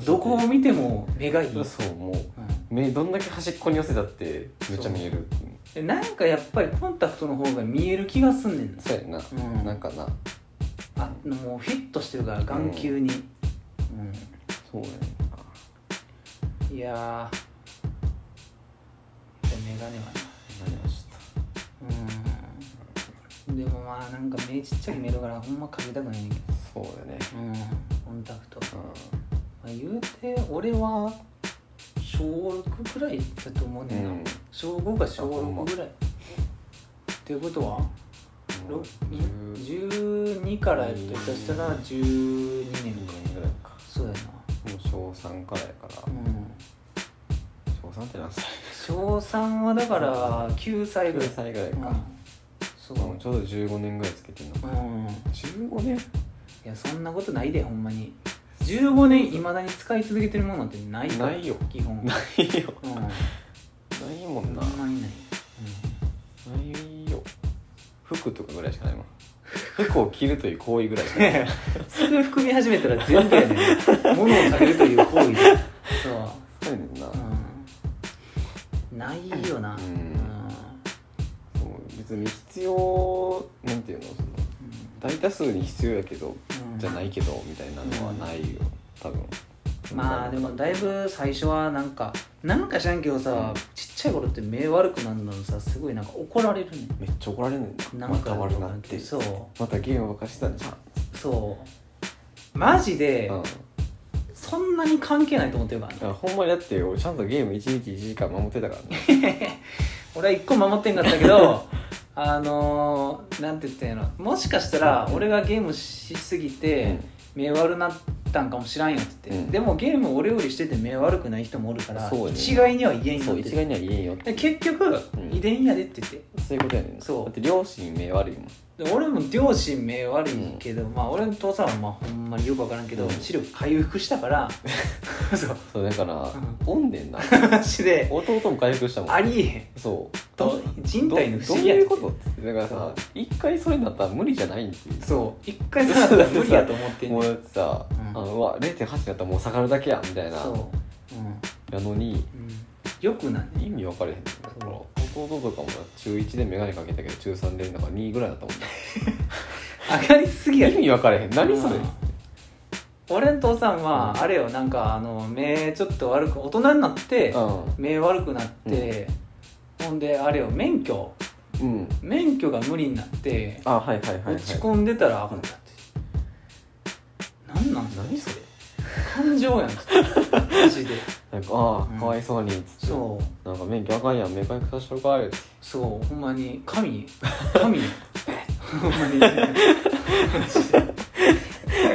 Speaker 1: てどこを見ても目がいい、うん
Speaker 2: そうもう目どんだけ端っこに寄せたってめっちゃ見える
Speaker 1: で、なんかやっぱりコンタクトの方が見える気がすんねんな
Speaker 2: そうやな、
Speaker 1: うん
Speaker 2: なんかな
Speaker 1: あもうフィットしてるから眼球に、う
Speaker 2: そうや
Speaker 1: んいやーで眼鏡は
Speaker 2: ななりました
Speaker 1: なうんでもまあなんか目ちっちゃく見えるからほんまかけたくないねんけど
Speaker 2: そうやね
Speaker 1: うんコンタクト
Speaker 2: う
Speaker 1: まあ、言うて俺は小6くらいだと思うねんな、
Speaker 2: うん
Speaker 1: 小5か小
Speaker 2: あほんま
Speaker 1: 6ぐらいっていうことは
Speaker 2: ん
Speaker 1: ろ
Speaker 2: も
Speaker 1: ん
Speaker 2: う10
Speaker 1: 12からやっとしたら12年
Speaker 2: 年
Speaker 1: か
Speaker 2: ぐらいか
Speaker 1: そうやな
Speaker 2: もう小3からやから
Speaker 1: うん
Speaker 2: 小3って何歳
Speaker 1: 小3はだから9歳ぐらい
Speaker 2: 9歳ぐらい
Speaker 1: うん
Speaker 2: か、
Speaker 1: そう
Speaker 2: もうちょうど15年ぐらいつけてんのか
Speaker 1: うん
Speaker 2: 15年
Speaker 1: いやそんなことないでほんまに15年いまだに使い続けてるものなんてないから
Speaker 2: ないよ
Speaker 1: 基本
Speaker 2: ないよ
Speaker 1: うん
Speaker 2: ないもんな
Speaker 1: ほんまにない、
Speaker 2: ないよ服とかぐらいしかないもん服を着るという行為ぐらいし
Speaker 1: <laughs>
Speaker 2: かない
Speaker 1: ねそれ含み始めたら全部やねん <laughs> 物を下げるという行為でそ
Speaker 2: そうやねんな、
Speaker 1: う、うん、ないよな、
Speaker 2: うん
Speaker 1: うん
Speaker 2: もう別に必要なんていうのその大多数に必要やけど、
Speaker 1: うん
Speaker 2: じゃないけどみたいなのはないよ多分
Speaker 1: まあでもだいぶ最初はなんかなんか知らんけどさちっちゃい頃って目悪くなるのさすごいなんか怒られるねん
Speaker 2: めっちゃ怒られんねんな
Speaker 1: なん
Speaker 2: ま
Speaker 1: か
Speaker 2: た悪なって
Speaker 1: そう
Speaker 2: またゲームばっかしてたんじゃん
Speaker 1: そうマジで、
Speaker 2: うん
Speaker 1: そそんなに関係ないと思ってるからね
Speaker 2: あほんまにだって俺ちゃんとゲーム1日1時間守ってたからね
Speaker 1: 俺は一個守ってんかったけ
Speaker 2: <laughs>
Speaker 1: どあのー、なんて言ったんやろもしかしたら俺がゲームしすぎて目悪なったんかもしらんよって言って、
Speaker 2: うん
Speaker 1: でもゲーム俺よりしてて目悪くない人もおるから、
Speaker 2: そうやね
Speaker 1: 一概には言えんよ
Speaker 2: そ
Speaker 1: っ
Speaker 2: う
Speaker 1: て
Speaker 2: 一
Speaker 1: 言っ
Speaker 2: 概には言えんよ
Speaker 1: てで結局、
Speaker 2: ん
Speaker 1: 遺伝やでって言って
Speaker 2: そういうことやねん
Speaker 1: そう
Speaker 2: だって両親目悪いもん
Speaker 1: で俺も両親目悪いけど、まあ俺の父さんはまあほんまによく分からんけど、
Speaker 2: うん
Speaker 1: 視力回復したから
Speaker 2: <laughs>
Speaker 1: そう
Speaker 2: そうだから
Speaker 1: ん
Speaker 2: おんね
Speaker 1: <laughs>
Speaker 2: んな
Speaker 1: 話で
Speaker 2: 弟も回復したもん
Speaker 1: ありえへん
Speaker 2: そう
Speaker 1: ど人体の不思議
Speaker 2: ど
Speaker 1: やで
Speaker 2: どういうことってだからさ一回それになったら無理じゃないっていう
Speaker 1: そう一
Speaker 2: <laughs>
Speaker 1: 回そうなったら無理やと思ってんね
Speaker 2: も
Speaker 1: ん
Speaker 2: うだってさ、
Speaker 1: うん
Speaker 2: あのうわ0.8になったらもう下がるだけやみたいな
Speaker 1: そう、うん
Speaker 2: なのに
Speaker 1: うん、よくない
Speaker 2: 意味分かれへんねんだから弟とかも中1で眼鏡かけたけど中3でなんか2ぐらいだったもんね
Speaker 1: 上がりすぎや
Speaker 2: 意味分かれへん何それ
Speaker 1: うん俺の父さんは、
Speaker 2: うん
Speaker 1: あれよなんかあの目ちょっと悪く大人になって、
Speaker 2: う
Speaker 1: 目悪くなって、ほんであれよ免許
Speaker 2: ん、うん、
Speaker 1: 免許が無理になって
Speaker 2: あはいはいはい、はい、
Speaker 1: 落ち込んでたらあかんかったなんなん
Speaker 2: 何それ
Speaker 1: 感情やんマジで
Speaker 2: なんかあ
Speaker 1: うん
Speaker 2: あかわいそうにっつって、
Speaker 1: そう
Speaker 2: なんか免許あかんやん目回復させてるかいって
Speaker 1: そうほんまに神
Speaker 2: <laughs>
Speaker 1: 神よほんまにマジで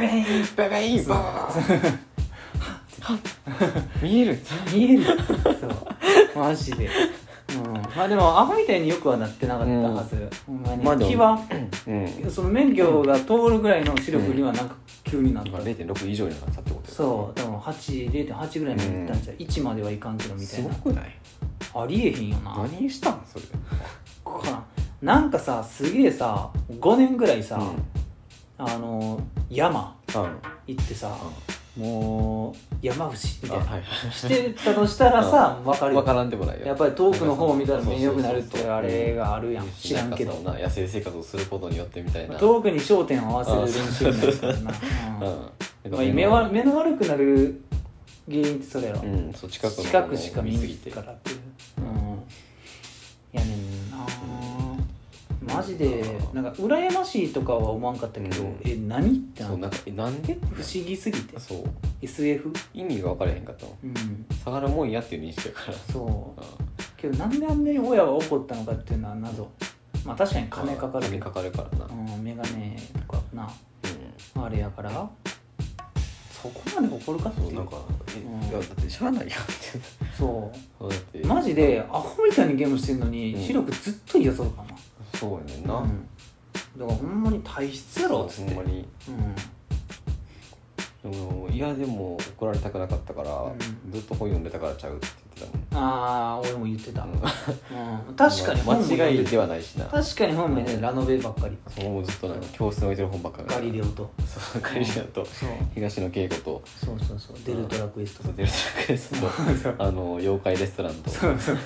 Speaker 1: ベベーン
Speaker 2: ババイバーン見える
Speaker 1: 見えるそうマジで、うん、まあでもアホみたいによくはなってなかったはず、ほん
Speaker 2: ま
Speaker 1: ま
Speaker 2: あで
Speaker 1: に気
Speaker 2: も
Speaker 1: は
Speaker 2: うんなん
Speaker 1: その免許が通るぐらいの視力にはなんか急になった、
Speaker 2: か0.6以上になったってこと
Speaker 1: そう多分8 0.8ぐらいまでいったんじゃう、1まではいかんけどみた
Speaker 2: す
Speaker 1: い
Speaker 2: ご
Speaker 1: な
Speaker 2: くない
Speaker 1: ありえへんよな
Speaker 2: 何したんそれ
Speaker 1: わからんなんかさすげえさ5年ぐらいさ、
Speaker 2: うん
Speaker 1: あの山
Speaker 2: あ
Speaker 1: 行ってさ、もう山伏みたいな、
Speaker 2: はい
Speaker 1: してたとしたらさ分かるよ
Speaker 2: 分からんでもないよ
Speaker 1: やっぱり遠くの方を見たら
Speaker 2: そうそう
Speaker 1: 目
Speaker 2: そう
Speaker 1: 良くなるっていうあれがあるやん知らんけど
Speaker 2: なかそうな野生生活をすることによってみたいな
Speaker 1: 遠くに焦点を合わせる練習になるからなうん
Speaker 2: うんな
Speaker 1: ま
Speaker 2: んか
Speaker 1: あ目は目の悪くなる原因ってそれやろ
Speaker 2: うんそう近くの
Speaker 1: 近くしか見
Speaker 2: す
Speaker 1: に
Speaker 2: ぎ
Speaker 1: く
Speaker 2: て
Speaker 1: からっていううんやねんなマジでなんか羨ましいとかは思わんかったけど
Speaker 2: うん
Speaker 1: え何ってな
Speaker 2: そうんな
Speaker 1: か
Speaker 2: んかえなんで
Speaker 1: 不思議すぎて
Speaker 2: そう
Speaker 1: SF
Speaker 2: 意味が分からへんかったもん
Speaker 1: うん
Speaker 2: 下がるもんやっていう認識やから
Speaker 1: そうけどなんであんなに親は怒ったのかっていうのは謎まあ確かに <laughs> 金かかるけ
Speaker 2: 金
Speaker 1: ど
Speaker 2: かかるからな
Speaker 1: うん眼鏡とかな
Speaker 2: う
Speaker 1: あれやからそこまで怒るかって
Speaker 2: んそ
Speaker 1: いうう
Speaker 2: なんかえ
Speaker 1: うん
Speaker 2: いやだってしゃあないやんって
Speaker 1: そ
Speaker 2: そうだって
Speaker 1: うマジでアホみたいにゲームしてんのに
Speaker 2: うん
Speaker 1: 視力ずっと癒そうか
Speaker 2: そうやねん
Speaker 1: な、
Speaker 2: な
Speaker 1: うんだからほんまに体質やろっつ
Speaker 2: ほ
Speaker 1: って
Speaker 2: んまに
Speaker 1: うん
Speaker 2: でもいやでも怒られたくなかったから、
Speaker 1: ん
Speaker 2: ずっと本読んでたからちゃうって言って
Speaker 1: ああ俺も言ってた、
Speaker 2: た
Speaker 1: う
Speaker 2: も
Speaker 1: ん
Speaker 2: ん、
Speaker 1: 確かに本も
Speaker 2: 間
Speaker 1: 読
Speaker 2: 違
Speaker 1: ん
Speaker 2: い
Speaker 1: で
Speaker 2: ではないしな
Speaker 1: た確かに本もねラノベばっかり
Speaker 2: そこもずっとなんか教室に置いてる本ばっかり
Speaker 1: ガリレオと
Speaker 2: そうガリレオと
Speaker 1: そう
Speaker 2: 東野圭子と
Speaker 1: そうそうそうデルトラクエスト
Speaker 2: そうデルタクエストとあの妖怪レストランと
Speaker 1: そう <laughs> そう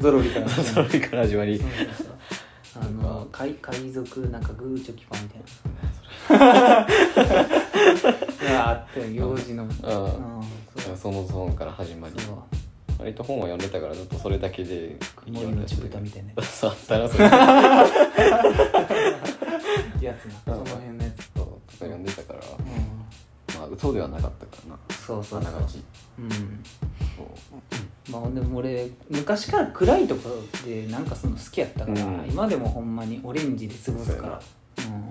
Speaker 1: ゾロリ <laughs> から始
Speaker 2: そ
Speaker 1: まる
Speaker 2: れから始まり
Speaker 1: そうそうそうあの海海賊なんかグーチョキパンみたいなあって幼児のうん
Speaker 2: うん
Speaker 1: そう
Speaker 2: そのゾーンから始まり
Speaker 1: そう
Speaker 2: 割と本は読んでたからずっとそれだけで
Speaker 1: 森のチュータみたいな
Speaker 2: そうあったらそれそう
Speaker 1: やつなその辺のやつ
Speaker 2: とか読んでたから
Speaker 1: うん
Speaker 2: まあ嘘ではなかったからな
Speaker 1: そうそう
Speaker 2: あな
Speaker 1: そ
Speaker 2: が
Speaker 1: う
Speaker 2: ち
Speaker 1: うん
Speaker 2: そう
Speaker 1: まあでも俺昔から暗いとこでなんかその好きやったから
Speaker 2: うん
Speaker 1: 今でもほんまにオレンジで過ごすからうん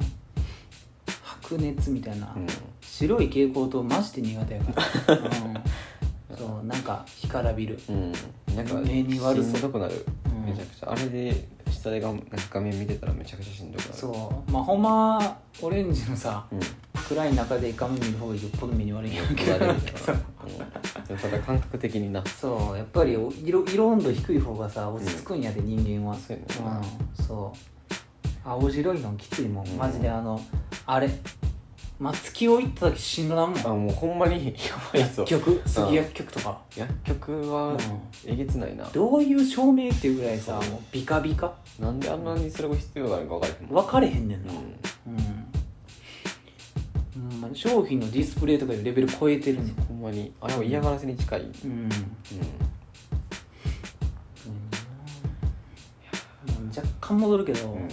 Speaker 1: 白熱みたいな
Speaker 2: うん
Speaker 1: 白い蛍光灯マジで苦手やから、 <laughs> うん、そうなんか干からびる
Speaker 2: うん、なんか
Speaker 1: 目に悪そう
Speaker 2: しんどくなる、
Speaker 1: うん
Speaker 2: めちゃくちゃあれで下で画なんか画面見てたらめちゃくちゃしんどくなる
Speaker 1: そうまあほんまはオレンジのさ
Speaker 2: うん
Speaker 1: 暗い中で画面見る方がよっぽど目に悪いんやけ
Speaker 2: 言わ
Speaker 1: ど
Speaker 2: れるから、うん、でもただ感覚的にな
Speaker 1: そうやっぱりお色色温度低い方がさ落ち着くんやで、人間は
Speaker 2: そうやね
Speaker 1: うん、そう青白いのきついもん、
Speaker 2: うん
Speaker 1: マジであのあれ松木を行った時しんどなん
Speaker 2: あ
Speaker 1: もん
Speaker 2: もうほんまにやばいぞ
Speaker 1: 薬局杉薬局とか、
Speaker 2: 薬局
Speaker 1: う
Speaker 2: は
Speaker 1: ん
Speaker 2: えげつないな、
Speaker 1: どういう照明っていうぐらいさ
Speaker 2: そう
Speaker 1: もうビカビカ
Speaker 2: なんであんなにそれが必要があるか分からへんもん
Speaker 1: 分かれへんねんな、
Speaker 2: うん
Speaker 1: うん、うんまあ、商品のディスプレイとかいうレベル超えてるねん
Speaker 2: ほんまにあれは嫌がらせに近い、うん
Speaker 1: うん若干戻るけど、
Speaker 2: うん
Speaker 1: い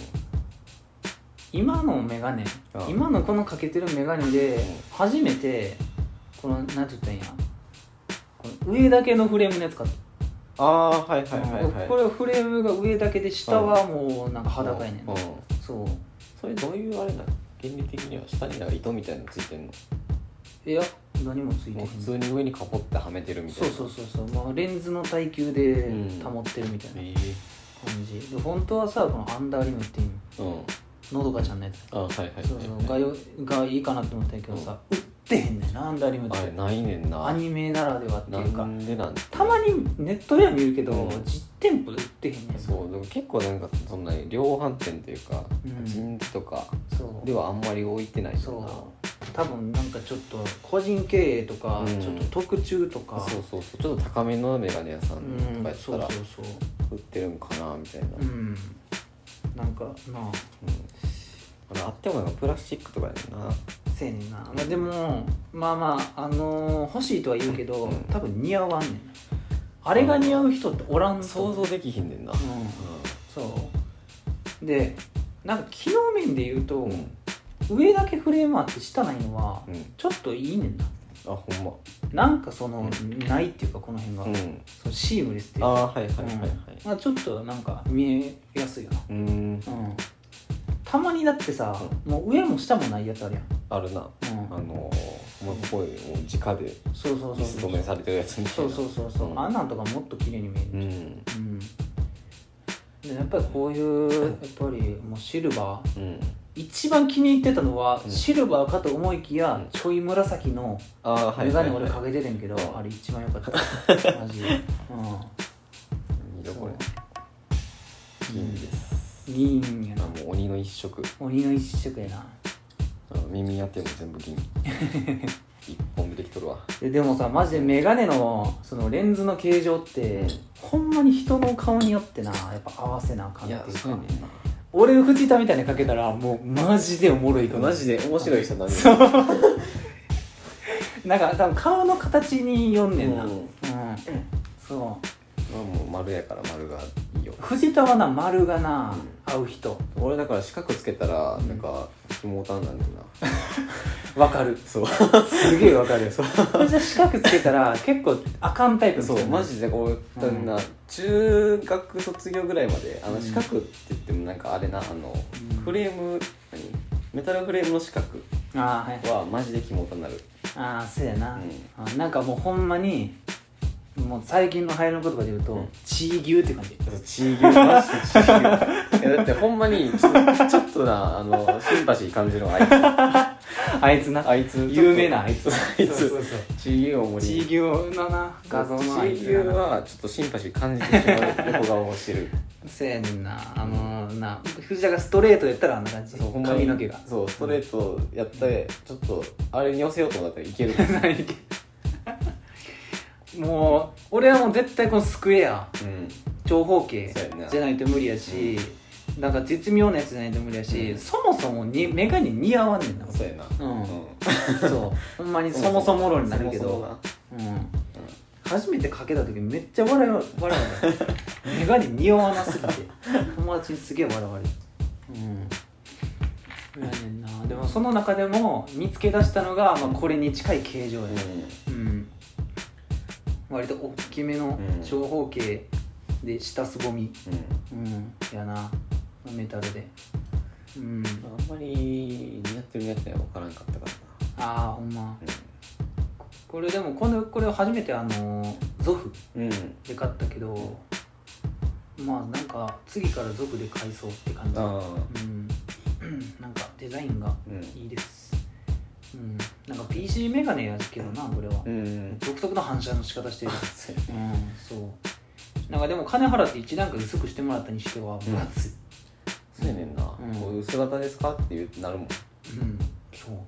Speaker 1: 今のメガネ
Speaker 2: ああ
Speaker 1: 今のこのかけてるメガネで初めてこのなんて言ったらいいんやこの上だけのフレームのやつ買っ
Speaker 2: ああはいは
Speaker 1: た、
Speaker 2: いはいはい
Speaker 1: これはフレームが上だけで下はもうなんか裸やねん
Speaker 2: うんうん
Speaker 1: そう
Speaker 2: それどういうあれなの原理的には下になんか糸みたいなのついてんの
Speaker 1: いや何もついてへ
Speaker 2: もうん普通に上にかぼってはめてるみたい
Speaker 1: そう
Speaker 2: な
Speaker 1: そうそうそう、まあ、レンズの耐久で保ってるみたいな
Speaker 2: え
Speaker 1: 感じ、で本当はさこのアンダーリムっていう
Speaker 2: えうん
Speaker 1: のどかちゃんのやつ
Speaker 2: あはいはいはい
Speaker 1: そうそうがよがいいかなって思ったんやけどさ、売ってへんねんなアンダーリムっ
Speaker 2: あれ
Speaker 1: て
Speaker 2: ないねんな
Speaker 1: アニメならではって
Speaker 2: な
Speaker 1: いうか
Speaker 2: んでなん
Speaker 1: たまにネットでは見るけど、
Speaker 2: うん
Speaker 1: 実店舗で売ってへんねん
Speaker 2: そうでも結構なんかそんなに量販店というか
Speaker 1: うん
Speaker 2: 人気とか
Speaker 1: そう
Speaker 2: ではあんまり置いてない
Speaker 1: そう多分なんかちょっと個人経営とか、
Speaker 2: うん
Speaker 1: ちょっと特注とか
Speaker 2: なそうそうそうちょっと高めのメガネ屋さん
Speaker 1: う
Speaker 2: と
Speaker 1: ん
Speaker 2: かやった
Speaker 1: そう
Speaker 2: ら
Speaker 1: そうそう
Speaker 2: 売ってるんかなみたいな、
Speaker 1: うんなんかなあ
Speaker 2: うんあれあってもなんかプラスチックとかやねんな
Speaker 1: せえねんな、まあ、でもまあまあ、あのー欲しいとは言うけど、
Speaker 2: うん
Speaker 1: 多分似合わんねんあれが似合う人っておらんと
Speaker 2: 想像できひんねんな、うん
Speaker 1: うんそうでなんか機能面で言うと、
Speaker 2: うん
Speaker 1: 上だけフレームあって下ないのは、
Speaker 2: うん
Speaker 1: ちょっといいねんな
Speaker 2: あほんま
Speaker 1: なんかその、ないっていうかこの辺が、
Speaker 2: うん
Speaker 1: そうシームレスっていう
Speaker 2: あ
Speaker 1: か
Speaker 2: はいはいはいはい
Speaker 1: うんまあちょっとなんか見えやすいよな
Speaker 2: うーん
Speaker 1: うんたまにだってさ、もう上も下もないやつあるやん
Speaker 2: あるな
Speaker 1: うん
Speaker 2: あのーもうこういうもう直で
Speaker 1: そうそうそう
Speaker 2: 椅子止めされてるやつみた
Speaker 1: そ
Speaker 2: いうな
Speaker 1: そうそうそう、
Speaker 2: うん
Speaker 1: あんなんとかもっと綺麗に見え
Speaker 2: う
Speaker 1: る
Speaker 2: ん
Speaker 1: うん、でやっぱりこういうやっぱりもうシルバー
Speaker 2: うん
Speaker 1: 一番気に入ってたのは、
Speaker 2: うん
Speaker 1: シルバーかと思いきや、
Speaker 2: うん
Speaker 1: ちょい紫の
Speaker 2: あーはい
Speaker 1: 眼鏡
Speaker 2: はいはい
Speaker 1: 俺かけててんけど、
Speaker 2: うん
Speaker 1: あれ一番良かったマジで、
Speaker 2: いい
Speaker 1: うん、
Speaker 2: よこれ
Speaker 1: そう
Speaker 2: 銀です
Speaker 1: うん銀や
Speaker 2: あ
Speaker 1: な
Speaker 2: もう鬼の一色
Speaker 1: 鬼の一色やな
Speaker 2: あの耳当ても全部 <laughs> 銀一本出てきとるわ
Speaker 1: ででもさマジで眼鏡のそのレンズの形状って、ほんまに人の顔によってなやっぱ合わせなあかんっていうか
Speaker 2: ねんな
Speaker 1: 俺藤田みたいにかけたらもうマジでおもろいから
Speaker 2: で面白い人なん
Speaker 1: そうなんか多分顔の形によんねんなう、
Speaker 2: うんん
Speaker 1: そ
Speaker 2: まあもう丸やから丸がいいよ
Speaker 1: う藤田はな丸がな、合う人
Speaker 2: 俺だから四角つけたらなんか紐たんなんだよな
Speaker 1: わかる
Speaker 2: そう
Speaker 1: すげえわかるそう藤田四角つけたら結構あかんタイプの人
Speaker 2: そうマジでこうだんな中学卒業ぐらいまであ
Speaker 1: う
Speaker 2: の
Speaker 1: ん
Speaker 2: 四角って言ってもなんかあれなあの
Speaker 1: うん
Speaker 2: フレーム何メタルフレームの四角
Speaker 1: ああはい
Speaker 2: はマジで肝となる
Speaker 1: ああそうやな、
Speaker 2: うん
Speaker 1: あなんかもうほんまにもう最近の流行りの言葉で言うと、
Speaker 2: うん
Speaker 1: チー牛って感じ
Speaker 2: チー牛マジでチー牛 <laughs> いやだってほんまにちょちょっとなあのシンパシー感じるのあいつ
Speaker 1: <laughs> あいつな
Speaker 2: あいつ
Speaker 1: 有名なあいつ
Speaker 2: あい
Speaker 1: そうそ
Speaker 2: つ
Speaker 1: うそう
Speaker 2: チー牛を盛
Speaker 1: チ
Speaker 2: り
Speaker 1: ー牛のな画像のあいつ
Speaker 2: チー
Speaker 1: が
Speaker 2: 牛
Speaker 1: な
Speaker 2: はちょっとシンパシー感じてしまう横顔をし
Speaker 1: <laughs>
Speaker 2: てる
Speaker 1: せやねんなあのー、な藤田がストレートやったらあんな感じ
Speaker 2: そうほんまに
Speaker 1: 髪の毛が
Speaker 2: そうストレートやってちょっとあれに寄せようと思ったらいける
Speaker 1: <laughs> もう俺はもう絶対このスクエア
Speaker 2: うん
Speaker 1: 長方形
Speaker 2: そうやな
Speaker 1: じゃないと無理やしなんか絶妙なやつじゃないと無理やし、
Speaker 2: うん
Speaker 1: そもそもに眼鏡似合わんねんな
Speaker 2: そうやな
Speaker 1: うんそうほんまにそもそも論になるけ
Speaker 2: そもそも
Speaker 1: ど
Speaker 2: な
Speaker 1: うん初めてかけた時めっちゃ笑い笑われた眼鏡似合わな
Speaker 2: <laughs>
Speaker 1: すぎて友達にすげえ笑われたうんやねんなでもその中でも見つけ出したのが、まあ、これに近い形状や
Speaker 2: う
Speaker 1: ね
Speaker 2: ん
Speaker 1: うん割と大きめの
Speaker 2: うん
Speaker 1: 長方形で下すぼみ、
Speaker 2: うん
Speaker 1: うん、やなメタルでうん
Speaker 2: あんまり似合ってる似合ってない分からんかったから
Speaker 1: ああほんま
Speaker 2: な
Speaker 1: これでもこのこれ初めてあのゾフ
Speaker 2: うん、
Speaker 1: で買ったけどまあなんか次から族で買いそうって感じ
Speaker 2: あ
Speaker 1: うん、 <clears throat> なんかデザインが
Speaker 2: うん
Speaker 1: いいです、うん、なんか PC メガネやけどなこれは、
Speaker 2: あ
Speaker 1: <laughs>
Speaker 2: うん
Speaker 1: 独特の反射の仕方してるうんそうなんかでも金払って一段階薄くしてもらったにしては
Speaker 2: うん
Speaker 1: 分厚い
Speaker 2: そうやねんな、
Speaker 1: うん
Speaker 2: こう薄型ですかって言うてなるもん
Speaker 1: うんそうほ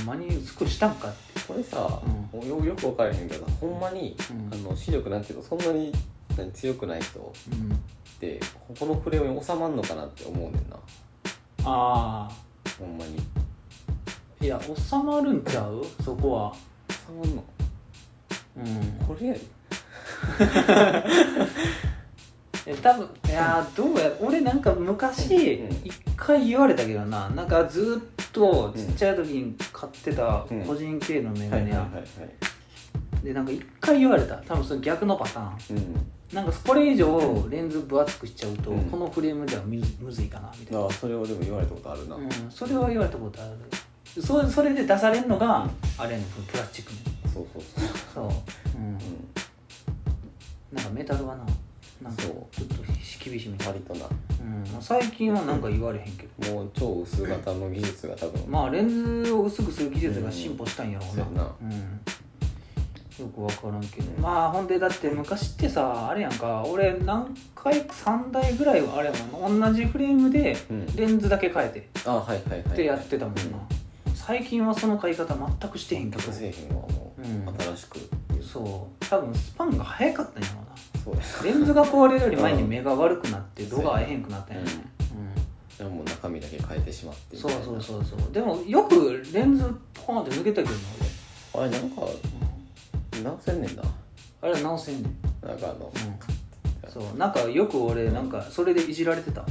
Speaker 1: んまに薄くしたんかって
Speaker 2: これさ、
Speaker 1: う
Speaker 2: もうよよく分からへんけどほんまに、
Speaker 1: うん
Speaker 2: あの視力なんていうのそんなに何強くない人
Speaker 1: うん
Speaker 2: ってここのフレームに収まんのかなって思うねんな
Speaker 1: あ
Speaker 2: ほんまに
Speaker 1: あいや収まるんちゃうそこは
Speaker 2: 収まんの
Speaker 1: うん
Speaker 2: これやで
Speaker 1: いえ多分いやーどうや俺なんか昔
Speaker 2: うん
Speaker 1: 一回言われたけどななんかずっとちっちゃい時に買ってた
Speaker 2: うん
Speaker 1: 個人系のメガ
Speaker 2: はいはい
Speaker 1: ネ
Speaker 2: はいは
Speaker 1: 屋
Speaker 2: い
Speaker 1: でなんか一回言われた多分その逆のパターン
Speaker 2: うん
Speaker 1: なんかこれ以上レンズ分厚くしちゃうと、
Speaker 2: うん
Speaker 1: このフレームではむずむずいかなみたいな、
Speaker 2: ああそれはでも言われたことあるな、
Speaker 1: うん、それは言われたことあるそそれで出されるのが、あれやねんプラスチックの
Speaker 2: そうそうそう、
Speaker 1: そう、うん、
Speaker 2: う
Speaker 1: なんかメタルはななんかち
Speaker 2: そ
Speaker 1: ょ
Speaker 2: う
Speaker 1: っと厳しめ
Speaker 2: ん、割とな
Speaker 1: うんまあ、最近はなんか言われへんけど
Speaker 2: もう超薄型の技術が多分、
Speaker 1: まあレンズを薄くする技術が進歩したんやろうな,、
Speaker 2: う
Speaker 1: うん
Speaker 2: んそうやな
Speaker 1: よく分からんけどまあほんでだって昔ってさあれやんか俺何回3台ぐらいはあれやもん同じフレームで
Speaker 2: うん
Speaker 1: レンズだけ変えて
Speaker 2: ああはいはいはい
Speaker 1: ってやってたもんな、最近はその買い方全くしてへんけど
Speaker 2: 各製品はも
Speaker 1: うん
Speaker 2: う新しく、
Speaker 1: そう多分スパンが早かったんやろうな
Speaker 2: そうです
Speaker 1: レンズが壊れるより前に目が悪くなって度が合えへんくなったんやね、
Speaker 2: じゃあもう中身だけ変えてしまって
Speaker 1: うん、そ
Speaker 2: みた
Speaker 1: う
Speaker 2: いな
Speaker 1: そうそうそうでもよくレンズポーンって抜けたけどな
Speaker 2: あれなんか直せんねんな
Speaker 1: 俺あれ直せんねん、
Speaker 2: なんかあの
Speaker 1: うん、そうなんかよく俺なんかそれでいじられてた、うん、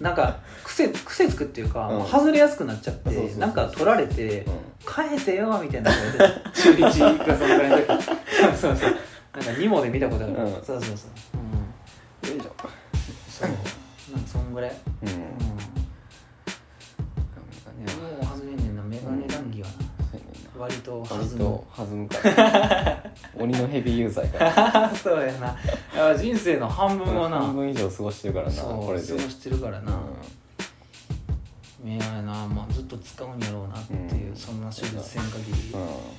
Speaker 1: なんか癖癖つくっていうか、
Speaker 2: うん
Speaker 1: もう外れやすくなっちゃって
Speaker 2: そうそうそう
Speaker 1: なんか取られて
Speaker 2: うん
Speaker 1: 「返せよ」みたいなのが出て
Speaker 2: <laughs>
Speaker 1: 中1がそのぐらいの時 <laughs> そうそうそうなんか2もで見たことある、
Speaker 2: うん
Speaker 1: そうそうそう、うん、
Speaker 2: よいしょ
Speaker 1: そうなんかそんぐらい、
Speaker 2: うんなん
Speaker 1: う
Speaker 2: か
Speaker 1: んもう
Speaker 2: ね
Speaker 1: 外れんねんなメガネ談義はな、
Speaker 2: そうやねんな
Speaker 1: 割と弾
Speaker 2: 割
Speaker 1: む
Speaker 2: と弾むから鬼のヘビーユーザーやか
Speaker 1: <laughs>
Speaker 2: ら
Speaker 1: そうやなあ人生の半分はな
Speaker 2: 半分以上過ごしてるからな
Speaker 1: そう
Speaker 2: これで
Speaker 1: 過ごしてるからな、
Speaker 2: う
Speaker 1: メガネな、まあ、ずっと使うんやろうなっていう、
Speaker 2: うん
Speaker 1: そんな手術せん限り、
Speaker 2: ん
Speaker 1: い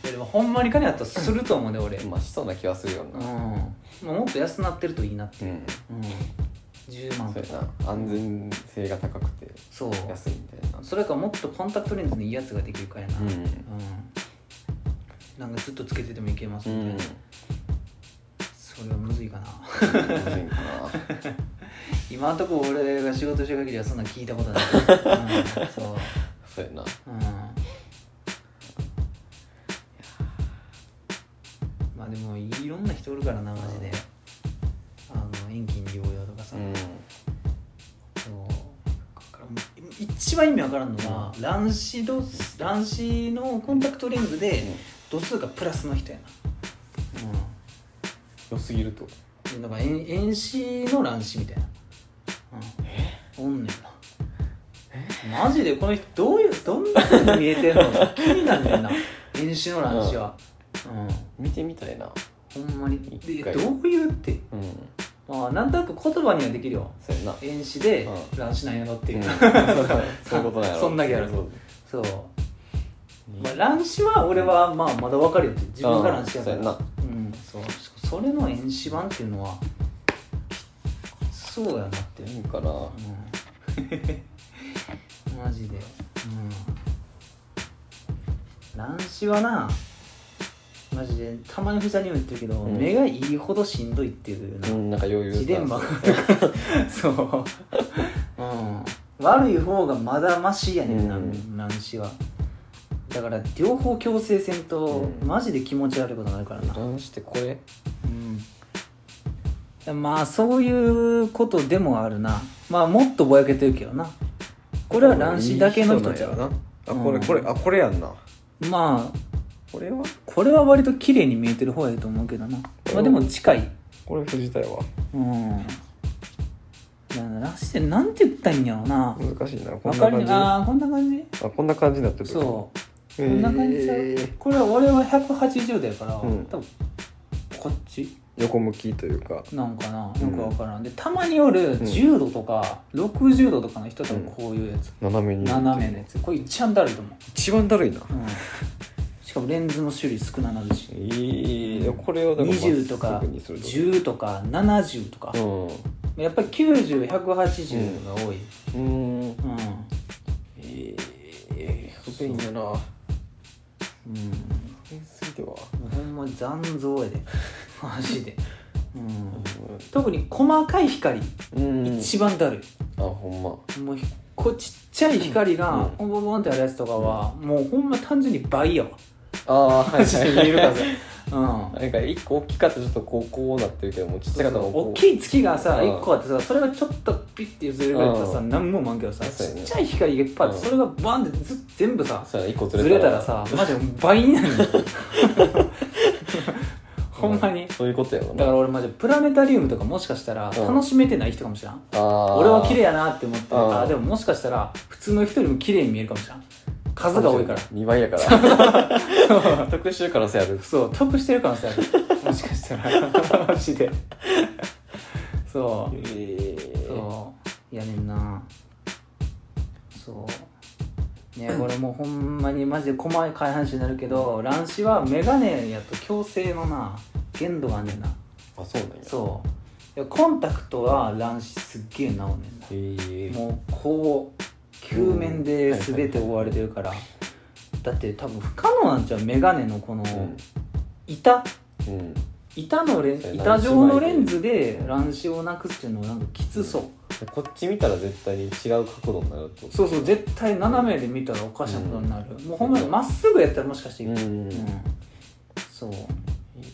Speaker 1: やでもほんまに金やったらすると思うね俺、
Speaker 2: うんまあしそうな気はするよ
Speaker 1: うん
Speaker 2: な
Speaker 1: もうもっと安なってるといいなって、
Speaker 2: うん
Speaker 1: うん、10万
Speaker 2: そ
Speaker 1: と
Speaker 2: う
Speaker 1: か
Speaker 2: やな安全性が高くて
Speaker 1: そう
Speaker 2: 安いみたいな
Speaker 1: それかもっとコンタクトレンズのいいやつができるからやな、
Speaker 2: うん
Speaker 1: なんかずっとつけててもいけます
Speaker 2: う
Speaker 1: みたい
Speaker 2: ん
Speaker 1: な、
Speaker 2: むず
Speaker 1: それはむずいかない
Speaker 2: <laughs> んかな
Speaker 1: 今のところ俺が仕事してる限りはそんなん聞いたこと
Speaker 2: <laughs>
Speaker 1: ない、うん、そう、
Speaker 2: そう
Speaker 1: う
Speaker 2: やな
Speaker 1: ん、まあでもいろんな人おるからなマジであの遠近療養とかさ、
Speaker 2: うん
Speaker 1: そうだからもう一番意味わからんのが乱視度数乱視のコンタクトレンズで度数がプラスの人やなうん
Speaker 2: 良すぎると
Speaker 1: なんか遠遠視の乱視みたいな、うん、おんねんなマジでこの人どういうどんなふうに見え
Speaker 2: <laughs>
Speaker 1: てんの気になんねんな遠視の乱視はう、
Speaker 2: 見てみたいなん
Speaker 1: ほんまに
Speaker 2: 一
Speaker 1: で
Speaker 2: 回
Speaker 1: どういうって
Speaker 2: うん
Speaker 1: まあなんとなく言葉にはできるよ
Speaker 2: そうやな
Speaker 1: 遠視で
Speaker 2: うん
Speaker 1: 乱視なんやろっていう、
Speaker 2: うん <laughs> そういうことなんやろ
Speaker 1: そんだけやろ
Speaker 2: そう
Speaker 1: そう、まあ、乱視は俺はまあまだわかるよって自分が乱視やから
Speaker 2: うんそうやな
Speaker 1: うんそうそれの遠視版っていうのはそうやなって
Speaker 2: いいんかな
Speaker 1: うん <laughs> マジでうん乱視はなマジでたまにふざにも言ってるけど、
Speaker 2: うん
Speaker 1: 目がいいほどしんどいっていうな、
Speaker 2: うんなんか余裕
Speaker 1: 自伝幕
Speaker 2: <laughs>
Speaker 1: そう、うん、悪い方がまだマシやねんな、
Speaker 2: うん
Speaker 1: 乱視はだから両方強制せんと、
Speaker 2: うん
Speaker 1: マジで気持ち悪いことになるからな
Speaker 2: 乱視ってこれ
Speaker 1: うん、まあそういうことでもあるなまあもっとぼやけてるけどなこれは乱視だけの人ちゃ
Speaker 2: いいな
Speaker 1: う
Speaker 2: んやろなあ
Speaker 1: うん
Speaker 2: これこれあこれやんな
Speaker 1: まあ
Speaker 2: これは
Speaker 1: これは割と綺麗に見えてる方やと思うけどなまあでも近い
Speaker 2: これ藤田やわ
Speaker 1: うんいやらしてなんて言ったらいいんやろうな
Speaker 2: 難しいなこ
Speaker 1: わ
Speaker 2: ん
Speaker 1: か
Speaker 2: な
Speaker 1: る
Speaker 2: 感じ
Speaker 1: ああこんな感じ
Speaker 2: あこんな感じになってる
Speaker 1: そう
Speaker 2: う
Speaker 1: こんな感じちゃうこれは俺は180度やから、
Speaker 2: うん
Speaker 1: 多分こっち
Speaker 2: 横向きというか
Speaker 1: なんかな
Speaker 2: う
Speaker 1: よ
Speaker 2: ん
Speaker 1: くわからん、でたまによる10度とか60度とかの人多分こういうやつ、
Speaker 2: 斜めに
Speaker 1: 斜めのやつこれ一番だるいと思
Speaker 2: 一番だるいな
Speaker 1: う、う
Speaker 2: <laughs>
Speaker 1: ん、しかもレンズの種類少ななるし
Speaker 2: えーこれをだから
Speaker 1: 20とか
Speaker 2: まっすぐにする
Speaker 1: 10とか70とか、
Speaker 2: と
Speaker 1: やっぱり90180が多い、
Speaker 2: うんうん
Speaker 1: うん
Speaker 2: ええ不便やな
Speaker 1: うん
Speaker 2: 不便すぎては
Speaker 1: ほんま残像
Speaker 2: <laughs>
Speaker 1: やでマジで、うん、特に細かい光、
Speaker 2: うん
Speaker 1: 一番だるい
Speaker 2: あほんま
Speaker 1: もうこうちっちゃい光
Speaker 2: うん
Speaker 1: がボンボンボンってあるやつとかは、もうほんま単純に倍やわ
Speaker 2: ああはいはい
Speaker 1: 見えるかぜうん
Speaker 2: <laughs> なんか一個大きかったらちょっとこうこうなってるけどもちっちゃかったらもうこう
Speaker 1: 大きい月がさ
Speaker 2: うん
Speaker 1: 1個あってさそれがちょっとピッてずれるぐらいだったらさ
Speaker 2: うん
Speaker 1: 何も思わんけどさち
Speaker 2: そうやね
Speaker 1: っちゃい光がいっぱいあって
Speaker 2: うん
Speaker 1: それがバンってず全部さ
Speaker 2: そうやな一個ずれ
Speaker 1: ずれたらさマジで倍になる
Speaker 2: <laughs>
Speaker 1: よほんまに
Speaker 2: うそういうことやもん
Speaker 1: だ
Speaker 2: な
Speaker 1: から俺マジでプラネタリウムとかもしかしたら
Speaker 2: うん
Speaker 1: 楽しめてない人かもしれん
Speaker 2: あ
Speaker 1: 俺は綺麗
Speaker 2: や
Speaker 1: やなって思ってる
Speaker 2: うん
Speaker 1: あーでももしかしたら普通の人よりも綺麗に見えるかもしれん数が多いから
Speaker 2: 2倍やから
Speaker 1: <laughs>
Speaker 2: 特集からせやる
Speaker 1: そう得してる可能性あるもしかしたら <laughs> マジでそう
Speaker 2: えー
Speaker 1: そうやねんなそうねこれもうほんまにマジで細かい話になるけど乱視は眼鏡やと強制のな限度があんねんな
Speaker 2: あそうなんや
Speaker 1: そういやコンタクトは乱視すっげえ治んねんな
Speaker 2: へえ
Speaker 1: もうこう球面で全て覆われてるからだって多分不可能なんちゃう眼鏡のこの
Speaker 2: うん
Speaker 1: 板
Speaker 2: うん
Speaker 1: 板のレン
Speaker 2: それ
Speaker 1: 板状のレンズで乱視をなくすっていうのはなんかきつそう
Speaker 2: こっち見たら絶対に違う角度になるってこと
Speaker 1: そうそう絶対斜めで見たらおかしなことになる、もうほんまにまっすぐやったらもしかしていく
Speaker 2: うん
Speaker 1: うんそう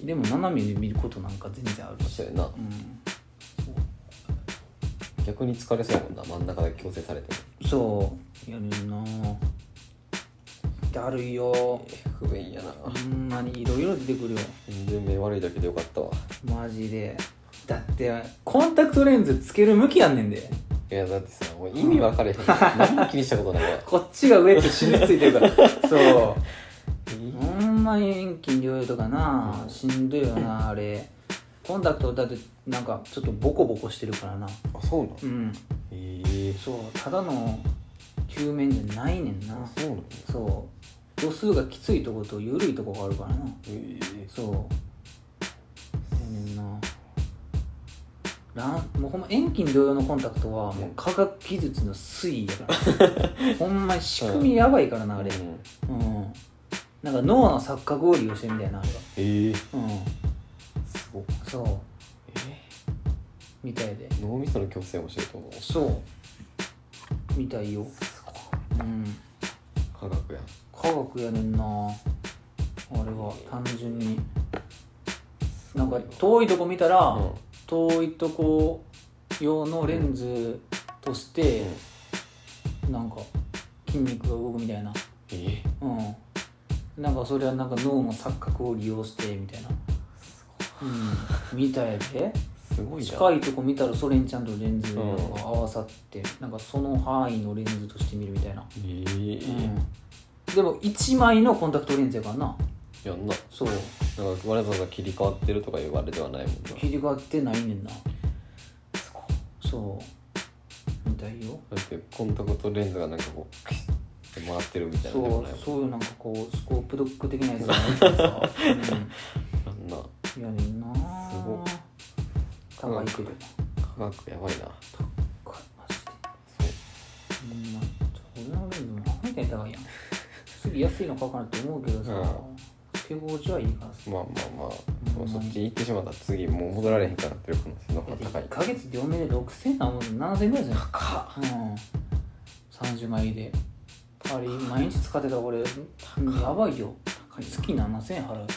Speaker 1: でも斜めで見ることなんか全然あるし
Speaker 2: そうやな
Speaker 1: うん
Speaker 2: 逆に疲れそうやもんな真ん中で矯正されても
Speaker 1: そうやるなだるいよ
Speaker 2: 不便やな
Speaker 1: ほんまにいろいろ出てくるよ
Speaker 2: 全然目悪いだけでよかったわ
Speaker 1: マジでだってコンタクトレンズつける向きやんねんで
Speaker 2: いやだってさもう意味分かれへん何も気にしたことないわ
Speaker 1: こっちが上 <laughs> ってしみついてるからそう
Speaker 2: えー
Speaker 1: ほんまに遠近療養とかな、
Speaker 2: うん
Speaker 1: しんどいよなあれコンタクトだってなんかちょっとボコボコしてるからな
Speaker 2: <laughs> あそうなん
Speaker 1: うん
Speaker 2: えー
Speaker 1: そうただの球面じゃないねんな
Speaker 2: あそうなんや
Speaker 1: そう度数がきついとこと緩いとこがあるからな
Speaker 2: えー
Speaker 1: そうやねんならんもうほんま遠近療養のコンタクトはもう科学技術の推移やから <laughs> ほんまに仕組みやばいからなあれ
Speaker 2: うん
Speaker 1: うんなんか脳の錯覚を利用してるみたいなあれは
Speaker 2: えー
Speaker 1: うん
Speaker 2: すごっ
Speaker 1: そう
Speaker 2: えー
Speaker 1: みたいで
Speaker 2: 脳みその矯正もしてると思う
Speaker 1: そうみたいようん
Speaker 2: 科学やん
Speaker 1: 科学やねんなあれは単純になんか遠いとこ見たら、
Speaker 2: うん
Speaker 1: 遠いとこ用のレンズとして、なんか筋肉が動くみたいな
Speaker 2: えー
Speaker 1: うんなんかそれはなんか脳の錯覚を利用してみたいなうんみたいです
Speaker 2: ごいじゃん
Speaker 1: 近いとこ見たらそれにちゃんとレンズが合わさって、なんかその範囲のレンズとして見るみたいな、
Speaker 2: えー
Speaker 1: うんでも1枚のコンタクトレンズやからな
Speaker 2: やんな
Speaker 1: そう
Speaker 2: なんかわざわざ切り替わってるとかいうあれではないもんな
Speaker 1: 切り替わってないねんなそうみたいよ
Speaker 2: だってコンタクトレンズがなんかこうクイッて回ってるみたいなの
Speaker 1: そ
Speaker 2: でも
Speaker 1: う
Speaker 2: ないもん
Speaker 1: そういうなんかこうスコープドック的なやつが入ってさ、
Speaker 2: やんな
Speaker 1: うん、やねんな
Speaker 2: すごい
Speaker 1: 高いけど
Speaker 2: 科学やばいな
Speaker 1: 高いマジでほ
Speaker 2: そう
Speaker 1: んま俺のレンズもアホみたいに高いやん次安いの買おうかなって思うけどさ、手心地はいいからさ
Speaker 2: まあまあまあ、
Speaker 1: うん
Speaker 2: そっち行ってしまったら次もう戻られへんからっていう可能性の方が高い
Speaker 1: 1ヶ月両目で6000なもん7000ぐらいじゃない
Speaker 2: か
Speaker 1: うん30枚であれ毎日使ってたら俺やばいよ月7000円払う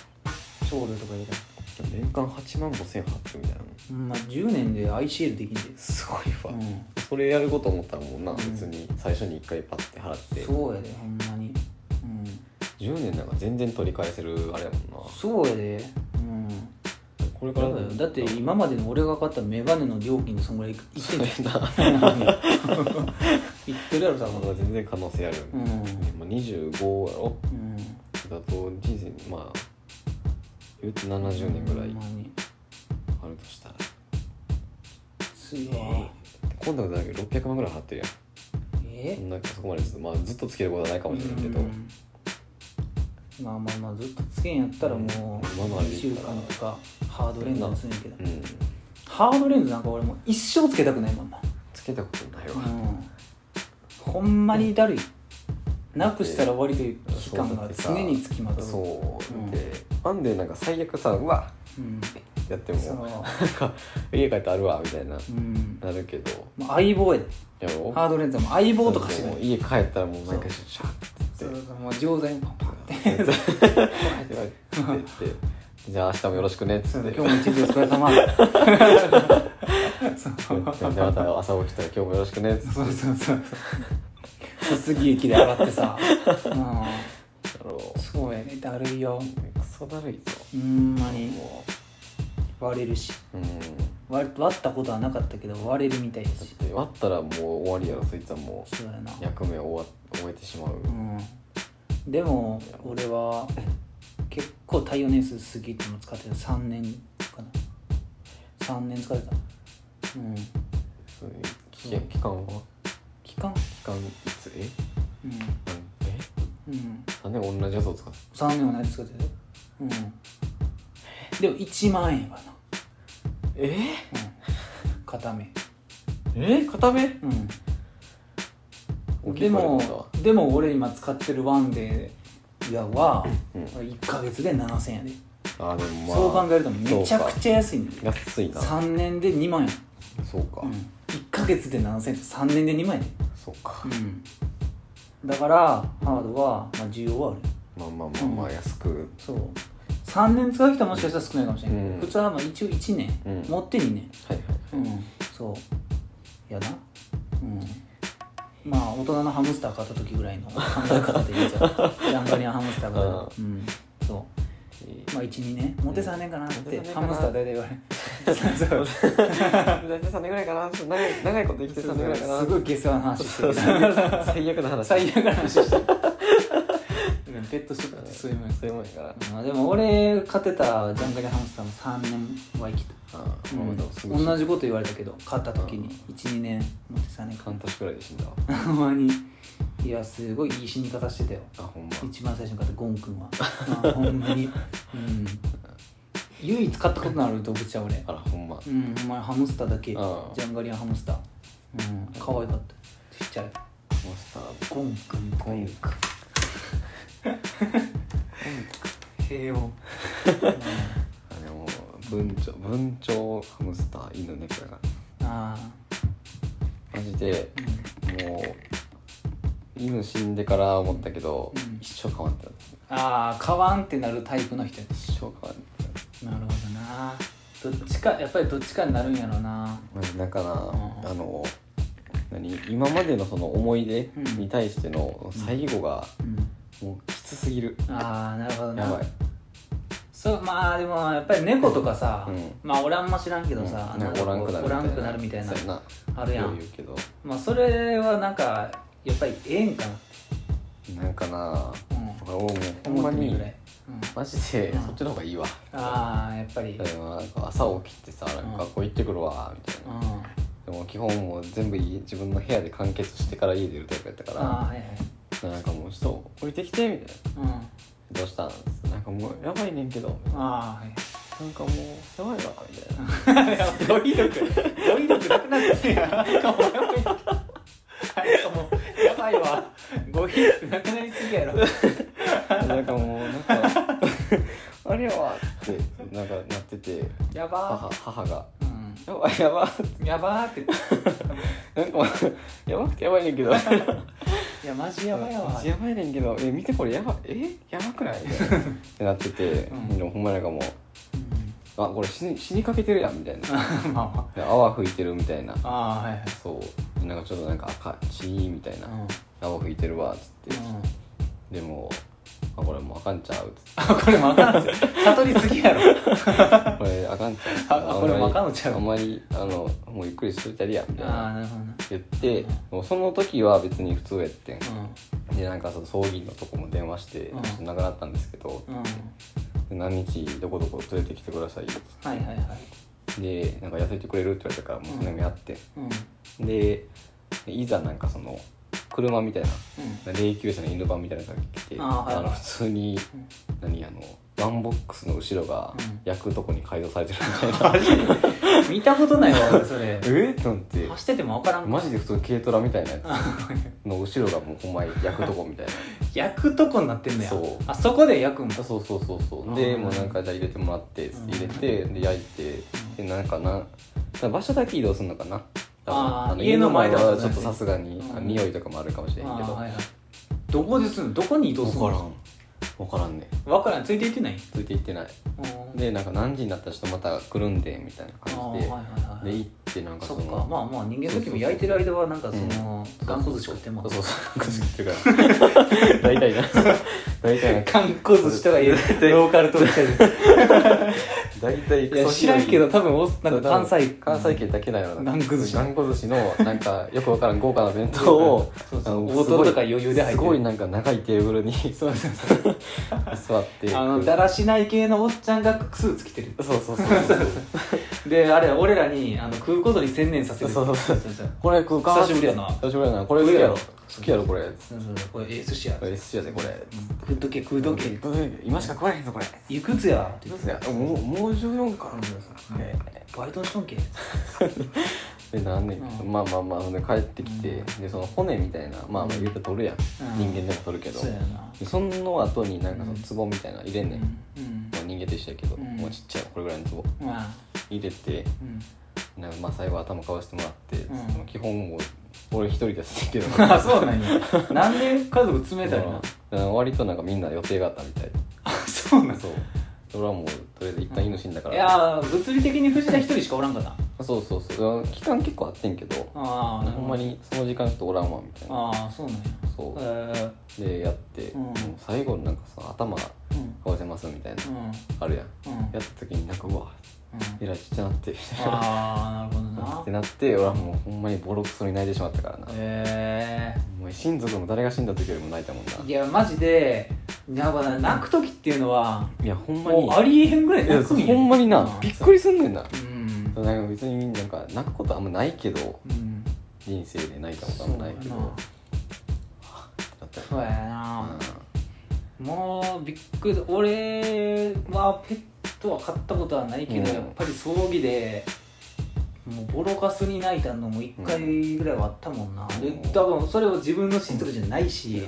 Speaker 1: 送料とか入れたら
Speaker 2: 年間8万5千円払ってるみたいなの
Speaker 1: ほんま10年で ICL できんです
Speaker 2: すごいわ、
Speaker 1: うん
Speaker 2: それやること思ったらもうな、
Speaker 1: ん
Speaker 2: 別に最初に1回パッて払って
Speaker 1: そうやでほんまにうん
Speaker 2: 10年なんか全然取り返せるあれやもん
Speaker 1: そうやでうん
Speaker 2: なこれから
Speaker 1: だよだって今までの俺が買ったメガネの料金でそんぐらいいいってん
Speaker 2: そ
Speaker 1: じ
Speaker 2: れな
Speaker 1: ゃんいってるやろ多
Speaker 2: ま
Speaker 1: 分
Speaker 2: だ全然可能性ある、
Speaker 1: うん
Speaker 2: もう25やろ
Speaker 1: うん
Speaker 2: だと人生まあ言うて70年ぐらい
Speaker 1: ほんまに
Speaker 2: あるとしたら、
Speaker 1: ついわ
Speaker 2: コンタクトだけど600万ぐらい払ってるやん
Speaker 1: え
Speaker 2: そんなそこまでず,、まあ、ずっとつけることはないかもしれないけど、
Speaker 1: うんまあまあまあずっとつけんやったらもう
Speaker 2: 今のあれで
Speaker 1: 2週
Speaker 2: 言ったら
Speaker 1: 間とかハードレンズにすんねんけど
Speaker 2: うん
Speaker 1: ハードレンズなんか俺もう一生つけたくないもんな
Speaker 2: つけたことないわ、
Speaker 1: うんほんまにだるいなくしたら終わりという期間が常につきまとう
Speaker 2: そう
Speaker 1: う
Speaker 2: で、あんでなんか最悪さうわ
Speaker 1: うん
Speaker 2: っやっても
Speaker 1: その
Speaker 2: なんか家帰ってあるわみたいな、
Speaker 1: うん
Speaker 2: なるけど
Speaker 1: もう相棒やで
Speaker 2: やろ
Speaker 1: ハードレンズはもう相棒とかして
Speaker 2: で
Speaker 1: な
Speaker 2: も
Speaker 1: い
Speaker 2: 家帰ったらもうなんか
Speaker 1: そ
Speaker 2: シャッ
Speaker 1: そうそうもう錠剤にパンパンって
Speaker 2: って
Speaker 1: こうやって
Speaker 2: 言ってじゃあ明日もよろしくねっつ
Speaker 1: そ
Speaker 2: っ
Speaker 1: う
Speaker 2: て
Speaker 1: 今日も一日お疲れ様そう
Speaker 2: でまた朝起きたら今日もよろしくねっつって
Speaker 1: そうそうそうそうすぎ駅で上がってさう
Speaker 2: あの
Speaker 1: んそうやねだるいよ
Speaker 2: クソだるいぞ
Speaker 1: ほんまに
Speaker 2: も
Speaker 1: 割れるし
Speaker 2: ううん
Speaker 1: 割割ったことはなかったけど割れるみたいだ
Speaker 2: だっ
Speaker 1: して
Speaker 2: 割ったらもう終わりやろそいつはも
Speaker 1: そうやな
Speaker 2: う役目を終わ終えてしまう
Speaker 1: うんでも俺は結構耐用年数過ぎても使ってた3年かな3年使ってたうん
Speaker 2: そういう期間期間は
Speaker 1: 期間
Speaker 2: 期間いつえ
Speaker 1: うん
Speaker 2: なんえ
Speaker 1: うん
Speaker 2: 3年同じやつを使って
Speaker 1: 3年は何使ってたようんでも1万円やからな
Speaker 2: え
Speaker 1: うん片目
Speaker 2: え固め
Speaker 1: うん
Speaker 2: 大
Speaker 1: で
Speaker 2: きく割れたんだわ
Speaker 1: もでも俺今使ってるワンデーやは
Speaker 2: うん
Speaker 1: 1か月で7000円やで、
Speaker 2: あでもまあ
Speaker 1: そう考えるとめちゃくちゃ安いんだよ
Speaker 2: 安いな
Speaker 1: 3年で2万円
Speaker 2: そうか、
Speaker 1: うん、1か月で7000円と3年で2万円ね、
Speaker 2: そうか、
Speaker 1: うん、だからハードは、まあ、需要はある
Speaker 2: まあまあまあまあ安く
Speaker 1: そう3年使う人はもしかしたら少ないかもしれない、
Speaker 2: うん
Speaker 1: 普通はまあ一応1年、
Speaker 2: うん
Speaker 1: 持って2年
Speaker 2: はいはい
Speaker 1: うんそうやなうんまあ大人のハムスター買った時ぐらいの考え方でいいじ
Speaker 2: <laughs>
Speaker 1: ゃんジャンガリアンハムスターがうんそうまあ12年モテ3年かなっ
Speaker 2: モ
Speaker 1: て、
Speaker 2: テ三年
Speaker 1: ハ
Speaker 2: かな
Speaker 1: ムスター大体言われるそうそう
Speaker 2: <laughs> 大体3年ぐらいかな長い長いこと生きて3年ぐらいかな
Speaker 1: すごい下世話な話してる
Speaker 2: 最悪な話
Speaker 1: 最悪な話してるペットショップってそういうもん
Speaker 2: そういうもんやから
Speaker 1: まあでも俺勝てたジャンガリハムスターも3年は生きた、
Speaker 2: ああ、まあ、でもすごい
Speaker 1: 同じこと言われたけど勝った時に12年持って3年間
Speaker 2: 半年くらいで死んだわ
Speaker 1: ほんまにいやすごいいい死に方してたよ
Speaker 2: あほんま
Speaker 1: 一番最初に買ったゴン君はあほんまにうん唯一買ったことのある動物は俺
Speaker 2: あらほんま
Speaker 1: うんお前ハムスターだけジ
Speaker 2: ああ
Speaker 1: ャンガリアンハムスターうん可愛かったちっちゃい
Speaker 2: モンスター
Speaker 1: ゴン君
Speaker 2: ゴンク
Speaker 1: 平穏
Speaker 2: あでも文鳥文鳥ハムスター犬猫やから
Speaker 1: あ
Speaker 2: マジで
Speaker 1: あ、
Speaker 2: もう犬死んでから思ったけど、
Speaker 1: うん
Speaker 2: 一生変わんってな
Speaker 1: ああ買わんってなるタイプの人や
Speaker 2: 一生変わんって
Speaker 1: なるほどなどっちかやっぱりどっちかになるんやろうな
Speaker 2: なるだから、
Speaker 1: ん
Speaker 2: あの何今までのその思い出
Speaker 1: うん
Speaker 2: に対しての最後が
Speaker 1: うん
Speaker 2: もうきつすぎる、
Speaker 1: ああなるほどな
Speaker 2: やばい
Speaker 1: そうまあでもやっぱり猫とかさ、
Speaker 2: うん
Speaker 1: まあ俺あんま知らんけどさ、
Speaker 2: うん
Speaker 1: あの
Speaker 2: なんかおらんくなる
Speaker 1: おらんくなるみたいな
Speaker 2: そうやな
Speaker 1: あるやん
Speaker 2: よう言うけど
Speaker 1: まあそれはなんかやっぱりええんかなって
Speaker 2: なんかな、
Speaker 1: う
Speaker 2: 俺もうほん
Speaker 1: 思
Speaker 2: ま
Speaker 1: ってみる
Speaker 2: に
Speaker 1: ぐらい、うん、
Speaker 2: マジで
Speaker 1: うん
Speaker 2: そっちの方がいいわ、
Speaker 1: ああやっぱり、
Speaker 2: でもなんか朝起きてさ「なん
Speaker 1: うん
Speaker 2: か学校行ってくるわ」みたいな、
Speaker 1: うん
Speaker 2: でも基本もう全部いい自分の部屋で完結してから家出るタイプやったか
Speaker 1: あ
Speaker 2: ら
Speaker 1: あはいはい
Speaker 2: なんかもうちょっと降りてきてみたいな
Speaker 1: うん
Speaker 2: 「どうしたん?」なんかもうやばいねんけど」
Speaker 1: あ
Speaker 2: なんかもうやばいわ」みたいな
Speaker 1: あはい語彙力語彙力なくなってるやんなんかもうやばいなんかもうやばいわ語彙力なくなりすぎやろ
Speaker 2: <laughs> なんかもうなんか <laughs> 「あれやわ」ってなんかなってて
Speaker 1: やば
Speaker 2: 母母が
Speaker 1: ーうん
Speaker 2: 「やばいやばい」
Speaker 1: やばーって
Speaker 2: なんかもうやばくてやばいねんけど
Speaker 1: いやマジやばいわ
Speaker 2: やばいねんけどえ見てこれやばえやば <laughs> くない?」みたいなってなってて、
Speaker 1: うん
Speaker 2: でもほんまなんかもう
Speaker 1: う
Speaker 2: 「あこれ死に死にかけてるやん」みたいな
Speaker 1: <laughs>
Speaker 2: ん
Speaker 1: まあま
Speaker 2: で泡吹いてるみたいな
Speaker 1: あああはいはい
Speaker 2: そうでなんかちょっとなんか赤血みたいな「泡吹いてるわ」っつって、
Speaker 1: うん、うん、
Speaker 2: でも「あこれもうあかんちゃう」っつって
Speaker 1: あこれもあかんすよ悟りすぎやろ
Speaker 2: これあかんちゃう
Speaker 1: あこれもあかんのちゃう
Speaker 2: あんまりあのもうゆっくりしといたりやみたい
Speaker 1: ああ
Speaker 2: な
Speaker 1: なるほどな
Speaker 2: 言って、
Speaker 1: うん
Speaker 2: もうその時は別に普通やってん、でなんかその葬儀のとこも電話して、
Speaker 1: うん
Speaker 2: ちょっと亡くなったんですけど、
Speaker 1: うんうん
Speaker 2: で何日どこどこ連れてきてください
Speaker 1: はいはいはい
Speaker 2: でなんか痩せてくれるって言われたからもうそれもやって、
Speaker 1: うん
Speaker 2: でいざなんかその車みたいな
Speaker 1: う
Speaker 2: 霊柩車の犬版みたいなのが来て
Speaker 1: あーはいはい
Speaker 2: の普通に
Speaker 1: うん
Speaker 2: 何あのワンボックスの後ろが
Speaker 1: うん
Speaker 2: 焼くとこに改造されてるみたいな、
Speaker 1: ん見たことないわ俺それ
Speaker 2: <laughs> えっと思って
Speaker 1: 走ってても分からん
Speaker 2: マジで普通に軽トラみたいなや
Speaker 1: あ
Speaker 2: つの後ろがもうほんま焼くとこ
Speaker 1: <laughs>
Speaker 2: みたいな
Speaker 1: 焼くとこになってんだよ
Speaker 2: そう
Speaker 1: あそこで焼くんだ
Speaker 2: そうそうそうそ
Speaker 1: あー
Speaker 2: うでもうなんかじゃあ入れてもらって
Speaker 1: うん
Speaker 2: 入れてで焼いてでなんかな場所だけ移動するのかな多分
Speaker 1: あー
Speaker 2: の
Speaker 1: 家の前だ
Speaker 2: は
Speaker 1: と
Speaker 2: ちょっとさすがに
Speaker 1: うん
Speaker 2: あ匂いとかもあるかもしれへんけ
Speaker 1: あ
Speaker 2: ど
Speaker 1: はいはいどこですんのどこに移動す
Speaker 2: 分
Speaker 1: る
Speaker 2: から
Speaker 1: の
Speaker 2: ん分からんね
Speaker 1: わからんついていってない
Speaker 2: ついていってないでなんか何時になったらちょっとまた来るんでみたいな
Speaker 1: ああ
Speaker 2: 感
Speaker 1: はい
Speaker 2: じで、
Speaker 1: はいはい
Speaker 2: で行ってなんか
Speaker 1: そ
Speaker 2: そ
Speaker 1: っ
Speaker 2: の
Speaker 1: かまあまあ人間時も焼いてる間はなんかその
Speaker 2: そう
Speaker 1: 頑固寿司食っても
Speaker 2: そうそうそう頑固寿司食ってるから <laughs> 大体な大体な
Speaker 1: 頑固寿司とか言うローカルトークしてる
Speaker 2: 大体
Speaker 1: いや知らんけど多分おなんか関西
Speaker 2: 関西圏だけだよな
Speaker 1: 頑固寿司
Speaker 2: 頑固寿司のなんかよくわからん豪華な弁当を
Speaker 1: <laughs> そうそう
Speaker 2: あの
Speaker 1: 大トロとか余裕で入ってる
Speaker 2: すごいなんか長いテーブルに座って
Speaker 1: あのだらしない系のおっちゃんがスーツ着てる
Speaker 2: そうそうそうそう
Speaker 1: であれ俺らにあの食うことに専念させる
Speaker 2: そうそうそう
Speaker 1: そうそう
Speaker 2: <laughs> これ食うか
Speaker 1: 久しぶりやな
Speaker 2: 久しぶりやなこれ好きやろ
Speaker 1: こ
Speaker 2: 好きやろこれこ
Speaker 1: そうそうこれええ寿司や
Speaker 2: れ好きやでこれ
Speaker 1: 食うとけ食うとけ
Speaker 2: 今しか食われへんぞこれ
Speaker 1: いくつやって言って
Speaker 2: もうもう14か
Speaker 1: うん
Speaker 2: ね
Speaker 1: バイトしとんけ
Speaker 2: で何年、
Speaker 1: うん
Speaker 2: まあまあまあで帰ってきて、
Speaker 1: う
Speaker 2: でその骨みたいなまあまあ言うて取るやん、
Speaker 1: うん
Speaker 2: 人間でも取るけど
Speaker 1: そうやな
Speaker 2: でその後になんかその壺みたいなの入れんねん、
Speaker 1: うん
Speaker 2: まあ、人間と一緒やけど、
Speaker 1: うん
Speaker 2: もうちっちゃいこれぐらいの壺
Speaker 1: うんまあ
Speaker 2: 入れて
Speaker 1: うん
Speaker 2: なんかまあ最後頭かわしてもらって、
Speaker 1: うん
Speaker 2: その基本もう俺一人ですけど
Speaker 1: <laughs>
Speaker 2: <laughs>
Speaker 1: あそうなんやなんで家族詰めたい
Speaker 2: ま
Speaker 1: な
Speaker 2: あ割となんかみんな予定があったみたい
Speaker 1: あそうなん
Speaker 2: そう俺はもうとりあえず一旦命死んだか
Speaker 1: い
Speaker 2: ら、
Speaker 1: やー物理的に藤田一人しかおらんかな
Speaker 2: そうそうそう期間結構あってんけど
Speaker 1: ああ
Speaker 2: ほんまにその時間ちょっとおらんわみたいな
Speaker 1: ああそうなんや
Speaker 2: そう
Speaker 1: え
Speaker 2: でやって、
Speaker 1: うん
Speaker 2: もう最後になんかさ頭か
Speaker 1: ー
Speaker 2: わせますみたいな、
Speaker 1: うんうん
Speaker 2: あるやん <laughs>
Speaker 1: うん
Speaker 2: やった時になんかうわ
Speaker 1: うん
Speaker 2: えらいちっちゃなってみたいな
Speaker 1: ああなるほど
Speaker 2: <laughs> っ
Speaker 1: な
Speaker 2: てなって俺はもうほんまにボロクソに泣いてしまったからな、
Speaker 1: え
Speaker 2: もう親族の誰が死んだ時よりも泣いたもんな
Speaker 1: ーいやマジでなんかな泣く時っていうのはい
Speaker 2: やほんまに
Speaker 1: もうありえへんぐらい
Speaker 2: いや
Speaker 1: 泣くんや
Speaker 2: ほんまにな、
Speaker 1: うん
Speaker 2: びっくりすんねんな、
Speaker 1: うん
Speaker 2: なんか別になんか泣くことあんまないけど
Speaker 1: うん
Speaker 2: 人生で泣いたことあんまないけど
Speaker 1: そうやな
Speaker 2: だった
Speaker 1: そうや
Speaker 2: う
Speaker 1: なんもうびっくり俺はペットは飼ったことはないけど、
Speaker 2: うん
Speaker 1: やっぱり葬儀でもうボロカスに泣いたのも1回ぐらいはあったもんな、で
Speaker 2: うん
Speaker 1: 多分それは自分の親族じゃないし、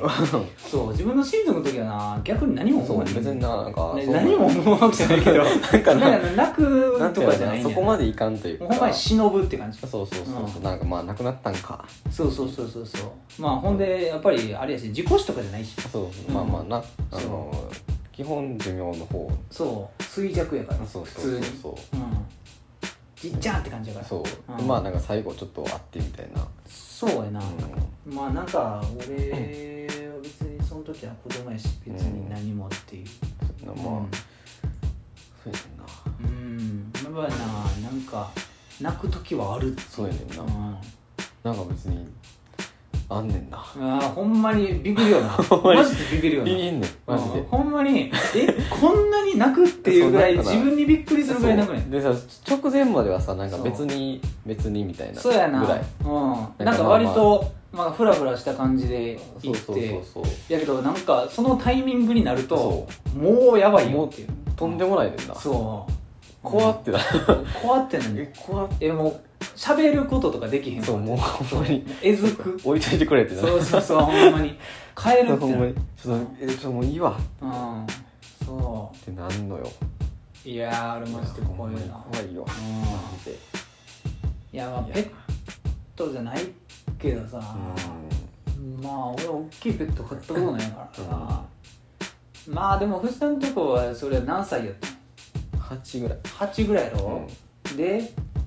Speaker 1: そう自分の親族の時はな逆に何も
Speaker 2: そ
Speaker 1: 思
Speaker 2: う
Speaker 1: う
Speaker 2: 別にななんか、
Speaker 1: ね
Speaker 2: そう
Speaker 1: 何も思うわけじゃないけど
Speaker 2: <laughs> なんかな
Speaker 1: なんか泣
Speaker 2: な
Speaker 1: く
Speaker 2: んて
Speaker 1: と
Speaker 2: いうの
Speaker 1: か
Speaker 2: か
Speaker 1: じゃ <laughs>
Speaker 2: な
Speaker 1: ないん
Speaker 2: そ
Speaker 1: だよ
Speaker 2: こまでいかんという
Speaker 1: も
Speaker 2: か
Speaker 1: うほんまに忍ぶって感じ
Speaker 2: そうそうそうそう、
Speaker 1: うん
Speaker 2: なんかまあなくなったんか
Speaker 1: そうそうそうそうそうまあほんでやっぱりあれやし自己死とかじゃないし
Speaker 2: そう、
Speaker 1: うん
Speaker 2: まあまあなあの基本寿命の方
Speaker 1: そう衰弱やから
Speaker 2: そう
Speaker 1: 普
Speaker 2: そ
Speaker 1: 通
Speaker 2: うそう
Speaker 1: に
Speaker 2: そう
Speaker 1: うんじっちゃんって感じやから
Speaker 2: そう、
Speaker 1: うん
Speaker 2: でまあなんか最後ちょっと会ってみたいな、
Speaker 1: そうやな、
Speaker 2: う、
Speaker 1: まあなんか俺は別にその時は子供やし別に何もっていうんうん
Speaker 2: まあ、そうやねんな
Speaker 1: うんやっぱななんか泣く時はあるってい
Speaker 2: そうやねんな
Speaker 1: うん
Speaker 2: なんか別にあんねんな
Speaker 1: あーほんまにビビるよ
Speaker 2: <laughs>
Speaker 1: な
Speaker 2: んまに
Speaker 1: マジでビビるよ
Speaker 2: い
Speaker 1: ない
Speaker 2: ねんマジ
Speaker 1: う
Speaker 2: で
Speaker 1: んほんまにえこんなに泣くっていうぐらい
Speaker 2: そうなんか
Speaker 1: 自
Speaker 2: な
Speaker 1: 分にびっくりするぐらい泣くねん
Speaker 2: でさ直前まではさなんか
Speaker 1: そう
Speaker 2: 別に別にみたいな
Speaker 1: そうやな
Speaker 2: ぐらい
Speaker 1: うん、
Speaker 2: な
Speaker 1: なんん
Speaker 2: か
Speaker 1: か
Speaker 2: まあ
Speaker 1: 割とまあフラフラした感じで
Speaker 2: そ
Speaker 1: 行っ
Speaker 2: うそうそ
Speaker 1: て
Speaker 2: うそう
Speaker 1: やけどなんかそのタイミングになると
Speaker 2: そ
Speaker 1: もうやばいよっていう
Speaker 2: とんでもないねんな、
Speaker 1: そう
Speaker 2: 怖ってな
Speaker 1: 怖ってなに
Speaker 2: え怖っ
Speaker 1: えもう喋ることとかできへんわ
Speaker 2: そうもうほんまに
Speaker 1: えずく
Speaker 2: 置いといてくれってな
Speaker 1: そうそうそうほんまに帰るって
Speaker 2: ほんまにちょ
Speaker 1: う
Speaker 2: っと
Speaker 1: ん
Speaker 2: えちょっともういいわっ
Speaker 1: うんそ
Speaker 2: てなんのよ
Speaker 1: ういやー俺マジで怖いよ
Speaker 2: いや
Speaker 1: な
Speaker 2: ほんまに怖いよ
Speaker 1: うん
Speaker 2: マジで
Speaker 1: いやまあ
Speaker 2: いや
Speaker 1: ペットじゃないけどさまあ俺は大きいペット買ったことないからさまあでも藤田のとこはそれは何歳やったの
Speaker 2: うん8ぐらい
Speaker 1: 8ぐらいやろ、で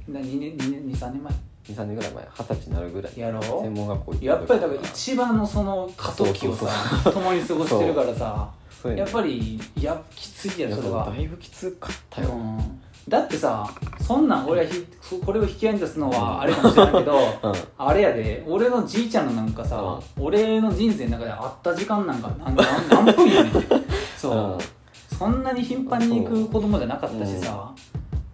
Speaker 1: な2年2年23年前
Speaker 2: 23年ぐらい前二十歳になるぐらい
Speaker 1: やろ
Speaker 2: 専門学校行って
Speaker 1: やっぱりだから一番のその過渡期をさ共に過ごしてるからさ
Speaker 2: そう
Speaker 1: や
Speaker 2: や
Speaker 1: っ
Speaker 2: ね
Speaker 1: ぱりいやきついや
Speaker 2: い
Speaker 1: ん
Speaker 2: や
Speaker 1: それは
Speaker 2: だいぶきつかった
Speaker 1: う
Speaker 2: よ
Speaker 1: んだってさそんなん俺はひこれを引き合いに出すのはあれかもしれないけ <laughs> ど
Speaker 2: うん
Speaker 1: あれやで俺のじいちゃんのなんかさ俺の人生の中で会った時間なんか何何何分やねん
Speaker 2: うん
Speaker 1: そうそんなに頻繁に行く子供じゃなかったしさ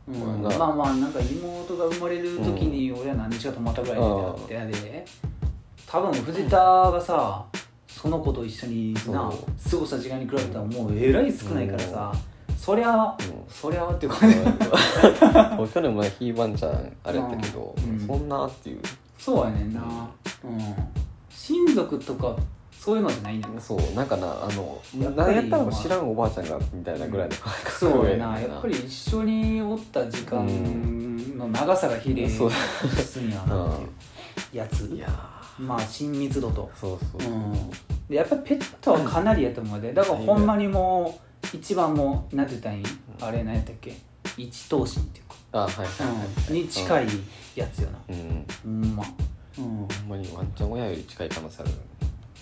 Speaker 1: うん
Speaker 2: うん
Speaker 1: まあまあなんか妹が生まれる時に俺は何日か泊まったぐらいであってやで多分藤田がさその子と一緒にな過
Speaker 2: そ
Speaker 1: ごした時間に比べたらもうえらい少ないからさそりゃ
Speaker 2: うん
Speaker 1: そりゃっていうかね
Speaker 2: うん俺去年前ひいばんちゃんあれやったけど
Speaker 1: うん
Speaker 2: そんなっていう
Speaker 1: そうやねんなうん親族とかそういうのじゃないんだ
Speaker 2: そうなんかなあの
Speaker 1: やっぱ
Speaker 2: 何
Speaker 1: り
Speaker 2: やったらもう知らんおばあちゃんがみたいなぐらいの感覚
Speaker 1: そうやなやっぱり一緒におった時間の長さが比例す
Speaker 2: そう
Speaker 1: るんやなっていうやつ
Speaker 2: いや
Speaker 1: まあ親密度と
Speaker 2: ーそうそうう、
Speaker 1: んでやっぱりペットはかなりやと思うでだからほんまにもう一番もうなんて言ったらいいあれ何やったっけ一等身っていうか、
Speaker 2: あはいはいは
Speaker 1: う
Speaker 2: い、
Speaker 1: ん、に近いやつよな
Speaker 2: うん
Speaker 1: ほんま、うん
Speaker 2: ほんまにワンちゃん親より近い可能性ある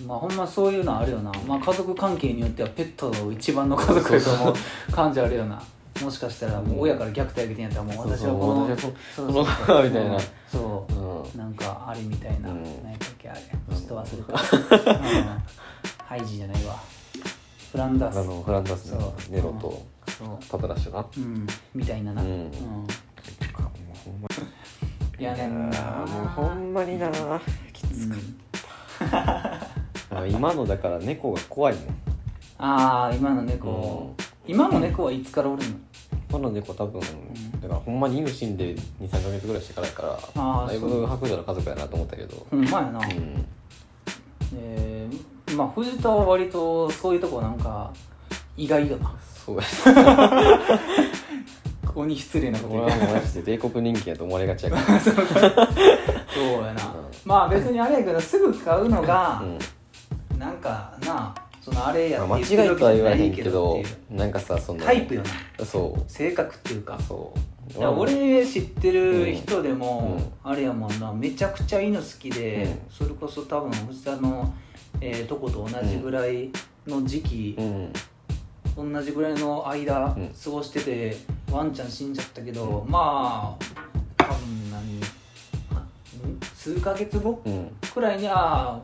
Speaker 1: まあほんまそういうのあるよな、まあ、家族関係によってはペットの一番の家族やと思う感じあるよなもしかしたらもう親から虐待受けてんやったらもう私はこの
Speaker 2: そうそう
Speaker 1: そう
Speaker 2: 私はこ
Speaker 1: そうそう
Speaker 2: のこのみたいな
Speaker 1: そううんなんかあれみたいな、
Speaker 2: うん
Speaker 1: 何やったっけあれちょっと忘れた、うん、ハイジじゃないわフランダ
Speaker 2: あ
Speaker 1: ース
Speaker 2: のフランダースの
Speaker 1: そう
Speaker 2: ネロと
Speaker 1: そう
Speaker 2: パトラッシュな
Speaker 1: うんみたいなな、
Speaker 2: うん
Speaker 1: ういやねん
Speaker 2: い
Speaker 1: な
Speaker 2: やーもうほんまになきつかった、あ今のだから猫が怖いもん
Speaker 1: ああ今の猫、今の猫はいつからおるの
Speaker 2: 今の猫多分、
Speaker 1: ん
Speaker 2: だからほんまに犬死んで23か月ぐらいしてからやか
Speaker 1: あー
Speaker 2: らだい
Speaker 1: そう
Speaker 2: ぶ白状の家族やなと思ったけど
Speaker 1: ほんまやな、
Speaker 2: うん
Speaker 1: えー、まあ藤田は割とそういうとこなんか意外よな
Speaker 2: そうや
Speaker 1: ここに失礼なこと
Speaker 2: 俺
Speaker 1: 言う
Speaker 2: は <laughs> もうマジで帝国人気やと思われがち
Speaker 1: <laughs>
Speaker 2: やから
Speaker 1: そうやな、
Speaker 2: うん
Speaker 1: まあ別にあれやけどすぐ買うのが
Speaker 2: う、ん
Speaker 1: なんかなそのあれや
Speaker 2: まあ、間
Speaker 1: っ
Speaker 2: 違
Speaker 1: て言ってる
Speaker 2: いとは
Speaker 1: わけ
Speaker 2: 言
Speaker 1: じゃ
Speaker 2: わ
Speaker 1: な
Speaker 2: れへ
Speaker 1: い
Speaker 2: ん
Speaker 1: けど
Speaker 2: け
Speaker 1: っ
Speaker 2: ど
Speaker 1: ていう
Speaker 2: なんかさその
Speaker 1: タイプよな
Speaker 2: そう
Speaker 1: 性格っていうか
Speaker 2: そう
Speaker 1: いや俺知ってる人でも
Speaker 2: うん、
Speaker 1: あれやもんなめちゃくちゃ犬好きで、
Speaker 2: うん
Speaker 1: それこそ多分藤田の、えーとこと同じぐらいの時期
Speaker 2: う、ん
Speaker 1: 同じぐらいの間
Speaker 2: うん
Speaker 1: 過ごしてて、ワンちゃん死んじゃったけど、まあ多分何あん数ヶ月後
Speaker 2: うん
Speaker 1: くらいにあ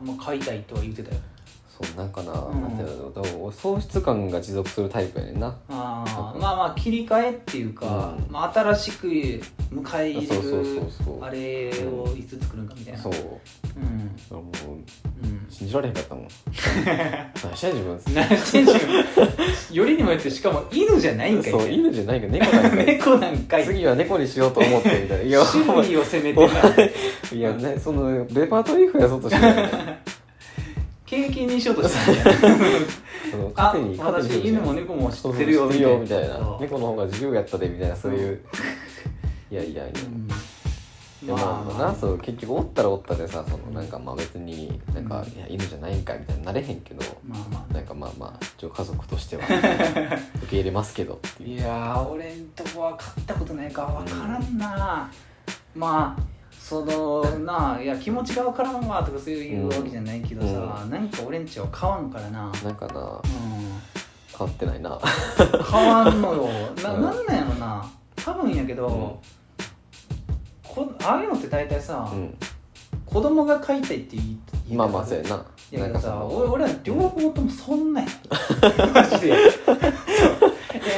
Speaker 1: あ、まあ、飼いたいとは言ってたよ
Speaker 2: そうなんかな,、
Speaker 1: うん
Speaker 2: なんていうのだから俺喪失感が持続するタイプやねんな
Speaker 1: あ
Speaker 2: そ
Speaker 1: ー
Speaker 2: う
Speaker 1: まあまあ切り替えっていうか、
Speaker 2: うん
Speaker 1: まあ、新しく迎え入
Speaker 2: そうそ
Speaker 1: れ
Speaker 2: うそ
Speaker 1: る
Speaker 2: うそう
Speaker 1: あれをいつ作るんかみたいな
Speaker 2: そうだか
Speaker 1: うん
Speaker 2: らもう
Speaker 1: うん
Speaker 2: 信じられへん
Speaker 1: <laughs>
Speaker 2: かったもん何してん自分
Speaker 1: 何してんじゃんよりにもよってしかも犬じゃないんかい
Speaker 2: そう犬じゃないけど猫なんかい
Speaker 1: 猫なんかい
Speaker 2: 次は猫にしようと思ってみたいないやお
Speaker 1: 趣
Speaker 2: 前
Speaker 1: 味を責めて
Speaker 2: お
Speaker 1: な
Speaker 2: 前いやねそのレパートリー増やそうとしてるよね
Speaker 1: 経験にしようとしたんじゃない
Speaker 2: <laughs> その
Speaker 1: あ
Speaker 2: 糧に糧にし
Speaker 1: 私
Speaker 2: ようとしてる
Speaker 1: 犬も猫も知
Speaker 2: そう
Speaker 1: っ
Speaker 2: そう
Speaker 1: てるよ
Speaker 2: 知ってるよみたいな
Speaker 1: そう
Speaker 2: 猫の方が自由やったでみたいなそういういやいやいや
Speaker 1: うん
Speaker 2: でも
Speaker 1: まあ、
Speaker 2: なそう結局おったらおったでさそのなんかまあ別になんか、いや犬じゃないんかみたいになれへんけど
Speaker 1: まあま
Speaker 2: なんかまあまあ一応家族としては受け入れますけどって
Speaker 1: あ
Speaker 2: い
Speaker 1: いうやー俺んとこは買ったことないから分からんな、まあそのなあいや気持ちが分からんわとかそういうわけじゃないけどさ、なんか俺んちは買わんからな
Speaker 2: なんか
Speaker 1: う
Speaker 2: な
Speaker 1: ん
Speaker 2: 変わってないな
Speaker 1: 変わん
Speaker 2: <laughs>
Speaker 1: のよな
Speaker 2: うん
Speaker 1: なんなんやろな多分やけど、
Speaker 2: うん
Speaker 1: こああいうのって大体さ、
Speaker 2: うん
Speaker 1: 子供が飼いたいって言い言い
Speaker 2: まあ
Speaker 1: 方
Speaker 2: まあそうやない
Speaker 1: や
Speaker 2: な
Speaker 1: け
Speaker 2: ん
Speaker 1: ど
Speaker 2: かそ
Speaker 1: さ
Speaker 2: の
Speaker 1: 俺俺は両方ともそんなんや
Speaker 2: <laughs>
Speaker 1: マジでそういや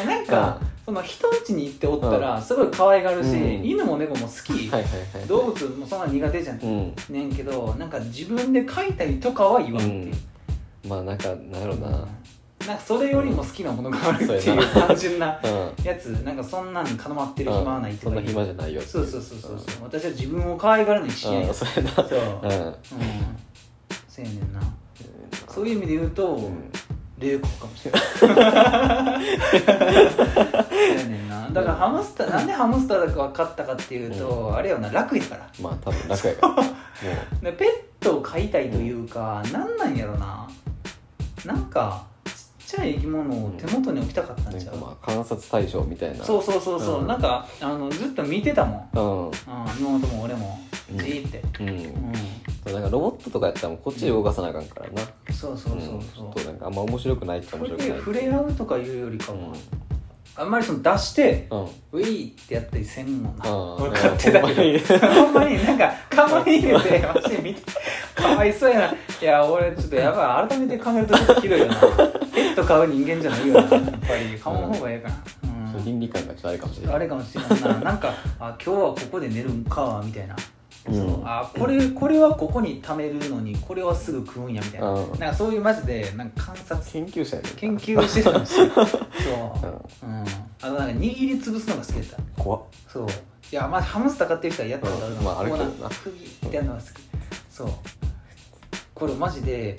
Speaker 1: なんか、その人ん家に行っておったらすごい可愛がるし、
Speaker 2: うん
Speaker 1: 犬も猫も好き、
Speaker 2: はいはいはい
Speaker 1: 動物もそんな苦手じゃん、
Speaker 2: うん
Speaker 1: ねんけどなんか自分で飼いたいとかは言わんっていう、
Speaker 2: まあなんかなんやろな
Speaker 1: なんかそれよりも好きなものがあるって
Speaker 2: そう
Speaker 1: い
Speaker 2: や
Speaker 1: う
Speaker 2: な
Speaker 1: 単純な
Speaker 2: うん、
Speaker 1: やつなんかそんなに絡まってる暇はない
Speaker 2: うん、
Speaker 1: と
Speaker 2: そ
Speaker 1: か
Speaker 2: ん
Speaker 1: 言
Speaker 2: な
Speaker 1: う
Speaker 2: 暇じゃないよってい
Speaker 1: そうそうそうそうそう、私は自分を可愛がるのにしない
Speaker 2: うんうんそうやな
Speaker 1: そう、うん、
Speaker 2: うん
Speaker 1: そうやねんなそういう意味で言うと、
Speaker 2: うん
Speaker 1: 冷酷かもしれないそうやねんな <laughs> だからハムスターなんでハムスターだか分かったかっていうと、あれよな楽やから
Speaker 2: まあ多分楽やからも
Speaker 1: でペットを飼いたいというか、なんなんやろななんかちっちゃい生き物を手元に置きたかった
Speaker 2: うんなん
Speaker 1: ちゃ
Speaker 2: か
Speaker 1: う、
Speaker 2: まあ観察対象みたいな
Speaker 1: そうそうそうそう、
Speaker 2: うん
Speaker 1: なんかあのずっと見てたもん、
Speaker 2: うん
Speaker 1: うん、妹も俺も
Speaker 2: うん
Speaker 1: じーって、
Speaker 2: う、
Speaker 1: うんん、
Speaker 2: なんかロボットとかやったらもうこっちで動かさなあかんからな、
Speaker 1: そうそうそう
Speaker 2: うんち
Speaker 1: そう、
Speaker 2: ょっとなんかあんま面白くないっちゃ面
Speaker 1: これ
Speaker 2: 白
Speaker 1: で
Speaker 2: く
Speaker 1: 触
Speaker 2: ない
Speaker 1: れ合うとかいうよりか
Speaker 2: う
Speaker 1: も、
Speaker 2: ん
Speaker 1: あんまりその出して
Speaker 2: うん
Speaker 1: ウィーってやったりせんもんな
Speaker 2: うん
Speaker 1: 俺買ってたけどほんまになんかかわいいよねマジで見てかわいそうやないや俺ちょっとやばい改めて考えるとちょっとひどいよなペット飼う人間じゃないよなやっぱり買わん方がええかな、
Speaker 2: ちょっと
Speaker 1: うん
Speaker 2: 倫理観がちょっとあれかもしれない
Speaker 1: あれかもしれんななんかあ今日はここで寝るんかみたいな、
Speaker 2: うん
Speaker 1: そうあこれこれはここに貯めるのにこれはすぐ食うんやみたいな,、
Speaker 2: うん
Speaker 1: なんかそういうマジでなんか観察
Speaker 2: 研究者やねんな
Speaker 1: 研究してたん <laughs> ですよそう、
Speaker 2: う
Speaker 1: うん、あとなんか握り潰すのが好きだった
Speaker 2: 怖っ
Speaker 1: そういやまあハムスター飼ってる人はやったことあるな、
Speaker 2: うんまああるけどな
Speaker 1: こう首ってやるのが好きそうこれマジで、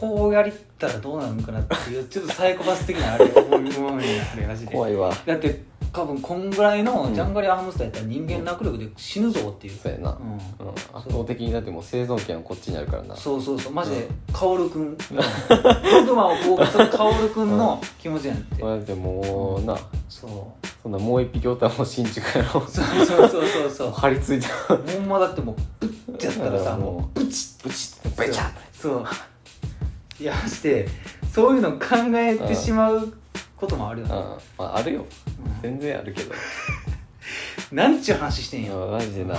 Speaker 1: こうやり
Speaker 2: <laughs>
Speaker 1: たらどうなるのかなっていうちょっとサイコパス的なあれ思い思いになってマジで
Speaker 2: 怖いわ
Speaker 1: だって多分こんぐらいのジャンガリアハムスターやったら人間握力で死ぬぞっていう、
Speaker 2: そうやな、
Speaker 1: うん
Speaker 2: うん、圧倒的にだってもう生存権はこっちにあるからな
Speaker 1: そうそうそうマジで薫
Speaker 2: <laughs>
Speaker 1: 君悪魔を降伏する薫君の気持ちやんって、
Speaker 2: まあだってもうな
Speaker 1: そ
Speaker 2: そんなもう一匹おったらもう新宿やろ
Speaker 1: うそうそうそうそうそう
Speaker 2: 張り付いた
Speaker 1: ほんまだってもうプッてやったらさも
Speaker 2: もうブチッブチッベチャッ
Speaker 1: うそういやしてそういうの考えてしまうこともあるよ
Speaker 2: うん
Speaker 1: ね、
Speaker 2: まああるよ全然あるけど
Speaker 1: なんちゅう話してん
Speaker 2: いや
Speaker 1: や、
Speaker 2: マジでな
Speaker 1: う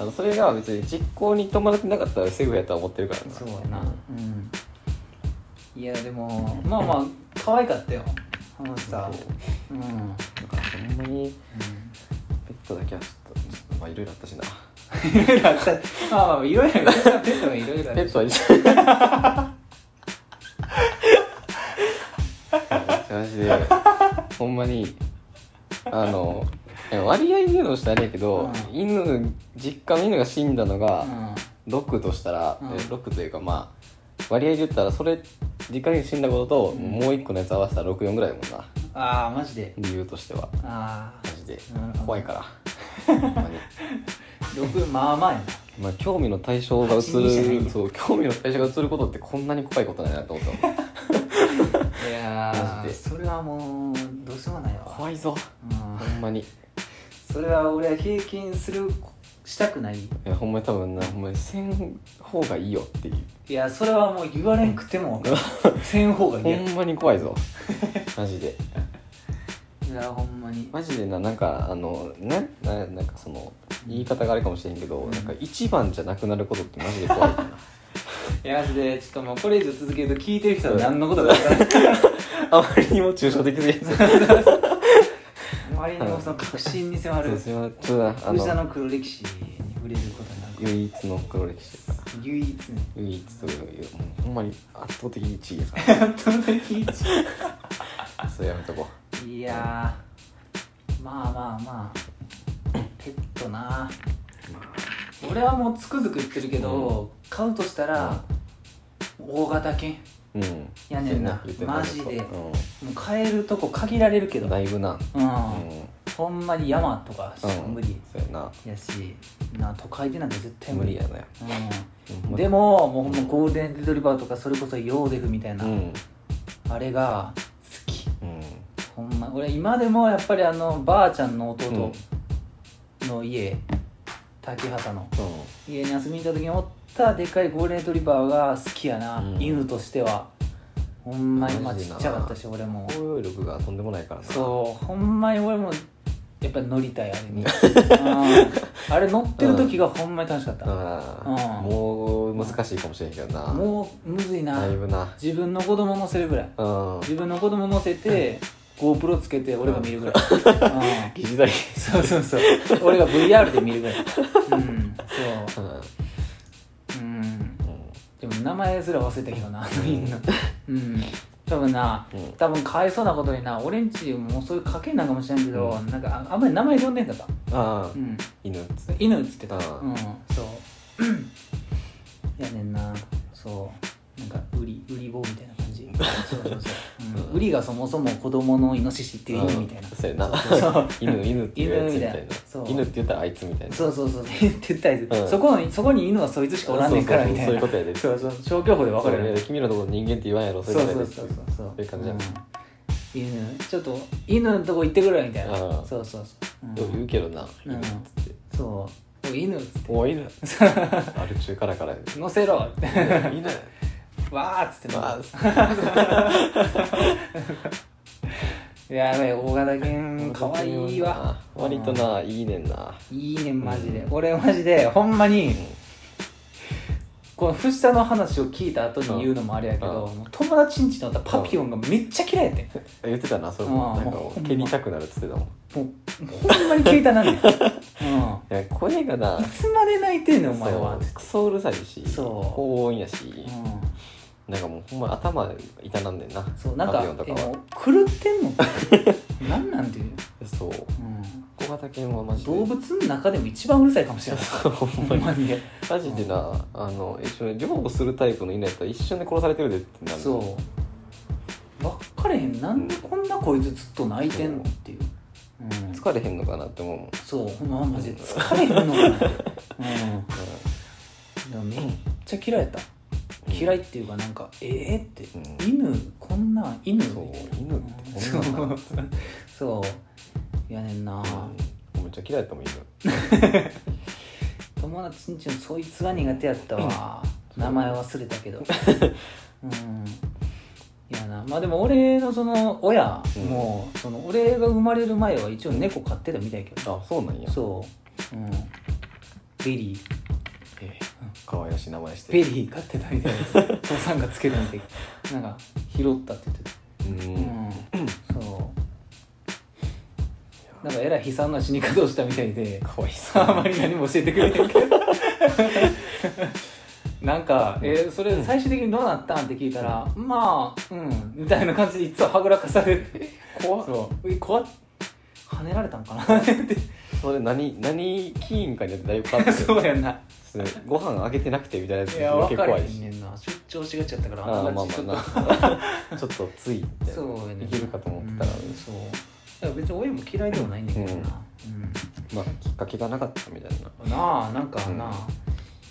Speaker 2: あのそれが別に実行に伴ってなかったらセグやとは思ってるから
Speaker 1: ん、
Speaker 2: な
Speaker 1: そうやなうんいやでもまあまあ可愛かったよハムスター
Speaker 2: そ
Speaker 1: う
Speaker 2: う
Speaker 1: ん、 <laughs> うん
Speaker 2: だからほんまにペットだけはちょっとちょっとまあいろいろあったしな
Speaker 1: 色々あったまあまあいろいろペットがいろいろあ
Speaker 2: ペ
Speaker 1: る
Speaker 2: ッ
Speaker 1: し
Speaker 2: トはいいマジでほんまにあの割合で言うのもしたらあれやけど、
Speaker 1: うん
Speaker 2: 犬実家の犬が死んだの
Speaker 1: う
Speaker 2: が
Speaker 1: ん
Speaker 2: 6としたら、
Speaker 1: うん
Speaker 2: え6というかまあ割合で言ったらそれ実家の犬死んだことと、
Speaker 1: うん
Speaker 2: もう1個のやつ合わせたら64ぐらいやもんな
Speaker 1: ああマジで
Speaker 2: 理由としては
Speaker 1: あ
Speaker 2: マジで
Speaker 1: うん
Speaker 2: 怖いからほんまに
Speaker 1: あ6まあまあやな
Speaker 2: まあ、興味の対
Speaker 1: <laughs>
Speaker 2: 象が移
Speaker 1: 八人じゃないん
Speaker 2: る
Speaker 1: だ
Speaker 2: そう興味の対象が移ることってこんなに怖いことないなと思ったもん
Speaker 1: いや
Speaker 2: <laughs> マ
Speaker 1: ー
Speaker 2: ジで
Speaker 1: それはもうどうしようもないわ、
Speaker 2: 怖いぞ
Speaker 1: うん
Speaker 2: ほんまにい
Speaker 1: それは俺は平均するしたくないい
Speaker 2: やほんまに多分なほんまにせん方がいいよっていう
Speaker 1: やそれはもう言われんくて <laughs> もせん方がいい
Speaker 2: ほ
Speaker 1: や
Speaker 2: んまに怖い <laughs> ぞマジで
Speaker 1: いやほんまに
Speaker 2: マジでななんかあのねななんかその言い方があれかもしれんけど、なんか一番じゃなくなることってマジで怖いよな
Speaker 1: いやマジでちょっともうこれ以上続けると聞いてる人は何のことか分 <laughs> からない
Speaker 2: <laughs> あまりにも抽象的すぎ <laughs> て
Speaker 1: あまりにもその確信に迫る
Speaker 2: そうすいませんちょっとなあ
Speaker 1: 藤田
Speaker 2: の
Speaker 1: の黒歴史に触れることなく
Speaker 2: 唯一の黒歴史だから
Speaker 1: 唯 <laughs> 一
Speaker 2: 唯一というもうほんまに圧倒的に1位やか <laughs>
Speaker 1: その時一
Speaker 2: らそれやめとこう
Speaker 1: いやーまあまあまあペットな俺はもうつくづく言ってるけど、買うとしたら、大型犬
Speaker 2: うん
Speaker 1: やねんな
Speaker 2: 言ってた
Speaker 1: マジで
Speaker 2: う
Speaker 1: もう買えるとこ限られるけどう
Speaker 2: ん、
Speaker 1: ん
Speaker 2: だいぶなうん
Speaker 1: ほんまに山とかしか無理
Speaker 2: そうやな
Speaker 1: やしな都会でなんて絶対無
Speaker 2: 無
Speaker 1: 理
Speaker 2: 理
Speaker 1: や、
Speaker 2: やなよ
Speaker 1: うん、でももうほんまゴールデンレトリバーとかそれこそヨーデフみたいな、
Speaker 2: うん
Speaker 1: あれが好き
Speaker 2: うん
Speaker 1: ほんま俺今でもやっぱりあのばあちゃんの弟の家、竹畑の家に遊びに行った時におったでかいゴールデンレトリバーが好きやな、
Speaker 2: うん
Speaker 1: 犬としてはほんまにまあ
Speaker 2: マ
Speaker 1: ち
Speaker 2: ジで
Speaker 1: っ
Speaker 2: な
Speaker 1: ちゃかったし俺も
Speaker 2: 包容力がとんでもないからな
Speaker 1: そうほんまに俺もやっぱり乗りたいあれ <laughs> に、うんあれ乗ってる時がほんまに楽しかった、
Speaker 2: あ
Speaker 1: うん
Speaker 2: もう難しいかもしれんけどな
Speaker 1: もうむずいな
Speaker 2: だいぶな
Speaker 1: 自分の子供乗せるぐらい
Speaker 2: うん
Speaker 1: 自分の子供乗せて GoPro つけて俺が見るぐらい、うん
Speaker 2: 疑似だり
Speaker 1: そうそうそう俺が VR で見るぐらいうんそ
Speaker 2: うん
Speaker 1: ううんでも名前すら忘れたけどなあの犬のうん多分な
Speaker 2: うん
Speaker 1: 多分かわいそうなことにな俺んちもそういう家系なんかもしれんけど、なんかああんまり名前呼んでんかった、
Speaker 2: ああ
Speaker 1: うん、
Speaker 2: 犬っつ
Speaker 1: 犬っつってた
Speaker 2: ああ
Speaker 1: うんそう <clears throat> やねんなそうなんか売り売り棒みたいな感じそうそうそう、
Speaker 2: <laughs>
Speaker 1: うん、売りがそもそも子供のイノシシっていう意味みたいな、
Speaker 2: うんそうやな
Speaker 1: そうそう
Speaker 2: 犬犬っていうやつみたい
Speaker 1: 犬みたいなそう
Speaker 2: な犬って言ったらあいつみたいな
Speaker 1: そうそうそう言ってたりする
Speaker 2: うん
Speaker 1: そこのそこに犬はそいつしかおらんねんから
Speaker 2: そう
Speaker 1: み
Speaker 2: そう
Speaker 1: たいな
Speaker 2: そうそういうことやで
Speaker 1: そうそう消去法で分かるよね
Speaker 2: 君らのこと人間って言わんやろ
Speaker 1: そう
Speaker 2: れ
Speaker 1: そう
Speaker 2: ぐらい
Speaker 1: そ
Speaker 2: で
Speaker 1: うそうそう
Speaker 2: そういう感じや
Speaker 1: うん犬ちょっと犬のとこ行ってくるみたいな
Speaker 2: うん
Speaker 1: そうそうそう、うん
Speaker 2: よう言うけどな
Speaker 1: うん
Speaker 2: 犬っつって
Speaker 1: そうおい犬っつっ
Speaker 2: 「おい犬」
Speaker 1: て
Speaker 2: 歩中からからや
Speaker 1: <laughs>
Speaker 2: で
Speaker 1: 乗せろって <laughs>
Speaker 2: 「犬」
Speaker 1: わーっつって
Speaker 2: まあ
Speaker 1: いやべえ大型犬かわいいわ
Speaker 2: 割とないいねんない
Speaker 1: いねマジで、俺マジでほんまに、この藤田の話を聞いた後に言うのもあれやけど、もう友達んちにおったパピオンがめっちゃ嫌いやってん
Speaker 2: 言ってたなそういう
Speaker 1: あ
Speaker 2: の
Speaker 1: あ
Speaker 2: なんか
Speaker 1: ほんま
Speaker 2: 蹴りたくなるっつってたもんい
Speaker 1: もうほんまに携帯なんねん、う、
Speaker 2: <laughs> や声がなん
Speaker 1: いつまで泣いてんねんお前は
Speaker 2: そうクソうるさいし
Speaker 1: そう
Speaker 2: 高音やし
Speaker 1: う、
Speaker 2: なんかもうほんま頭痛なんでんなん
Speaker 1: そうなん
Speaker 2: パ
Speaker 1: か
Speaker 2: ピヨンと
Speaker 1: え
Speaker 2: か
Speaker 1: も
Speaker 2: は
Speaker 1: う狂ってんのな
Speaker 2: <laughs>
Speaker 1: んなんていう、
Speaker 2: そう
Speaker 1: う
Speaker 2: 小型犬はマ
Speaker 1: ん、
Speaker 2: ジで
Speaker 1: 動物の中でも一番うるさいかもしれない
Speaker 2: <laughs> そうほんま
Speaker 1: ほん
Speaker 2: に
Speaker 1: まに
Speaker 2: マジでなあの一緒に猟をするタイプの犬やったら一瞬で殺されてるでってなる
Speaker 1: そう分かれへんなんでこんなこいつずっと泣いてんのっていう、うん
Speaker 2: 疲れへんのかなって思うもん、
Speaker 1: そうほんまマジで疲れへんの
Speaker 2: <laughs>
Speaker 1: かなってうんでもめっちゃ嫌いやった嫌いっていうかなんかええって、
Speaker 2: う
Speaker 1: 犬こんなん犬み
Speaker 2: そ
Speaker 1: た
Speaker 2: う
Speaker 1: いな
Speaker 2: 犬ってこんなんな
Speaker 1: そうそうやねんな、
Speaker 2: うんめっちゃ嫌いやったもん犬
Speaker 1: 友達んちのそいつは苦手やったわ、名前忘れたけど
Speaker 2: <laughs>
Speaker 1: うんいやなまあでも俺のその親も、その俺が生まれる前は一応猫飼ってたみたいやけど
Speaker 2: あそうなんや
Speaker 1: そううんベリー
Speaker 2: ええかわいらしい名前して
Speaker 1: ベリー飼ってたみたいな父さんがつけたみたいななんか拾ったって言ってた
Speaker 2: うん
Speaker 1: うんそうなんかえらい悲惨な死に方をしたみたいで
Speaker 2: かわいそう
Speaker 1: あまり何も教えてくれないけど <laughs> なんか、えーそれ最終的にどうなったんって聞いたら、まあうんみたいな感じでいつもはぐらかされて
Speaker 2: 怖っ
Speaker 1: そうえ怖っ跳ねられたんかなって
Speaker 2: それ何何キーンかによってだいぶ変わってくる
Speaker 1: <laughs> そうやんな
Speaker 2: それご飯あげてなくてみたいなやつ
Speaker 1: いや分
Speaker 2: 結
Speaker 1: かれ
Speaker 2: 構怖
Speaker 1: へ
Speaker 2: いし
Speaker 1: んねんな出張しがちやったから
Speaker 2: ああ
Speaker 1: ん
Speaker 2: まあ
Speaker 1: ま
Speaker 2: ま
Speaker 1: ち
Speaker 2: あ
Speaker 1: ょっと
Speaker 2: なちょっとついて
Speaker 1: そうやねんない
Speaker 2: けるかと思ってたら
Speaker 1: うんそうだから別に親も嫌いではないんだけどな、うん
Speaker 2: まあきっかけがなかったみたいな
Speaker 1: なあなんかなあ、
Speaker 2: うん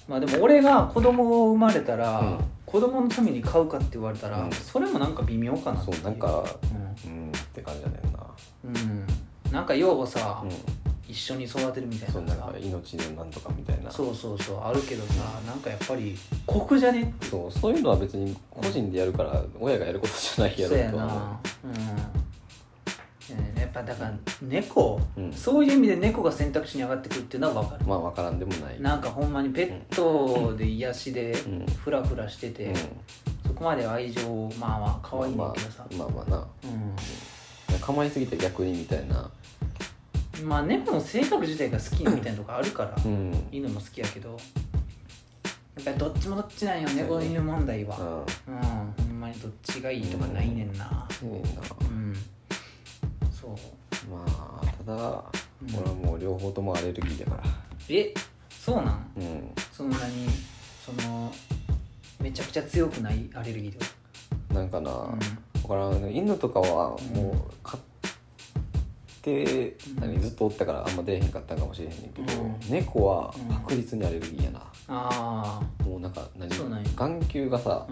Speaker 1: まあでも俺が子供を生まれたら、
Speaker 2: うん
Speaker 1: 子供のために買うかって言われたら、
Speaker 2: うん
Speaker 1: それもなんか微妙かなって
Speaker 2: そ
Speaker 1: いう
Speaker 2: なんかうんって感じだねんな
Speaker 1: うん、うん、なんかようさ、
Speaker 2: うん
Speaker 1: 一緒に育てるみたい
Speaker 2: そ
Speaker 1: な
Speaker 2: う
Speaker 1: の
Speaker 2: なん
Speaker 1: さ
Speaker 2: か命のなんとかみたいな
Speaker 1: そうそうそうあるけどさなんかやっぱり酷じゃね
Speaker 2: そうそういうのは別に個人でやるから親がやることじゃないや
Speaker 1: そうや
Speaker 2: ろとは
Speaker 1: なうん、ねやっぱだから猫、
Speaker 2: うん
Speaker 1: そういう意味で猫が選択肢に上がってくるっていうのは分かる
Speaker 2: まあ分からんでもない
Speaker 1: なんかほんまにペットで癒しで
Speaker 2: うん
Speaker 1: フラフラしてて、
Speaker 2: うん
Speaker 1: そこまで愛情まあまあ可愛いんだ
Speaker 2: まあ
Speaker 1: けどさ、
Speaker 2: まあまあな構いすぎて逆にみたいな
Speaker 1: うん、まあ猫の性格自体が好きみたいなとこあるから、
Speaker 2: うん
Speaker 1: 犬も好きやけどやっぱりどっちもどっちなんよ猫犬問題は
Speaker 2: あ
Speaker 1: うんほんまにどっちがいいとかないねんな
Speaker 2: そうやねんな
Speaker 1: うんそう
Speaker 2: まあ
Speaker 1: う
Speaker 2: ただ
Speaker 1: ん
Speaker 2: 俺はもう両方ともアレルギーだから
Speaker 1: えそうなん
Speaker 2: うん
Speaker 1: そんなにそのめちゃくちゃ強くないアレルギーとか
Speaker 2: なんかな
Speaker 1: うん
Speaker 2: 分からん犬とかはもう飼って
Speaker 1: うん
Speaker 2: 何ずっとおったからあんま出えへんかったんかもしれへんねんけど
Speaker 1: うん
Speaker 2: 猫は
Speaker 1: うん
Speaker 2: 確実にアレルギーやな
Speaker 1: あ
Speaker 2: もうなんか何
Speaker 1: そうなんや
Speaker 2: 眼球がさ
Speaker 1: あ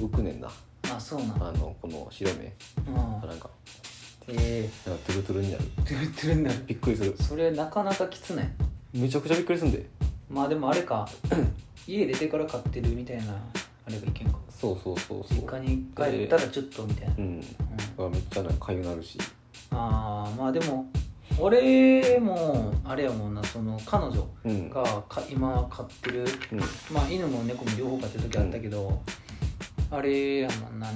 Speaker 1: う
Speaker 2: 浮くねんなん
Speaker 1: あそうなん
Speaker 2: あのこの白目
Speaker 1: うん
Speaker 2: なんか
Speaker 1: え
Speaker 2: なんかトゥルトゥルになる
Speaker 1: ー、トゥルトゥルになる
Speaker 2: びっくりする
Speaker 1: それなかなかきつない
Speaker 2: めちゃくちゃびっくりすんで
Speaker 1: まあでもあれ
Speaker 2: <clears throat>
Speaker 1: か家出てから買ってるみたいなあれがいけんか
Speaker 2: そうそうそうそう
Speaker 1: 実家に帰ったらちょっとみたいな、
Speaker 2: う
Speaker 1: うん
Speaker 2: んあめっちゃなんか痒なるし
Speaker 1: ああまあでも俺もあれやもんなその彼女
Speaker 2: うん
Speaker 1: がか今飼ってる
Speaker 2: うん
Speaker 1: まあ犬も猫も両方飼ってる時あったけど、あれやもんな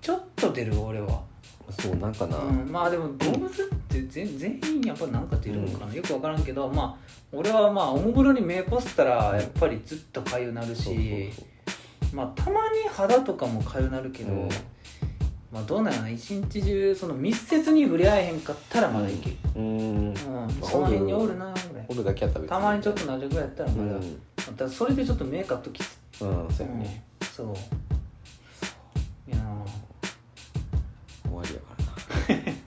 Speaker 1: ちょっと出る俺は、
Speaker 2: そうなんかな
Speaker 1: うん、まあでも動物って全全員やっぱなんか出るのかな、よく分からんけどまあ俺はまあおもむろに目こすったらやっぱりずっとかゆなるし
Speaker 2: そうそう
Speaker 1: まあたまに肌とかもかゆなるけ
Speaker 2: そう
Speaker 1: ど、
Speaker 2: うん
Speaker 1: まあどうなんやろな一日中その密接に触れ合えへんかったらまだいける、
Speaker 2: うん
Speaker 1: うんその辺におるなぐらい
Speaker 2: おるだけやったら別に
Speaker 1: たまにちょっとなるぐらいやったら
Speaker 2: う
Speaker 1: ま
Speaker 2: ん
Speaker 1: だ、
Speaker 2: うん
Speaker 1: またそれでちょっと目かっときつ
Speaker 2: そうや
Speaker 1: うん
Speaker 2: ね
Speaker 1: そういや
Speaker 2: 終わりやからな
Speaker 1: ー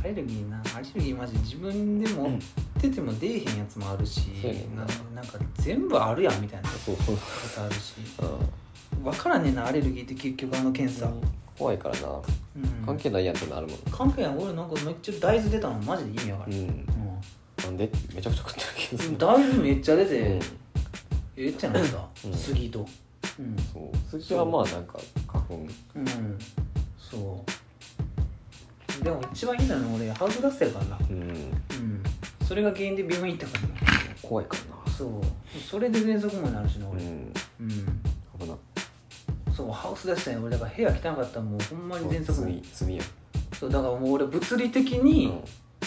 Speaker 1: アレルギーなアレルギーマジ自分でも
Speaker 2: うん
Speaker 1: 出ても出えへんやつもあるし、
Speaker 2: そうやねん
Speaker 1: な
Speaker 2: な
Speaker 1: なんか全部あるやんみたいなこ
Speaker 2: そうそう
Speaker 1: とあるし
Speaker 2: うん
Speaker 1: 分からんねんなアレルギーって結局あの検査、
Speaker 2: 怖いからな
Speaker 1: うん
Speaker 2: 関係ないやんってなるもん
Speaker 1: 関係ない俺なんかめっちゃ大豆出たのマジで意味わか
Speaker 2: う
Speaker 1: る、
Speaker 2: んなんでめちゃくちゃ食ってるけ
Speaker 1: うん、
Speaker 2: ど
Speaker 1: 大豆めっちゃ出て、
Speaker 2: うん
Speaker 1: えってなった、
Speaker 2: うん
Speaker 1: 杉とうん、
Speaker 2: そう次はまあなんか花粉
Speaker 1: うん、そうでも一番いいのは俺ハウスダストやからな
Speaker 2: うん
Speaker 1: うんそれが原因で病院行ったからな
Speaker 2: 怖いからな
Speaker 1: そうそれで喘息もなるしな俺
Speaker 2: うん
Speaker 1: うん、
Speaker 2: 危な
Speaker 1: そうハウスダストやね俺だから部屋汚かったらもうほんまに喘息も
Speaker 2: 罪罪や
Speaker 1: そうだからもう俺物理的
Speaker 2: う
Speaker 1: に
Speaker 2: ん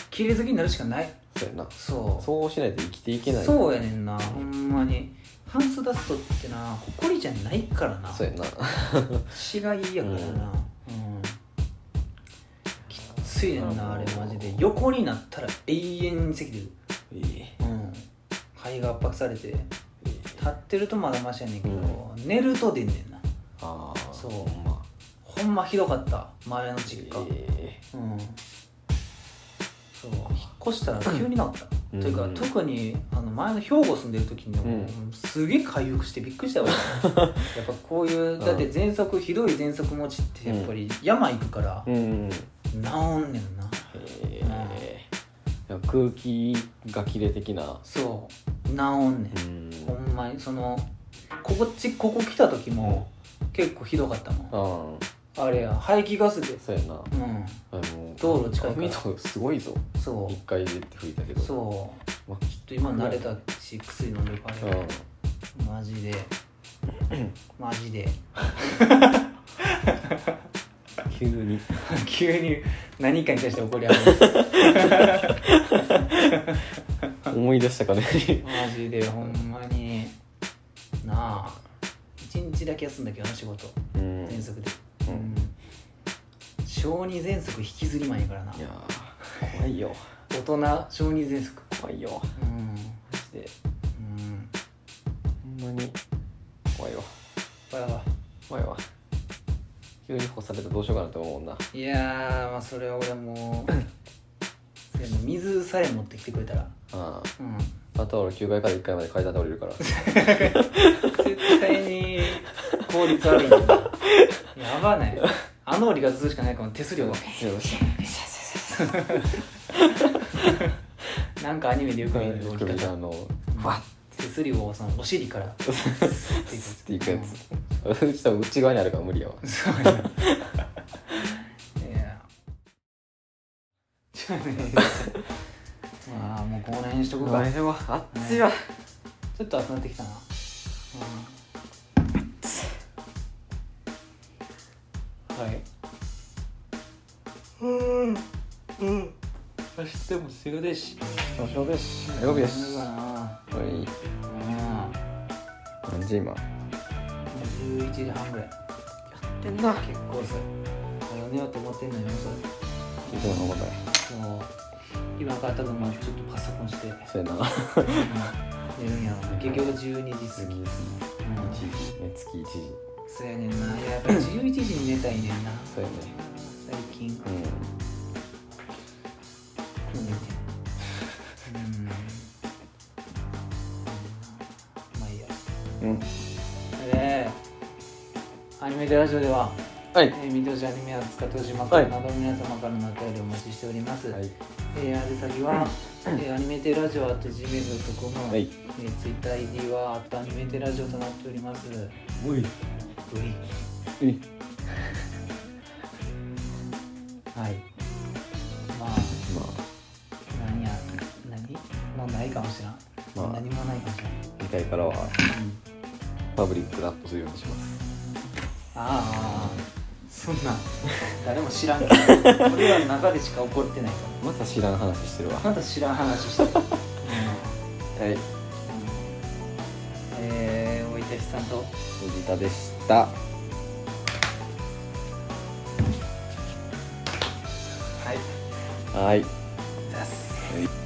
Speaker 1: 切れずきになるしかない
Speaker 2: そうやな
Speaker 1: そう
Speaker 2: そうしないと生きていけない
Speaker 1: そうやねんなほんまにハウスダストってなほこりじゃないからな
Speaker 2: そうやな
Speaker 1: 血がいいやからな、
Speaker 2: う
Speaker 1: うんんきっついねんなあれマジで横になったら永遠に咳出る、
Speaker 2: いい
Speaker 1: うん、肺が圧迫されて立ってるとまだマシやねんけど、
Speaker 2: う
Speaker 1: 寝ると出んねんな
Speaker 2: ああ
Speaker 1: そう
Speaker 2: ほんま
Speaker 1: ほんまひどかった前の実家、
Speaker 2: ええ
Speaker 1: うんそう越したら急になった
Speaker 2: うん
Speaker 1: というか特にあの前の兵庫住んでる時にはもう
Speaker 2: う
Speaker 1: すげえ回復してびっくり
Speaker 2: <laughs>
Speaker 1: したわやっぱこういうだって喘息ひどい喘息持ちってやっぱり山行くから
Speaker 2: うんうんへ
Speaker 1: 治んねんな
Speaker 2: え空気が切れ的な
Speaker 1: そう治んねん
Speaker 2: うん
Speaker 1: ほんまにそのここっちここ来た時も結構ひどかったもん
Speaker 2: あ
Speaker 1: あれや排気ガスで
Speaker 2: そうやな
Speaker 1: うん
Speaker 2: あの
Speaker 1: 道路近いから
Speaker 2: 海とかすごいぞ
Speaker 1: そ
Speaker 2: 一回でって吹いたけ
Speaker 1: う
Speaker 2: どう
Speaker 1: そうち
Speaker 2: まあ
Speaker 1: ょっと今慣れたし薬飲んでるからあれやけど
Speaker 2: うん
Speaker 1: マジ <clears throat> でマジで
Speaker 2: 急に
Speaker 1: 急に何かに対して怒り始めた
Speaker 2: 思い出したかね
Speaker 1: <laughs> マジでほんまになあ一日だけ休んだけどな仕事
Speaker 2: うん
Speaker 1: 喘息でう
Speaker 2: う
Speaker 1: んん小児喘息引きずりマンやからない
Speaker 2: やー怖いよ
Speaker 1: 大人小児喘息
Speaker 2: 怖いよ
Speaker 1: うん
Speaker 2: マジで
Speaker 1: うん
Speaker 2: ほんまに怖いわ
Speaker 1: これは
Speaker 2: 怖いわ急に干されたらどうしようかなと思うもんない
Speaker 1: やーまあそれは俺も <laughs> うでも水さえ持ってきてくれたら
Speaker 2: ああ
Speaker 1: うん
Speaker 2: あとは俺9階から1階まで階段で降りるから
Speaker 1: 絶対に効率悪いんだよなやばないあの折りがずるしかないから手すり
Speaker 2: <laughs>
Speaker 1: を
Speaker 2: 強い
Speaker 1: なんかアニメでよく見る折り
Speaker 2: 首
Speaker 1: 方
Speaker 2: があの
Speaker 1: うん手すりをそのお尻から
Speaker 2: スっていくやつうち多分内側にあるから無理やわ
Speaker 1: そうやないやちょっとね
Speaker 2: <laughs>
Speaker 1: まあもうこの辺にしとこうか
Speaker 2: はあ
Speaker 1: っついわちょっと熱くなってきたな、うん、はいうんうん明日も仕事ですし
Speaker 2: おしょうべし火曜日です
Speaker 1: だ
Speaker 2: は
Speaker 1: ないうん
Speaker 2: 何時今
Speaker 1: 11時半ぐらいやってんな結構遅いまだ寝ようと思ってんのよそ
Speaker 2: いつものことや
Speaker 1: れもう今から多分まあちょっとパソコン
Speaker 2: <laughs>
Speaker 1: して、うん
Speaker 2: そうやな
Speaker 1: 寝るんやろな結局12時過ぎ、
Speaker 2: 次
Speaker 1: うん、
Speaker 2: ですね1時寝つき1時
Speaker 1: そうやねんなやっぱ11時に寝たいねんな
Speaker 2: そうやね
Speaker 1: 最近うん
Speaker 2: う
Speaker 1: うんまあいいや
Speaker 2: んうん
Speaker 1: でアニメテラジオでは、
Speaker 2: はい
Speaker 1: えー、見通しアニメを使ってほしいマカロンなど皆様からのお便りをお待ちしております、
Speaker 2: はい
Speaker 1: えー、宛先
Speaker 2: <laughs>
Speaker 1: は、えー、アニメテラジオ at gmail.com の、
Speaker 2: はい
Speaker 1: えー、TwitterID はアニメテラジオとなっておりますう
Speaker 2: おい
Speaker 1: い
Speaker 2: おい
Speaker 1: はいまあ何や何もうないかもしれん、
Speaker 2: まあ
Speaker 1: 何もないかもしれん、
Speaker 2: まあ2回からは
Speaker 1: うん
Speaker 2: パブリックラップするようにします
Speaker 1: ああそんなん <laughs> 誰も知らんけど俺らの中でしか起こってないか
Speaker 2: また知らん話してるわ
Speaker 1: らまだ知らん話してる、うん
Speaker 2: はい
Speaker 1: えー、おいたしさんと
Speaker 2: 藤田でした
Speaker 1: はい
Speaker 2: はい
Speaker 1: です
Speaker 2: はい